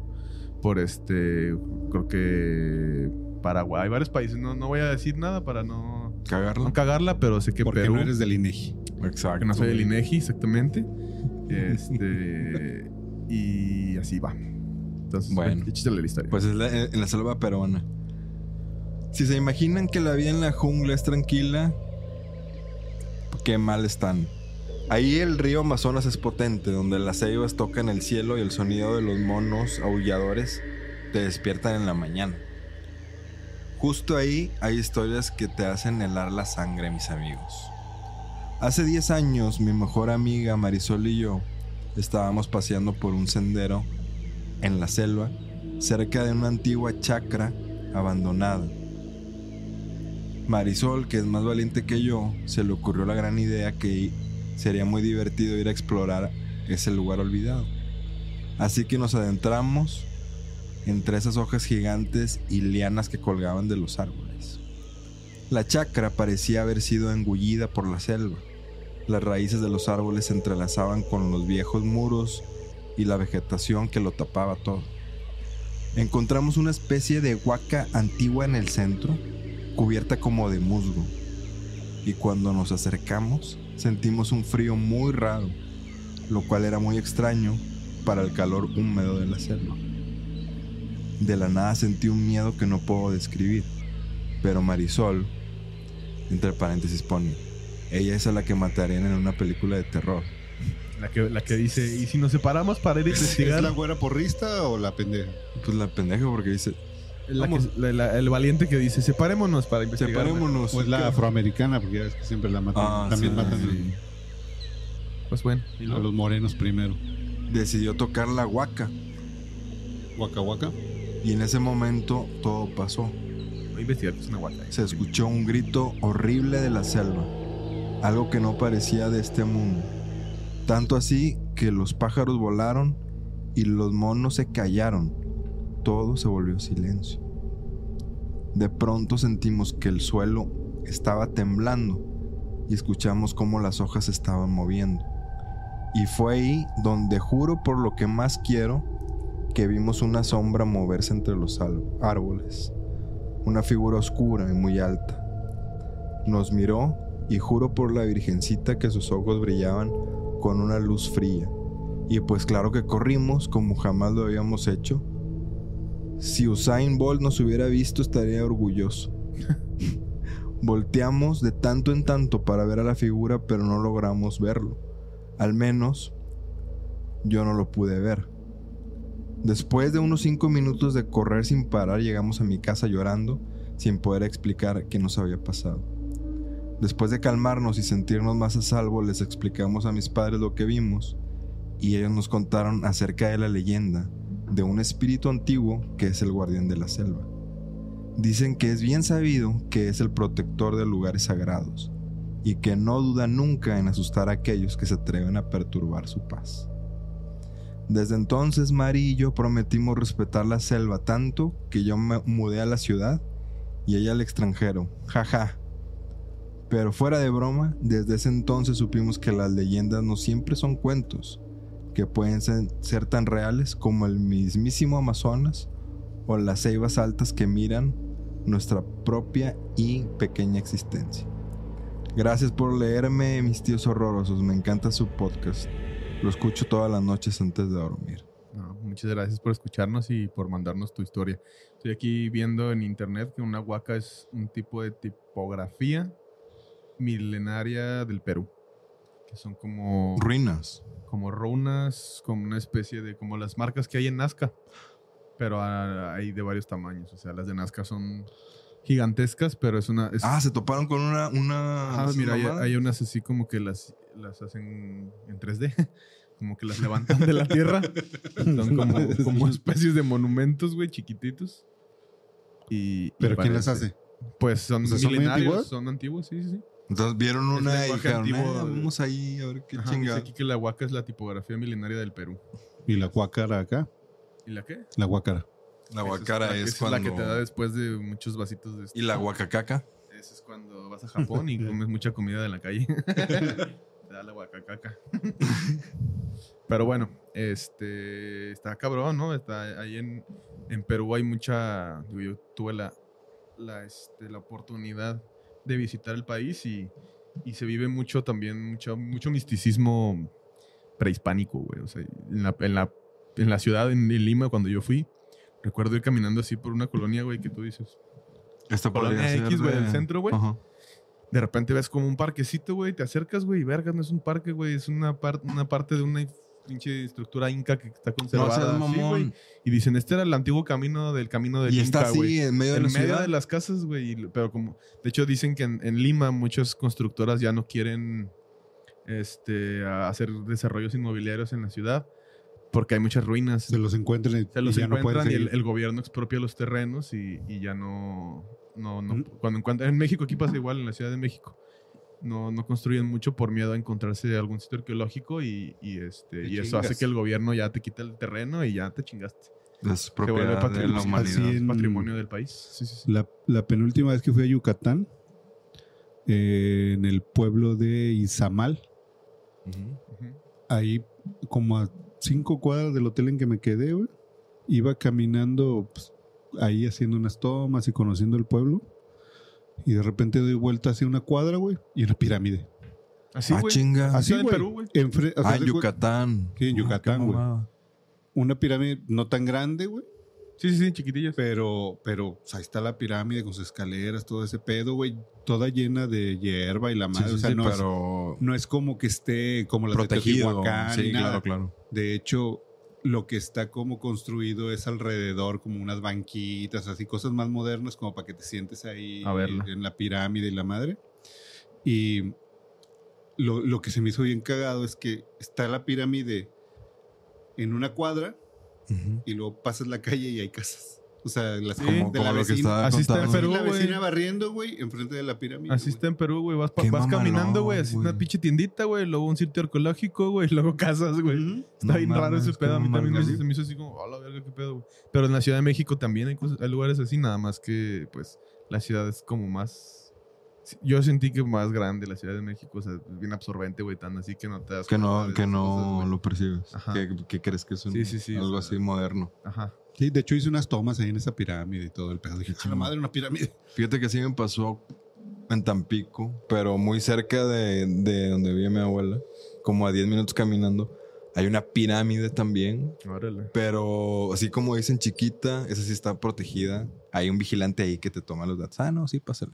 Speaker 4: Por este... Creo que... Paraguay, hay varios países. No, no voy a decir nada para no,
Speaker 2: Cagarla.
Speaker 4: no cagarla, pero sé que
Speaker 3: Porque
Speaker 4: Perú,
Speaker 3: no eres del INEGI.
Speaker 2: Exacto.
Speaker 4: que no soy del INEGI exactamente. Este, y así va. Entonces,
Speaker 2: Bueno.
Speaker 4: bueno, échale la historia.
Speaker 2: Pues es la- en la selva peruana. Si se imaginan que la vida en la jungla es tranquila, qué mal están. Ahí el río Amazonas es potente, donde las ceibas tocan el cielo y el sonido de los monos aulladores te despiertan en la mañana. Justo ahí hay historias que te hacen helar la sangre, mis amigos. Hace 10 años, mi mejor amiga Marisol y yo estábamos paseando por un sendero en la selva cerca de una antigua chacra abandonada. Marisol, que es más valiente que yo, se le ocurrió la gran idea que sería muy divertido ir a explorar ese lugar olvidado. Así que nos adentramos entre esas hojas gigantes y lianas que colgaban de los árboles. La chacra parecía haber sido engullida por la selva. Las raíces de los árboles se entrelazaban con los viejos muros y la vegetación que lo tapaba todo encontramos una especie de huaca antigua en el centro, cubierta como de musgo. Y cuando nos acercamos, sentimos un frío muy raro, lo cual era muy extraño para el calor húmedo de la selva. De la nada sentí un miedo que no puedo describir, pero Marisol, entre paréntesis pone, ella es a la que matarían en una película de terror.
Speaker 4: La que, la que dice, ¿y si nos separamos para ir a
Speaker 3: ¿Es
Speaker 4: investigar?
Speaker 3: la güera porrista o la pendeja?
Speaker 2: Pues la pendeja porque dice,
Speaker 4: La que- la- la- el valiente que dice, separémonos para investigar.
Speaker 2: separémonos.
Speaker 3: Pues la afroamericana, porque ya ves que siempre la matan.
Speaker 2: Ah,
Speaker 3: También
Speaker 2: sí,
Speaker 3: matan
Speaker 2: sí.
Speaker 4: Pues bueno.
Speaker 3: a a los morenos primero.
Speaker 2: Decidió tocar la huaca.
Speaker 3: Waka waka.
Speaker 2: Y en ese momento todo pasó.
Speaker 4: Voy a investigar, que es una ¿eh? guata.
Speaker 2: Se escuchó un grito horrible de la selva, algo que no parecía de este mundo. Tanto así que los pájaros volaron y los monos se callaron. Todo se volvió silencio. De pronto sentimos que el suelo estaba temblando y escuchamos cómo las hojas se estaban moviendo. Y fue ahí donde juro por lo que más quiero que vimos una sombra moverse entre los al- árboles una figura oscura y muy alta. Nos miró y juro por la Virgencita que sus ojos brillaban con una luz fría. Y pues claro que corrimos como jamás lo habíamos hecho. Si Usain Bolt nos hubiera visto estaría orgulloso. Volteamos de tanto en tanto para ver a la figura pero no logramos verlo. Al menos yo no lo pude ver. Después de unos 5 minutos de correr sin parar, llegamos a mi casa llorando, sin poder explicar qué nos había pasado. Después de calmarnos y sentirnos más a salvo, les explicamos a mis padres lo que vimos y ellos nos contaron acerca de la leyenda de un espíritu antiguo que es el guardián de la selva. Dicen que es bien sabido que es el protector de lugares sagrados y que no duda nunca en asustar a aquellos que se atreven a perturbar su paz. Desde entonces Mari y yo prometimos respetar la selva tanto que yo me mudé a la ciudad y ella al extranjero. Jaja. Pero fuera de broma, desde ese entonces supimos que las leyendas no siempre son cuentos, que pueden ser, ser tan reales como el mismísimo Amazonas o las ceibas altas que miran nuestra propia y pequeña existencia. Gracias por leerme, mis tíos horrorosos. Me encanta su podcast. Lo escucho todas las noches antes de dormir.
Speaker 4: No, muchas gracias por escucharnos y por mandarnos tu historia. Estoy aquí viendo en internet que una huaca es un tipo de tipografía milenaria del Perú. Que son como,
Speaker 2: Ruinas.
Speaker 4: como runas, como una especie de, como las marcas que hay en Nazca. Pero ah, hay de varios tamaños. O sea, las de Nazca son gigantescas, pero es una... es-
Speaker 2: Ah, se toparon con una... una
Speaker 4: Ah, mira, hay,
Speaker 2: mamada?
Speaker 4: hay unas así como que las, las hacen en 3D, como que las levantan de la tierra. Son como, como especies de monumentos, güey, chiquititos. Y, y
Speaker 3: ¿Pero quién las
Speaker 4: parece-
Speaker 3: hace?
Speaker 4: Pues son
Speaker 3: O sea, ¿son muy
Speaker 4: milenarios,
Speaker 3: antiguas?
Speaker 4: son antiguos, sí, sí, sí.
Speaker 2: Entonces vieron
Speaker 4: Es
Speaker 2: una y
Speaker 4: lenguaje
Speaker 2: dijeron,
Speaker 4: antiguo,
Speaker 2: "Eh,
Speaker 4: güey".
Speaker 2: vamos ahí a ver qué
Speaker 4: Ajá, dice
Speaker 2: chingada.
Speaker 4: aquí que la huaca es la tipografía milenaria del Perú.
Speaker 3: ¿Y la cuácara acá?
Speaker 4: ¿Y la qué?
Speaker 3: La guácara.
Speaker 4: Esa
Speaker 2: La guacara
Speaker 4: la-
Speaker 2: es,
Speaker 4: esa
Speaker 2: cuando...
Speaker 4: la que te da después de muchos vasitos de... este
Speaker 2: Y la guacacaca.
Speaker 4: Esa es cuando vas a Japón y comes mucha comida de la calle. Te da la guacacaca. Pero bueno, este está cabrón, ¿no? Está ahí en, en Perú hay mucha. digo, Yo tuve la, la, este, la oportunidad de visitar el país y, y se vive mucho también, mucho, mucho misticismo prehispánico, güey. O sea, en la, en la, en la ciudad, en Lima, cuando yo fui, recuerdo ir caminando así por una colonia, güey, que tú dices.
Speaker 2: Esta
Speaker 4: Colonia
Speaker 2: podría ser
Speaker 4: X, güey,
Speaker 2: de-
Speaker 4: del centro, güey.
Speaker 2: Ajá.
Speaker 4: De repente ves como un parquecito, güey, te acercas, güey, y vergas, no es un parque, güey, es una, par- una parte de una pinche estructura inca que está
Speaker 2: No
Speaker 4: conservada.
Speaker 2: seas
Speaker 4: así,
Speaker 2: mamón.
Speaker 4: güey. y dicen, este era el antiguo camino del camino del
Speaker 2: y
Speaker 4: inca,
Speaker 2: está así
Speaker 4: güey.
Speaker 2: en medio de
Speaker 4: En
Speaker 2: la
Speaker 4: medio
Speaker 2: ciudad.
Speaker 4: de las casas, güey, y lo- pero como... De hecho, dicen que en, en Lima muchas constructoras ya no quieren este, a- hacer desarrollos inmobiliarios en la ciudad porque hay muchas ruinas
Speaker 3: Se los encuentran y,
Speaker 4: se los
Speaker 3: y ya no pueden
Speaker 4: encuentran y el,
Speaker 3: seguir.
Speaker 4: el gobierno expropia los terrenos y, y ya no, no, no-
Speaker 3: Mm.
Speaker 4: cuando encuentran en México aquí pasa igual en la Ciudad de México no, no construyen mucho por miedo a encontrarse algún sitio arqueológico y, y este
Speaker 2: Te
Speaker 4: y eso hace
Speaker 2: chingas.
Speaker 4: que el gobierno ya te quita el terreno y ya te chingaste
Speaker 2: Es
Speaker 4: se vuelve
Speaker 2: propiedad de la
Speaker 4: patrimonio,
Speaker 2: humanidad.
Speaker 3: Así
Speaker 4: es
Speaker 3: en-
Speaker 4: patrimonio del país sí, sí, sí.
Speaker 3: La, la penúltima vez que fui a Yucatán, eh, en el pueblo de Izamal,
Speaker 2: Ujú.
Speaker 4: Ujú.
Speaker 3: ahí como a cinco cuadras del hotel en que me quedé, güey, iba caminando pues, ahí haciendo unas tomas y conociendo el pueblo. Y de repente doy vuelta hacia una cuadra, güey, y una pirámide.
Speaker 4: así
Speaker 2: ah,
Speaker 4: güey.
Speaker 2: chinga.
Speaker 3: Así,
Speaker 4: en
Speaker 3: güey.
Speaker 4: Perú, güey.
Speaker 3: enfre- o sea,
Speaker 2: ah,
Speaker 3: haz
Speaker 2: en
Speaker 3: de cu-
Speaker 2: Yucatán.
Speaker 3: Sí, en
Speaker 2: Ah,
Speaker 3: Yucatán,
Speaker 2: qué
Speaker 3: güey.
Speaker 2: mamada.
Speaker 3: Una pirámide no tan grande, güey.
Speaker 4: sí sí sí chiquitillas
Speaker 3: Pero, pero o sea, ahí está la pirámide con sus escaleras, todo ese pedo, güey. Toda llena de hierba y la
Speaker 2: Sí,
Speaker 3: madre.
Speaker 2: sí,
Speaker 3: o sea,
Speaker 2: sí,
Speaker 3: no, es,
Speaker 2: pero
Speaker 3: no es como que esté como la
Speaker 2: protegido. Sí,
Speaker 3: claro,
Speaker 2: claro, claro.
Speaker 3: De hecho, lo que está como construido es alrededor, como unas banquitas, así cosas más modernas, como para que te sientes ahí
Speaker 4: A verla.
Speaker 3: en la pirámide y la madre. Y lo, lo que se me hizo bien cagado es que está la pirámide en una cuadra
Speaker 2: Ujú.
Speaker 3: y luego pasas la calle y hay casas. O sea, las
Speaker 4: Sí.
Speaker 3: como
Speaker 2: Como,
Speaker 3: de
Speaker 2: como
Speaker 3: la
Speaker 2: lo que
Speaker 3: vecina.
Speaker 2: estaba
Speaker 4: Así está en
Speaker 2: contando.
Speaker 4: Perú.
Speaker 3: la
Speaker 4: güey.
Speaker 3: vecina barriendo, güey, enfrente de la pirámide.
Speaker 4: Así
Speaker 3: güey.
Speaker 4: está en Perú, güey. Vas, pa-
Speaker 2: Qué
Speaker 4: vas
Speaker 2: mamalón,
Speaker 4: caminando, güey. Así
Speaker 2: güey.
Speaker 4: una pinche tiendita, güey. Luego un sitio arqueológico, güey. Luego casas, güey. Está
Speaker 2: No
Speaker 4: bien raro
Speaker 2: mames,
Speaker 4: ese pedo. A mí
Speaker 2: cómo
Speaker 4: también me,
Speaker 2: mames.
Speaker 4: se me hizo así como, hola, verga, qué pedo, güey. Pero en la Ciudad de México también hay, cosas- hay lugares así, nada más que, pues, la ciudad es como más. sí, Yo sentí que más grande la Ciudad de México, o sea, bien absorbente, güey, tan así que no te das
Speaker 2: Que
Speaker 4: cuenta de
Speaker 2: no, que
Speaker 4: esas cosas,
Speaker 2: no
Speaker 4: güey.
Speaker 2: lo percibes.
Speaker 4: Ajá.
Speaker 2: Que, que crees que es un-
Speaker 4: Sí, sí, sí,
Speaker 2: algo
Speaker 4: o sea.
Speaker 2: así moderno.
Speaker 4: Ajá.
Speaker 3: Sí, de hecho hice unas tomas ahí en esa pirámide y todo el pedo. Dije, "A la madre, una pirámide.
Speaker 2: Fíjate que sí me pasó en Tampico, pero muy cerca de, de donde vive mi abuela, como a 10 minutos caminando. Hay una pirámide también,
Speaker 4: Órale.
Speaker 2: pero así como dicen chiquita, esa sí está protegida. Hay un vigilante ahí que te toma los datos. Ah, no, sí, pásale.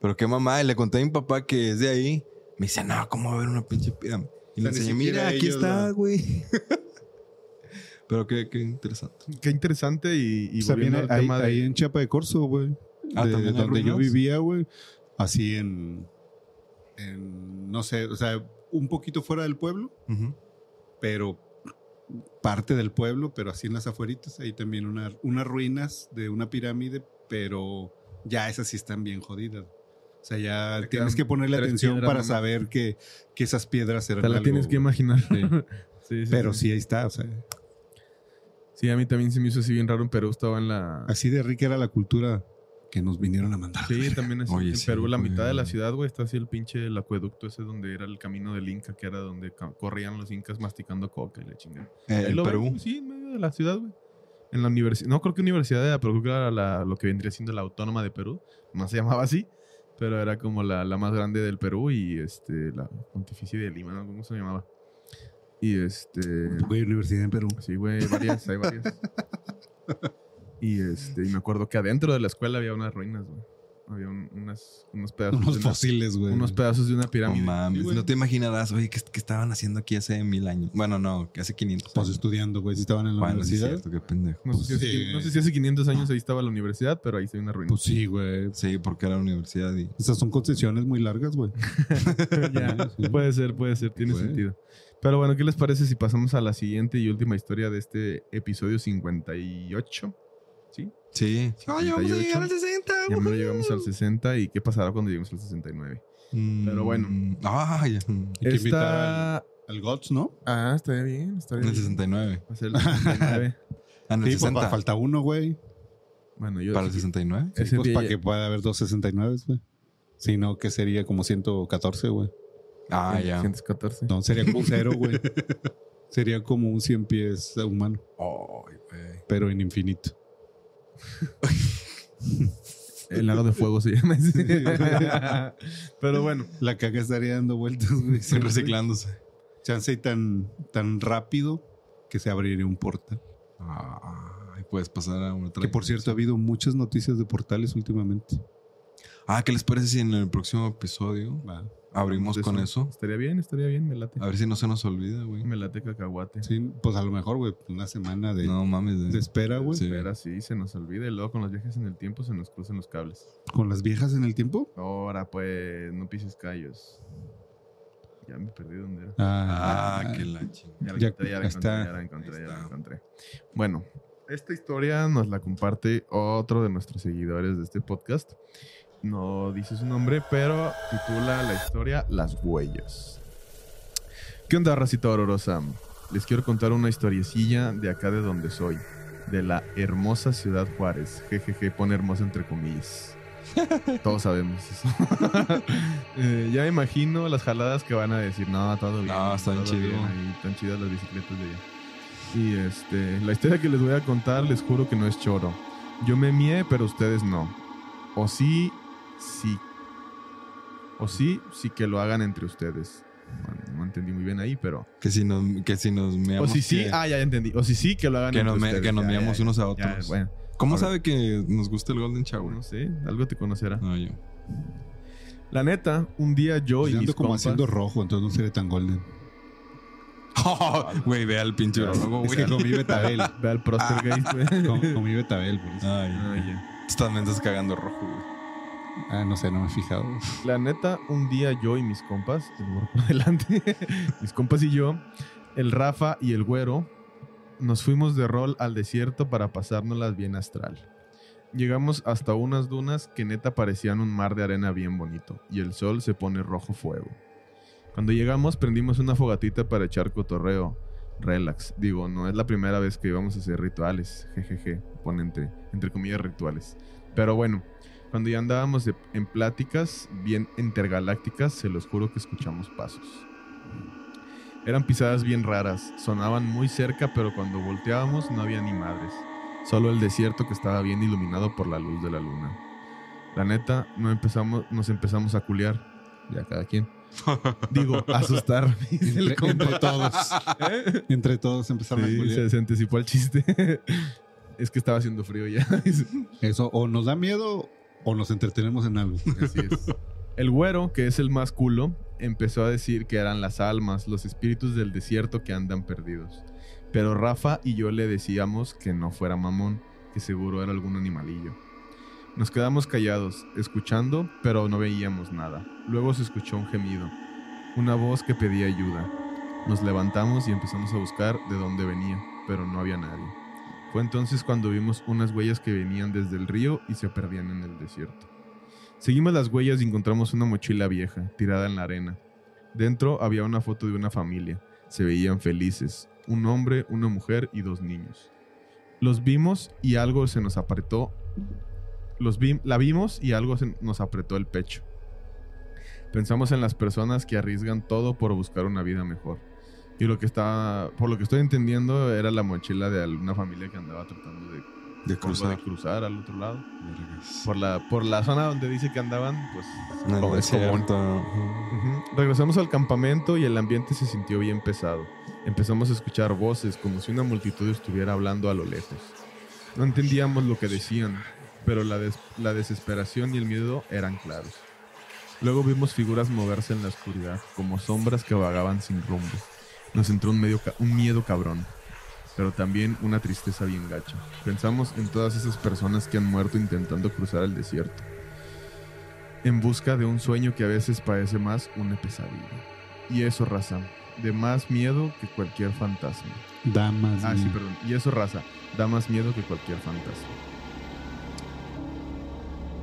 Speaker 2: Pero qué mamá, y le conté a mi papá que es de ahí. Me dice, no, ¿cómo va a haber una pinche pirámide? Y le
Speaker 3: O sea, ni
Speaker 2: enseñé,
Speaker 3: siquiera
Speaker 2: mira, aquí
Speaker 3: ellos
Speaker 2: está,
Speaker 3: la-
Speaker 2: güey. pero qué, qué interesante.
Speaker 4: Qué interesante y, y
Speaker 3: O sea,
Speaker 4: volviendo
Speaker 3: viene
Speaker 4: al
Speaker 3: ahí,
Speaker 4: tema de-
Speaker 3: ahí en Chiapa de Corzo, güey.
Speaker 2: Ah,
Speaker 3: De-
Speaker 2: ¿también hay
Speaker 3: donde yo
Speaker 2: ruinas?
Speaker 3: vivía, güey. Así en, en, no sé, o sea, un poquito fuera del pueblo,
Speaker 2: Ujú.
Speaker 3: pero parte del pueblo, pero así en las afueritas. Ahí también una- unas ruinas de una pirámide, pero ya esas sí están bien jodidas. O sea, ya
Speaker 4: Te
Speaker 3: tienes
Speaker 4: quedan
Speaker 3: que ponerle
Speaker 4: tres
Speaker 3: atención
Speaker 4: piedras
Speaker 3: para
Speaker 4: nomás.
Speaker 3: saber que, que esas piedras eran
Speaker 4: Te la
Speaker 3: algo,
Speaker 4: tienes que
Speaker 3: güey.
Speaker 4: imaginar.
Speaker 3: Sí.
Speaker 4: Sí, sí,
Speaker 3: Pero
Speaker 4: sí.
Speaker 3: sí, ahí está, o sea.
Speaker 4: Sí, a mí también se me hizo así bien raro en Perú, estaba en la...
Speaker 3: Así de rica era la cultura que nos vinieron a mandar. a la
Speaker 4: Sí,
Speaker 3: verga.
Speaker 4: también así
Speaker 2: Oye,
Speaker 4: en
Speaker 2: sí,
Speaker 4: Perú, la
Speaker 2: güey.
Speaker 4: mitad de la ciudad, güey, está así el pinche el acueducto ese donde era el camino del Inca, que era donde ca- corrían los incas masticando coca y la chingada.
Speaker 2: Eh,
Speaker 4: Ahí
Speaker 2: el
Speaker 4: lo ves,
Speaker 2: Perú.
Speaker 4: güey, sí, en medio de la ciudad, güey. En la universidad, no creo que universidad era, pero creo que era la- lo que vendría siendo la Autónoma de Perú, no se llamaba así, pero era como la, la más grande del Perú y este, la Pontificia de Lima, ¿no? ¿Cómo se llamaba? Y este...
Speaker 3: Güey, universidad en Perú.
Speaker 4: Sí, güey, varias, hay varias. Y este, y me acuerdo que adentro de la escuela había unas ruinas, güey. Había un- unas, unos pedazos.
Speaker 3: Unos
Speaker 4: de una-
Speaker 3: fósiles, güey.
Speaker 4: unos pedazos de una
Speaker 2: No
Speaker 4: pirámide.
Speaker 2: mames,
Speaker 4: Sí, güey.
Speaker 2: no te imaginarás, oye, ¿qué, qué estaban haciendo aquí hace mil años? Bueno, no, que hace 500
Speaker 3: Pues
Speaker 2: años.
Speaker 3: estudiando, güey. Si estaban en la
Speaker 2: Bueno, sí es
Speaker 3: universidad.
Speaker 2: cierto, qué pendejo.
Speaker 4: No, sé si hace,
Speaker 3: Sí.
Speaker 4: quin- no sé si hace 500 años ahí estaba la universidad, pero ahí se ve una ruina.
Speaker 3: Pues sí, güey.
Speaker 2: Sí, porque era la universidad y...
Speaker 3: Esas son concesiones muy largas, güey.
Speaker 4: Ya,
Speaker 3: Sí.
Speaker 4: Puede ser, puede ser, tiene
Speaker 3: Güey.
Speaker 4: sentido. Pero bueno, ¿qué les parece si pasamos a la siguiente y última historia de este episodio 58?
Speaker 2: Sí.
Speaker 4: Ay, vamos a llegar al
Speaker 2: 60.
Speaker 4: Ya no llegamos al 60 y qué pasará cuando lleguemos al 69. Pero bueno.
Speaker 2: Ah, ya.
Speaker 3: Hay que invitar
Speaker 4: Esta...
Speaker 3: Al GOTS, ¿no?
Speaker 4: Ah, estaría bien, estaría
Speaker 2: En el
Speaker 4: bien.
Speaker 2: 69.
Speaker 4: Va a ser el 69.
Speaker 2: Ah, en el
Speaker 3: Sí, pues,
Speaker 2: 60.
Speaker 3: falta uno, güey.
Speaker 4: bueno, yo.
Speaker 2: ¿Para el 69?
Speaker 3: Sí,
Speaker 4: Ese
Speaker 3: pues
Speaker 4: día
Speaker 3: para
Speaker 4: ya-
Speaker 3: que pueda haber dos 69, güey. Si no, que sería como 114, güey.
Speaker 2: Ah, ya.
Speaker 4: 114.
Speaker 3: No, sería como un cero, güey. sería como un 100 pies humano,
Speaker 2: Ay, güey.
Speaker 3: pero en infinito.
Speaker 4: El aro de fuego se llama ese. Pero bueno,
Speaker 3: La caca estaría dando vueltas, güey.
Speaker 2: Sí,
Speaker 3: siempre.
Speaker 2: reciclándose.
Speaker 3: Chance y tan, tan rápido que se abriría un portal.
Speaker 2: Ay, puedes pasar a una otra.
Speaker 3: Que por cierto, ha habido muchas noticias de portales últimamente.
Speaker 2: Ah, ¿qué les parece si en el próximo episodio abrimos
Speaker 4: Entonces,
Speaker 2: con eso?
Speaker 4: Pues estaría bien, estaría bien, me late.
Speaker 2: A ver si no se nos olvida, güey.
Speaker 4: Me late cacahuate.
Speaker 3: Sí, pues a lo mejor, güey, una semana de,
Speaker 2: No mames. güey.
Speaker 3: de espera, güey.
Speaker 2: Sí.
Speaker 4: Espera, sí, se nos olvida. Y luego con los viajes en el tiempo se nos cruzan los cables.
Speaker 3: Con las viejas en el tiempo.
Speaker 4: Ahora, pues, no pises callos. Ya me perdí dónde era.
Speaker 2: Ah, que la chingada.
Speaker 4: Ya la
Speaker 3: Ya-
Speaker 4: encontré, ya la
Speaker 3: ya
Speaker 4: encontré,
Speaker 3: está.
Speaker 4: ya la encontré,
Speaker 2: Ahí
Speaker 4: ya la
Speaker 2: está.
Speaker 4: encontré. Bueno, esta historia nos la comparte otro de nuestros seguidores de este podcast. No dice su nombre, pero titula la historia Las huellas. ¿Qué onda, racita ororosa? Les quiero contar una historiecilla de acá de donde soy, de la hermosa ciudad Juárez. Jejeje, pone hermosa entre comillas. Todos sabemos eso. Eh, ya imagino las jaladas que van a decir, no, todo bien.
Speaker 2: No, están
Speaker 4: todo
Speaker 2: chido.
Speaker 4: bien ahí, están chidas las bicicletas de allá. Y este, la historia que les voy a contar, les juro que no es choro. Yo me mié, pero ustedes no. O sí, sí. O sí, sí que lo hagan entre ustedes. Bueno, no entendí muy bien ahí, pero...
Speaker 2: Que si nos, que si nos meamos.
Speaker 4: o sí, sí,
Speaker 2: que-
Speaker 4: ah, ya, ya entendí. O sí, sí que lo hagan
Speaker 2: Que
Speaker 4: entre
Speaker 2: nos me-
Speaker 4: ustedes.
Speaker 2: que nos
Speaker 4: Ya, ya,
Speaker 2: miramos
Speaker 4: ya,
Speaker 2: unos a
Speaker 4: ya,
Speaker 2: otros.
Speaker 4: bueno,
Speaker 2: ¿Cómo
Speaker 4: ahora-
Speaker 2: sabe que nos gusta el Golden Shower?
Speaker 4: no sé, algo te conocerá.
Speaker 2: No, yo.
Speaker 4: La neta, un día yo y
Speaker 3: pues Yo
Speaker 4: mis
Speaker 3: ando como
Speaker 4: compas...
Speaker 3: haciendo rojo, entonces no seré tan golden.
Speaker 2: Güey, ve al pinche urologo,
Speaker 3: Es que
Speaker 2: güey.
Speaker 3: comí betabel.
Speaker 4: Ve al Proster
Speaker 2: Ah,
Speaker 3: Com- comí betabel, por eso.
Speaker 2: Ay, tú también estás cagando rojo, güey.
Speaker 3: Ah, no sé, no me he fijado.
Speaker 4: La neta, un día yo y mis compas, el güero por delante, mis compas y yo, el Rafa y el güero, nos fuimos de rol al desierto para pasárnoslas bien astral. Llegamos hasta unas dunas que neta parecían un mar de arena bien bonito, y el sol se pone rojo fuego. Cuando llegamos prendimos una fogatita para echar cotorreo. Relax, digo, no es la primera vez que íbamos a hacer rituales, jejeje, pone entre, entre comillas rituales. Pero bueno, cuando ya andábamos de- en pláticas bien intergalácticas, se los juro que escuchamos pasos. Eran pisadas bien raras, sonaban muy cerca, pero cuando volteábamos no había ni madres. Solo el desierto que estaba bien iluminado por la luz de la luna. La neta, no empezamos, nos empezamos a culiar. Ya cada quien. Digo, asustar. dice el
Speaker 3: Entre,
Speaker 4: compa.
Speaker 3: entre todos. ¿Eh? Entre todos empezaron a
Speaker 4: Sí,
Speaker 3: culiar.
Speaker 4: se, se anticipó al chiste. es que estaba haciendo frío ya.
Speaker 3: Eso o nos da miedo o nos entretenemos en algo.
Speaker 4: Así es. El güero, que es el más culo, empezó a decir que eran las almas, los espíritus del desierto que andan perdidos. Pero Rafa y yo le decíamos que no fuera mamón, que seguro era algún animalillo. Nos quedamos callados, escuchando, pero no veíamos nada. Luego se escuchó un gemido, una voz que pedía ayuda. Nos levantamos y empezamos a buscar de dónde venía, pero no había nadie. Fue entonces cuando vimos unas huellas que venían desde el río y se perdían en el desierto. Seguimos las huellas y encontramos una mochila vieja, tirada en la arena. Dentro había una foto de una familia. Se veían felices. Un hombre, una mujer y dos niños. Los vimos y algo se nos apretó. Los vi- la vimos y algo se nos apretó el pecho. Pensamos en las personas que arriesgan todo por buscar una vida mejor. Y lo que estaba, por lo que estoy entendiendo, era la mochila de una familia que andaba tratando de,
Speaker 2: De
Speaker 4: como
Speaker 2: cruzar.
Speaker 4: de cruzar al otro lado.
Speaker 2: Vergas.
Speaker 4: Por la, por la zona donde dice que andaban, pues
Speaker 2: En el
Speaker 4: no, es común.
Speaker 2: desierto. Ujú.
Speaker 4: Ujú. Regresamos al campamento y el ambiente se sintió bien pesado. Empezamos a escuchar voces como si una multitud estuviera hablando a lo lejos. No entendíamos lo que decían, pero la, des- la desesperación y el miedo eran claros. Luego vimos figuras moverse en la oscuridad, como sombras que vagaban sin rumbo. Nos entró un, medio ca- un miedo cabrón, pero también una tristeza bien gacha. Pensamos en todas esas personas que han muerto intentando cruzar el desierto en busca de un sueño que a veces parece más una pesadilla. Y eso, raza, de más miedo que cualquier fantasma.
Speaker 3: Damas.
Speaker 4: Ah, sí,
Speaker 3: mía.
Speaker 4: perdón. Y eso, raza, da más miedo que cualquier fantasma.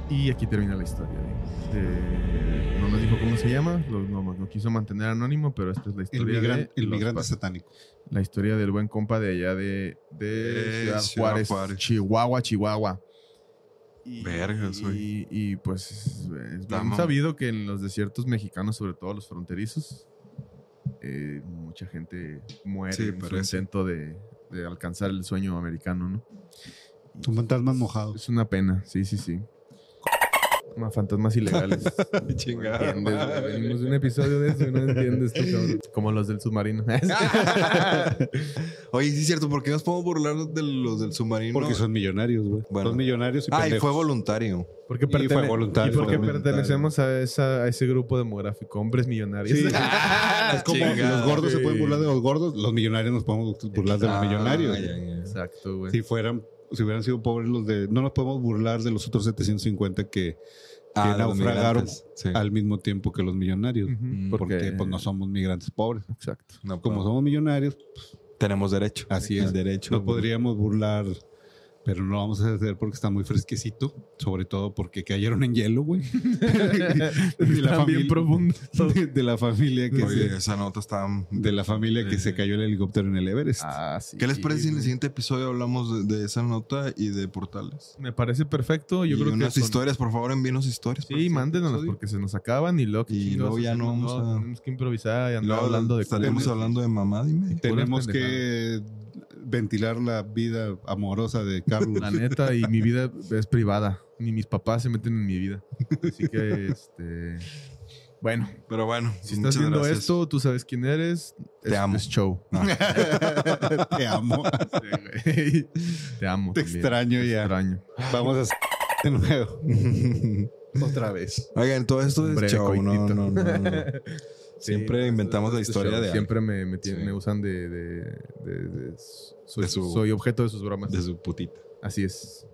Speaker 4: Y aquí termina la historia. De, de- no nos dijo cómo se llama, lo, no, no quiso mantener anónimo, pero esta es la
Speaker 3: el
Speaker 4: historia
Speaker 3: migran-
Speaker 4: de
Speaker 3: el
Speaker 4: los
Speaker 3: migrante
Speaker 4: pas-
Speaker 3: satánico.
Speaker 4: la historia del buen compa de allá de, de
Speaker 2: Eh,
Speaker 4: Ciudad
Speaker 2: Ciudad
Speaker 4: Juárez,
Speaker 2: Juárez.
Speaker 4: Chihuahua, Chihuahua. Y,
Speaker 2: Vergas, güey.
Speaker 4: y, y, pues es es
Speaker 2: Está
Speaker 4: bien
Speaker 2: mam-
Speaker 4: sabido que en los desiertos mexicanos, sobre todo los fronterizos, eh, mucha gente muere
Speaker 2: Sí,
Speaker 4: en su
Speaker 2: parece.
Speaker 4: intento de, de alcanzar el sueño americano, ¿no?
Speaker 3: Son fantasmas mojados.
Speaker 4: Es una pena, sí, sí, sí. Ma- Fantasmas ilegales.
Speaker 2: Chingada
Speaker 4: No entiendes, güey.
Speaker 2: madre.
Speaker 4: Venimos de un episodio de eso y no entiendes tú, cabrón. Como los del submarino.
Speaker 2: Oye, sí es cierto, ¿por qué nos podemos burlar de los del submarino?
Speaker 3: Porque son millonarios, güey.
Speaker 2: Bueno.
Speaker 3: Son millonarios y
Speaker 2: Ah, y
Speaker 3: pendejos.
Speaker 2: fue voluntario.
Speaker 4: Porque
Speaker 3: Y fue
Speaker 4: pertene-
Speaker 3: voluntario,
Speaker 4: y
Speaker 3: fue
Speaker 4: porque
Speaker 3: voluntario.
Speaker 4: pertenecemos a, esa- a ese grupo demográfico, hombres millonarios.
Speaker 3: Sí.
Speaker 2: Ah,
Speaker 3: Es como
Speaker 2: Chingada,
Speaker 3: los gordos se
Speaker 4: güey.
Speaker 3: pueden burlar de los gordos, los millonarios nos podemos burlar de los millonarios.
Speaker 2: Ah, ya, ya.
Speaker 4: Exacto, güey.
Speaker 3: Si fueran, si hubieran sido pobres los de, no nos podemos burlar de los otros 750 que
Speaker 2: Ah, de los
Speaker 3: naufragaron
Speaker 2: migrantes, sí.
Speaker 3: al mismo tiempo que los millonarios,
Speaker 4: Ujú,
Speaker 3: porque pues no somos migrantes pobres.
Speaker 4: Exacto.
Speaker 2: No,
Speaker 3: Como
Speaker 2: pero
Speaker 3: somos millonarios,
Speaker 2: Tenemos derecho.
Speaker 3: Así
Speaker 2: El
Speaker 3: es.
Speaker 2: derecho.
Speaker 3: nos podríamos burlar, pero no lo vamos a hacer porque está muy fresquecito, sobre todo porque cayeron en hielo, güey. de, la
Speaker 4: Están bien
Speaker 3: familia-
Speaker 4: profundos.
Speaker 3: de, de la familia que
Speaker 2: Oye,
Speaker 3: se,
Speaker 2: esa nota está.
Speaker 3: de la familia que se cayó el helicóptero en el Everest.
Speaker 4: Ah, sí,
Speaker 2: ¿Qué les parece si en el
Speaker 4: güey.
Speaker 2: siguiente episodio hablamos de, de esa nota y de portales?
Speaker 4: Me parece perfecto. Yo
Speaker 2: y
Speaker 4: creo que.
Speaker 2: unas
Speaker 4: con-
Speaker 2: historias, por favor, envíenos historias. para el
Speaker 4: Sí,
Speaker 2: siguiente
Speaker 4: mándenos
Speaker 2: episodio.
Speaker 4: porque se nos acaban y luego. qué
Speaker 2: Y
Speaker 4: chingados
Speaker 2: luego ya
Speaker 4: hacemos,
Speaker 2: no vamos a-
Speaker 4: Tenemos que improvisar y
Speaker 2: Y
Speaker 4: andar
Speaker 2: luego
Speaker 4: hablando de
Speaker 2: estaremos
Speaker 4: cosas.
Speaker 2: hablando de mamá, dime.
Speaker 3: Tenemos
Speaker 4: puras
Speaker 3: que ventilar la vida amorosa de Carlos.
Speaker 4: La neta, y mi vida es privada. Ni mis papás se meten en mi vida. Así que, este. Bueno,
Speaker 2: Pero bueno,
Speaker 4: si
Speaker 2: muchas
Speaker 4: estás viendo
Speaker 2: gracias.
Speaker 4: esto, tú sabes quién eres.
Speaker 2: Te
Speaker 4: Es-
Speaker 2: amo.
Speaker 4: Es show.
Speaker 3: Te amo.
Speaker 4: Sí, güey. Te amo.
Speaker 3: Te
Speaker 4: también.
Speaker 3: extraño
Speaker 4: Te
Speaker 3: ya.
Speaker 4: extraño.
Speaker 3: Vamos a hacer de nuevo. Otra vez.
Speaker 2: Oigan, todo esto
Speaker 4: Breve
Speaker 2: es show. No,
Speaker 4: coitito.
Speaker 2: no, no, no.
Speaker 4: Sí,
Speaker 2: Siempre
Speaker 4: no,
Speaker 2: inventamos
Speaker 4: esto-
Speaker 2: la
Speaker 4: esto
Speaker 2: historia
Speaker 4: show.
Speaker 2: de alguien.
Speaker 4: Siempre me, me tienen-
Speaker 2: Sí.
Speaker 4: me usan de. de, de- de- soy,
Speaker 2: De su-
Speaker 4: soy objeto de sus bromas.
Speaker 2: De su putita.
Speaker 4: Así es.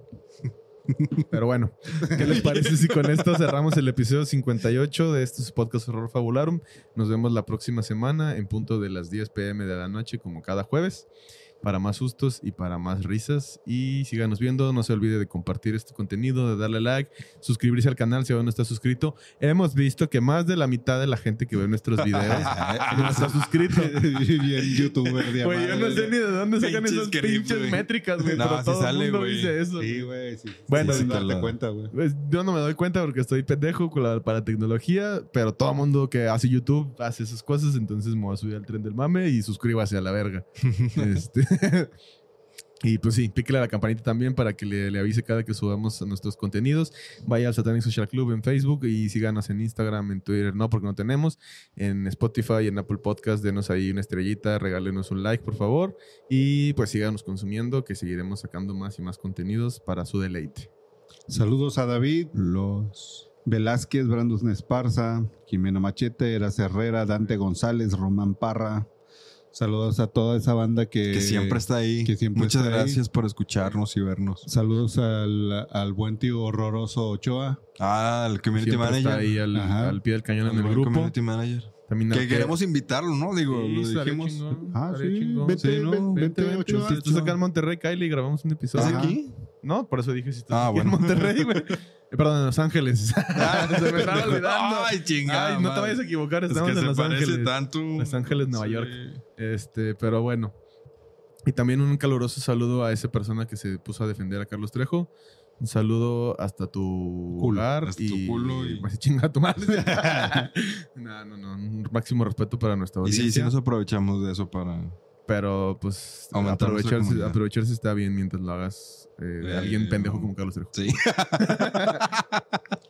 Speaker 4: Pero bueno, ¿qué les parece si con esto cerramos el episodio 58 de estos podcast Horror Fabularum? Nos vemos la próxima semana en punto de las 10 pm de la noche, como cada jueves, para más sustos y para más risas. Y síganos viendo, no se olvide de compartir este contenido, de darle like, suscribirse al canal si aún no está suscrito. Hemos visto que más de la mitad de la gente que ve nuestros videos no está suscrito.
Speaker 3: Bien youtuber de
Speaker 4: Güey, yo no sé ni de dónde sacan
Speaker 2: Pinche
Speaker 4: esas
Speaker 2: script,
Speaker 4: pinches
Speaker 2: güey.
Speaker 4: métricas, güey,
Speaker 2: No,
Speaker 4: pero
Speaker 2: sí
Speaker 4: todo
Speaker 2: sale,
Speaker 4: el mundo
Speaker 2: güey.
Speaker 4: dice eso.
Speaker 3: Sí, güey. sí, sí.
Speaker 4: Bueno,
Speaker 3: Sí,
Speaker 2: sí,
Speaker 3: darte
Speaker 2: la-
Speaker 3: cuenta, güey.
Speaker 4: Pues, yo no me doy cuenta porque estoy pendejo con la- para tecnología, pero todo mundo que hace YouTube hace esas cosas, entonces me voy a subir al tren del mame y suscríbase a la verga. Este, y pues sí, píquele a la campanita también para que le, le avise cada que subamos nuestros contenidos. Vaya al Satanic Social Club en Facebook y síganos en Instagram, en Twitter, no, porque no tenemos. En Spotify, en Apple Podcast, denos ahí una estrellita, regálenos un like, por favor. Y pues síganos consumiendo, que seguiremos sacando más y más contenidos para su deleite.
Speaker 3: Saludos a David. Los. Velázquez, Brandon Esparza, Jimena Machete, Eras Herrera, Dante González, Román Parra. Saludos a toda esa banda que,
Speaker 4: Eh,
Speaker 2: Que siempre está ahí.
Speaker 3: que siempre
Speaker 2: Muchas
Speaker 3: está ahí.
Speaker 2: gracias por escucharnos y vernos.
Speaker 3: Saludos al, al buen tío horroroso Ochoa.
Speaker 2: Ah, el community
Speaker 4: siempre
Speaker 2: manager.
Speaker 4: está ahí al,
Speaker 3: Ajá.
Speaker 4: al pie del cañón
Speaker 2: El
Speaker 4: en el
Speaker 2: buen
Speaker 4: grupo.
Speaker 2: community manager.
Speaker 4: También
Speaker 2: Que
Speaker 4: al
Speaker 2: queremos invitarlo, ¿no? Digo,
Speaker 4: Sí,
Speaker 2: lo
Speaker 4: estaría
Speaker 2: dijimos.
Speaker 4: chingón,
Speaker 3: Ah,
Speaker 4: estaría
Speaker 3: sí,
Speaker 4: chingón.
Speaker 3: vente,
Speaker 4: Sí, ¿no?
Speaker 3: ven- vente,
Speaker 4: vente, vente.
Speaker 3: Ochoa.
Speaker 4: Si estás acá en Monterrey, Kyle, y grabamos un episodio.
Speaker 2: ¿Estás
Speaker 3: Ajá.
Speaker 2: aquí?
Speaker 4: No, por eso dije si estás
Speaker 2: Ah,
Speaker 4: aquí en
Speaker 2: bueno.
Speaker 4: Monterrey, güey. Eh, Perdón, en Los Ángeles. Se me estaba olvidando.
Speaker 2: Ay, chingada.
Speaker 4: Ay, no te
Speaker 2: madre.
Speaker 4: vayas a equivocar,
Speaker 2: Es
Speaker 4: estamos
Speaker 2: que
Speaker 4: en
Speaker 2: se
Speaker 4: Los
Speaker 2: parece
Speaker 4: Ángeles.
Speaker 2: tanto.
Speaker 4: Los Ángeles, Nueva
Speaker 2: Sí.
Speaker 4: York. Este, pero bueno. Y también un caluroso saludo a esa persona que se puso a defender a Carlos Trejo. Un saludo hasta tu
Speaker 2: Culo,
Speaker 4: hogar
Speaker 2: hasta
Speaker 4: y,
Speaker 2: tu culo y-
Speaker 4: Así chinga tu madre. no, no, no. Un máximo respeto para nuestra
Speaker 2: Y
Speaker 4: audiencia.
Speaker 2: sí, sí nos aprovechamos de eso para...
Speaker 4: Pero pues
Speaker 2: Aumentar nuestra
Speaker 4: aprovecharse,
Speaker 2: comunidad.
Speaker 4: aprovecharse está bien mientras lo hagas eh, de
Speaker 2: Eh,
Speaker 4: alguien pendejo
Speaker 2: no.
Speaker 4: como Carlos Trejo.
Speaker 2: Sí.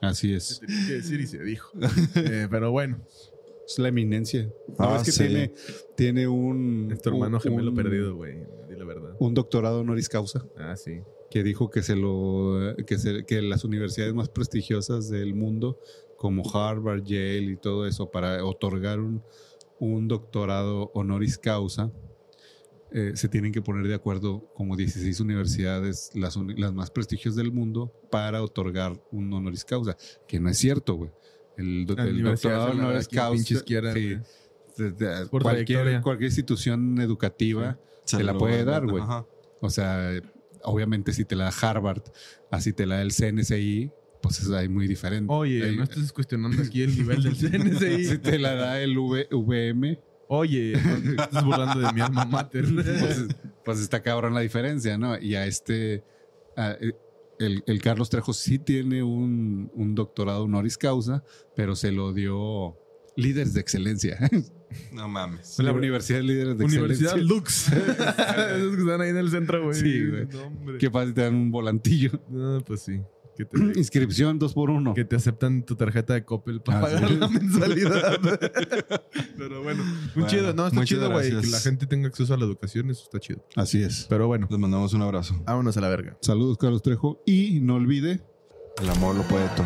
Speaker 3: Así es.
Speaker 4: Se tenía que decir y se dijo. Eh, pero bueno,
Speaker 3: Es la eminencia.
Speaker 2: Ah,
Speaker 3: no, es que
Speaker 2: sí.
Speaker 3: tiene, tiene un...
Speaker 4: es tu hermano
Speaker 3: un-
Speaker 4: gemelo
Speaker 3: un-
Speaker 4: perdido, güey. Di la verdad.
Speaker 3: Un doctorado honoris causa
Speaker 4: Ah, sí.
Speaker 3: que dijo que, se lo, que, se- que las universidades más prestigiosas del mundo, como Harvard, Yale y todo eso, para otorgar un, un doctorado honoris causa, eh, se tienen que poner de acuerdo como 16 universidades, las, uni- las más prestigiosas del mundo, para otorgar un honoris causa, que no es cierto, güey. El, doc-
Speaker 4: La
Speaker 3: el
Speaker 4: universidad
Speaker 3: doctorado
Speaker 4: se la da
Speaker 3: honoris
Speaker 4: aquí a pinche
Speaker 3: causa.
Speaker 4: izquierda,
Speaker 3: sí, de-
Speaker 4: güey.
Speaker 3: de-
Speaker 4: por trayectoria.
Speaker 3: cualquier, cualquier institución educativa. Se la
Speaker 2: lo
Speaker 3: puede
Speaker 2: van
Speaker 3: dar, güey.
Speaker 2: Ajá.
Speaker 3: O sea, obviamente si te la da Harvard, así te la da el CNCI, pues es ahí muy diferente.
Speaker 4: Oye,
Speaker 3: Ahí-
Speaker 4: no estés cuestionando aquí el nivel del CNCI.
Speaker 3: si te la da el V- VM,
Speaker 4: Oye, no te estás burlando de mi alma mater.
Speaker 3: pues, pues está cabrón la diferencia, ¿no? Y a este, a- el, el Carlos Trejo sí tiene un, un doctorado honoris causa, pero se lo dio líderes de excelencia.
Speaker 2: No mames.
Speaker 3: la Universidad de Líderes de Excelencia.
Speaker 4: Universidad Lux. Esos que están ahí en el centro, güey.
Speaker 3: Sí, güey.
Speaker 4: No, hombre.
Speaker 3: Que pasa y te dan un volantillo.
Speaker 4: No, pues sí. Que te,
Speaker 3: Inscripción dos por uno.
Speaker 4: que te aceptan tu tarjeta de Coppel para
Speaker 3: Ah, sí.
Speaker 4: pagar la mensualidad. Pero bueno, muy
Speaker 2: Bueno,
Speaker 4: chido. No, está
Speaker 2: muchas
Speaker 4: chido, güey. Que
Speaker 2: gracias.
Speaker 4: la gente tenga acceso a la educación, eso está chido.
Speaker 3: Así es.
Speaker 4: Pero bueno,
Speaker 2: Les mandamos un abrazo.
Speaker 4: vámonos a la verga.
Speaker 3: Saludos, Carlos Trejo. Y no olvide
Speaker 2: El amor lo puede todo.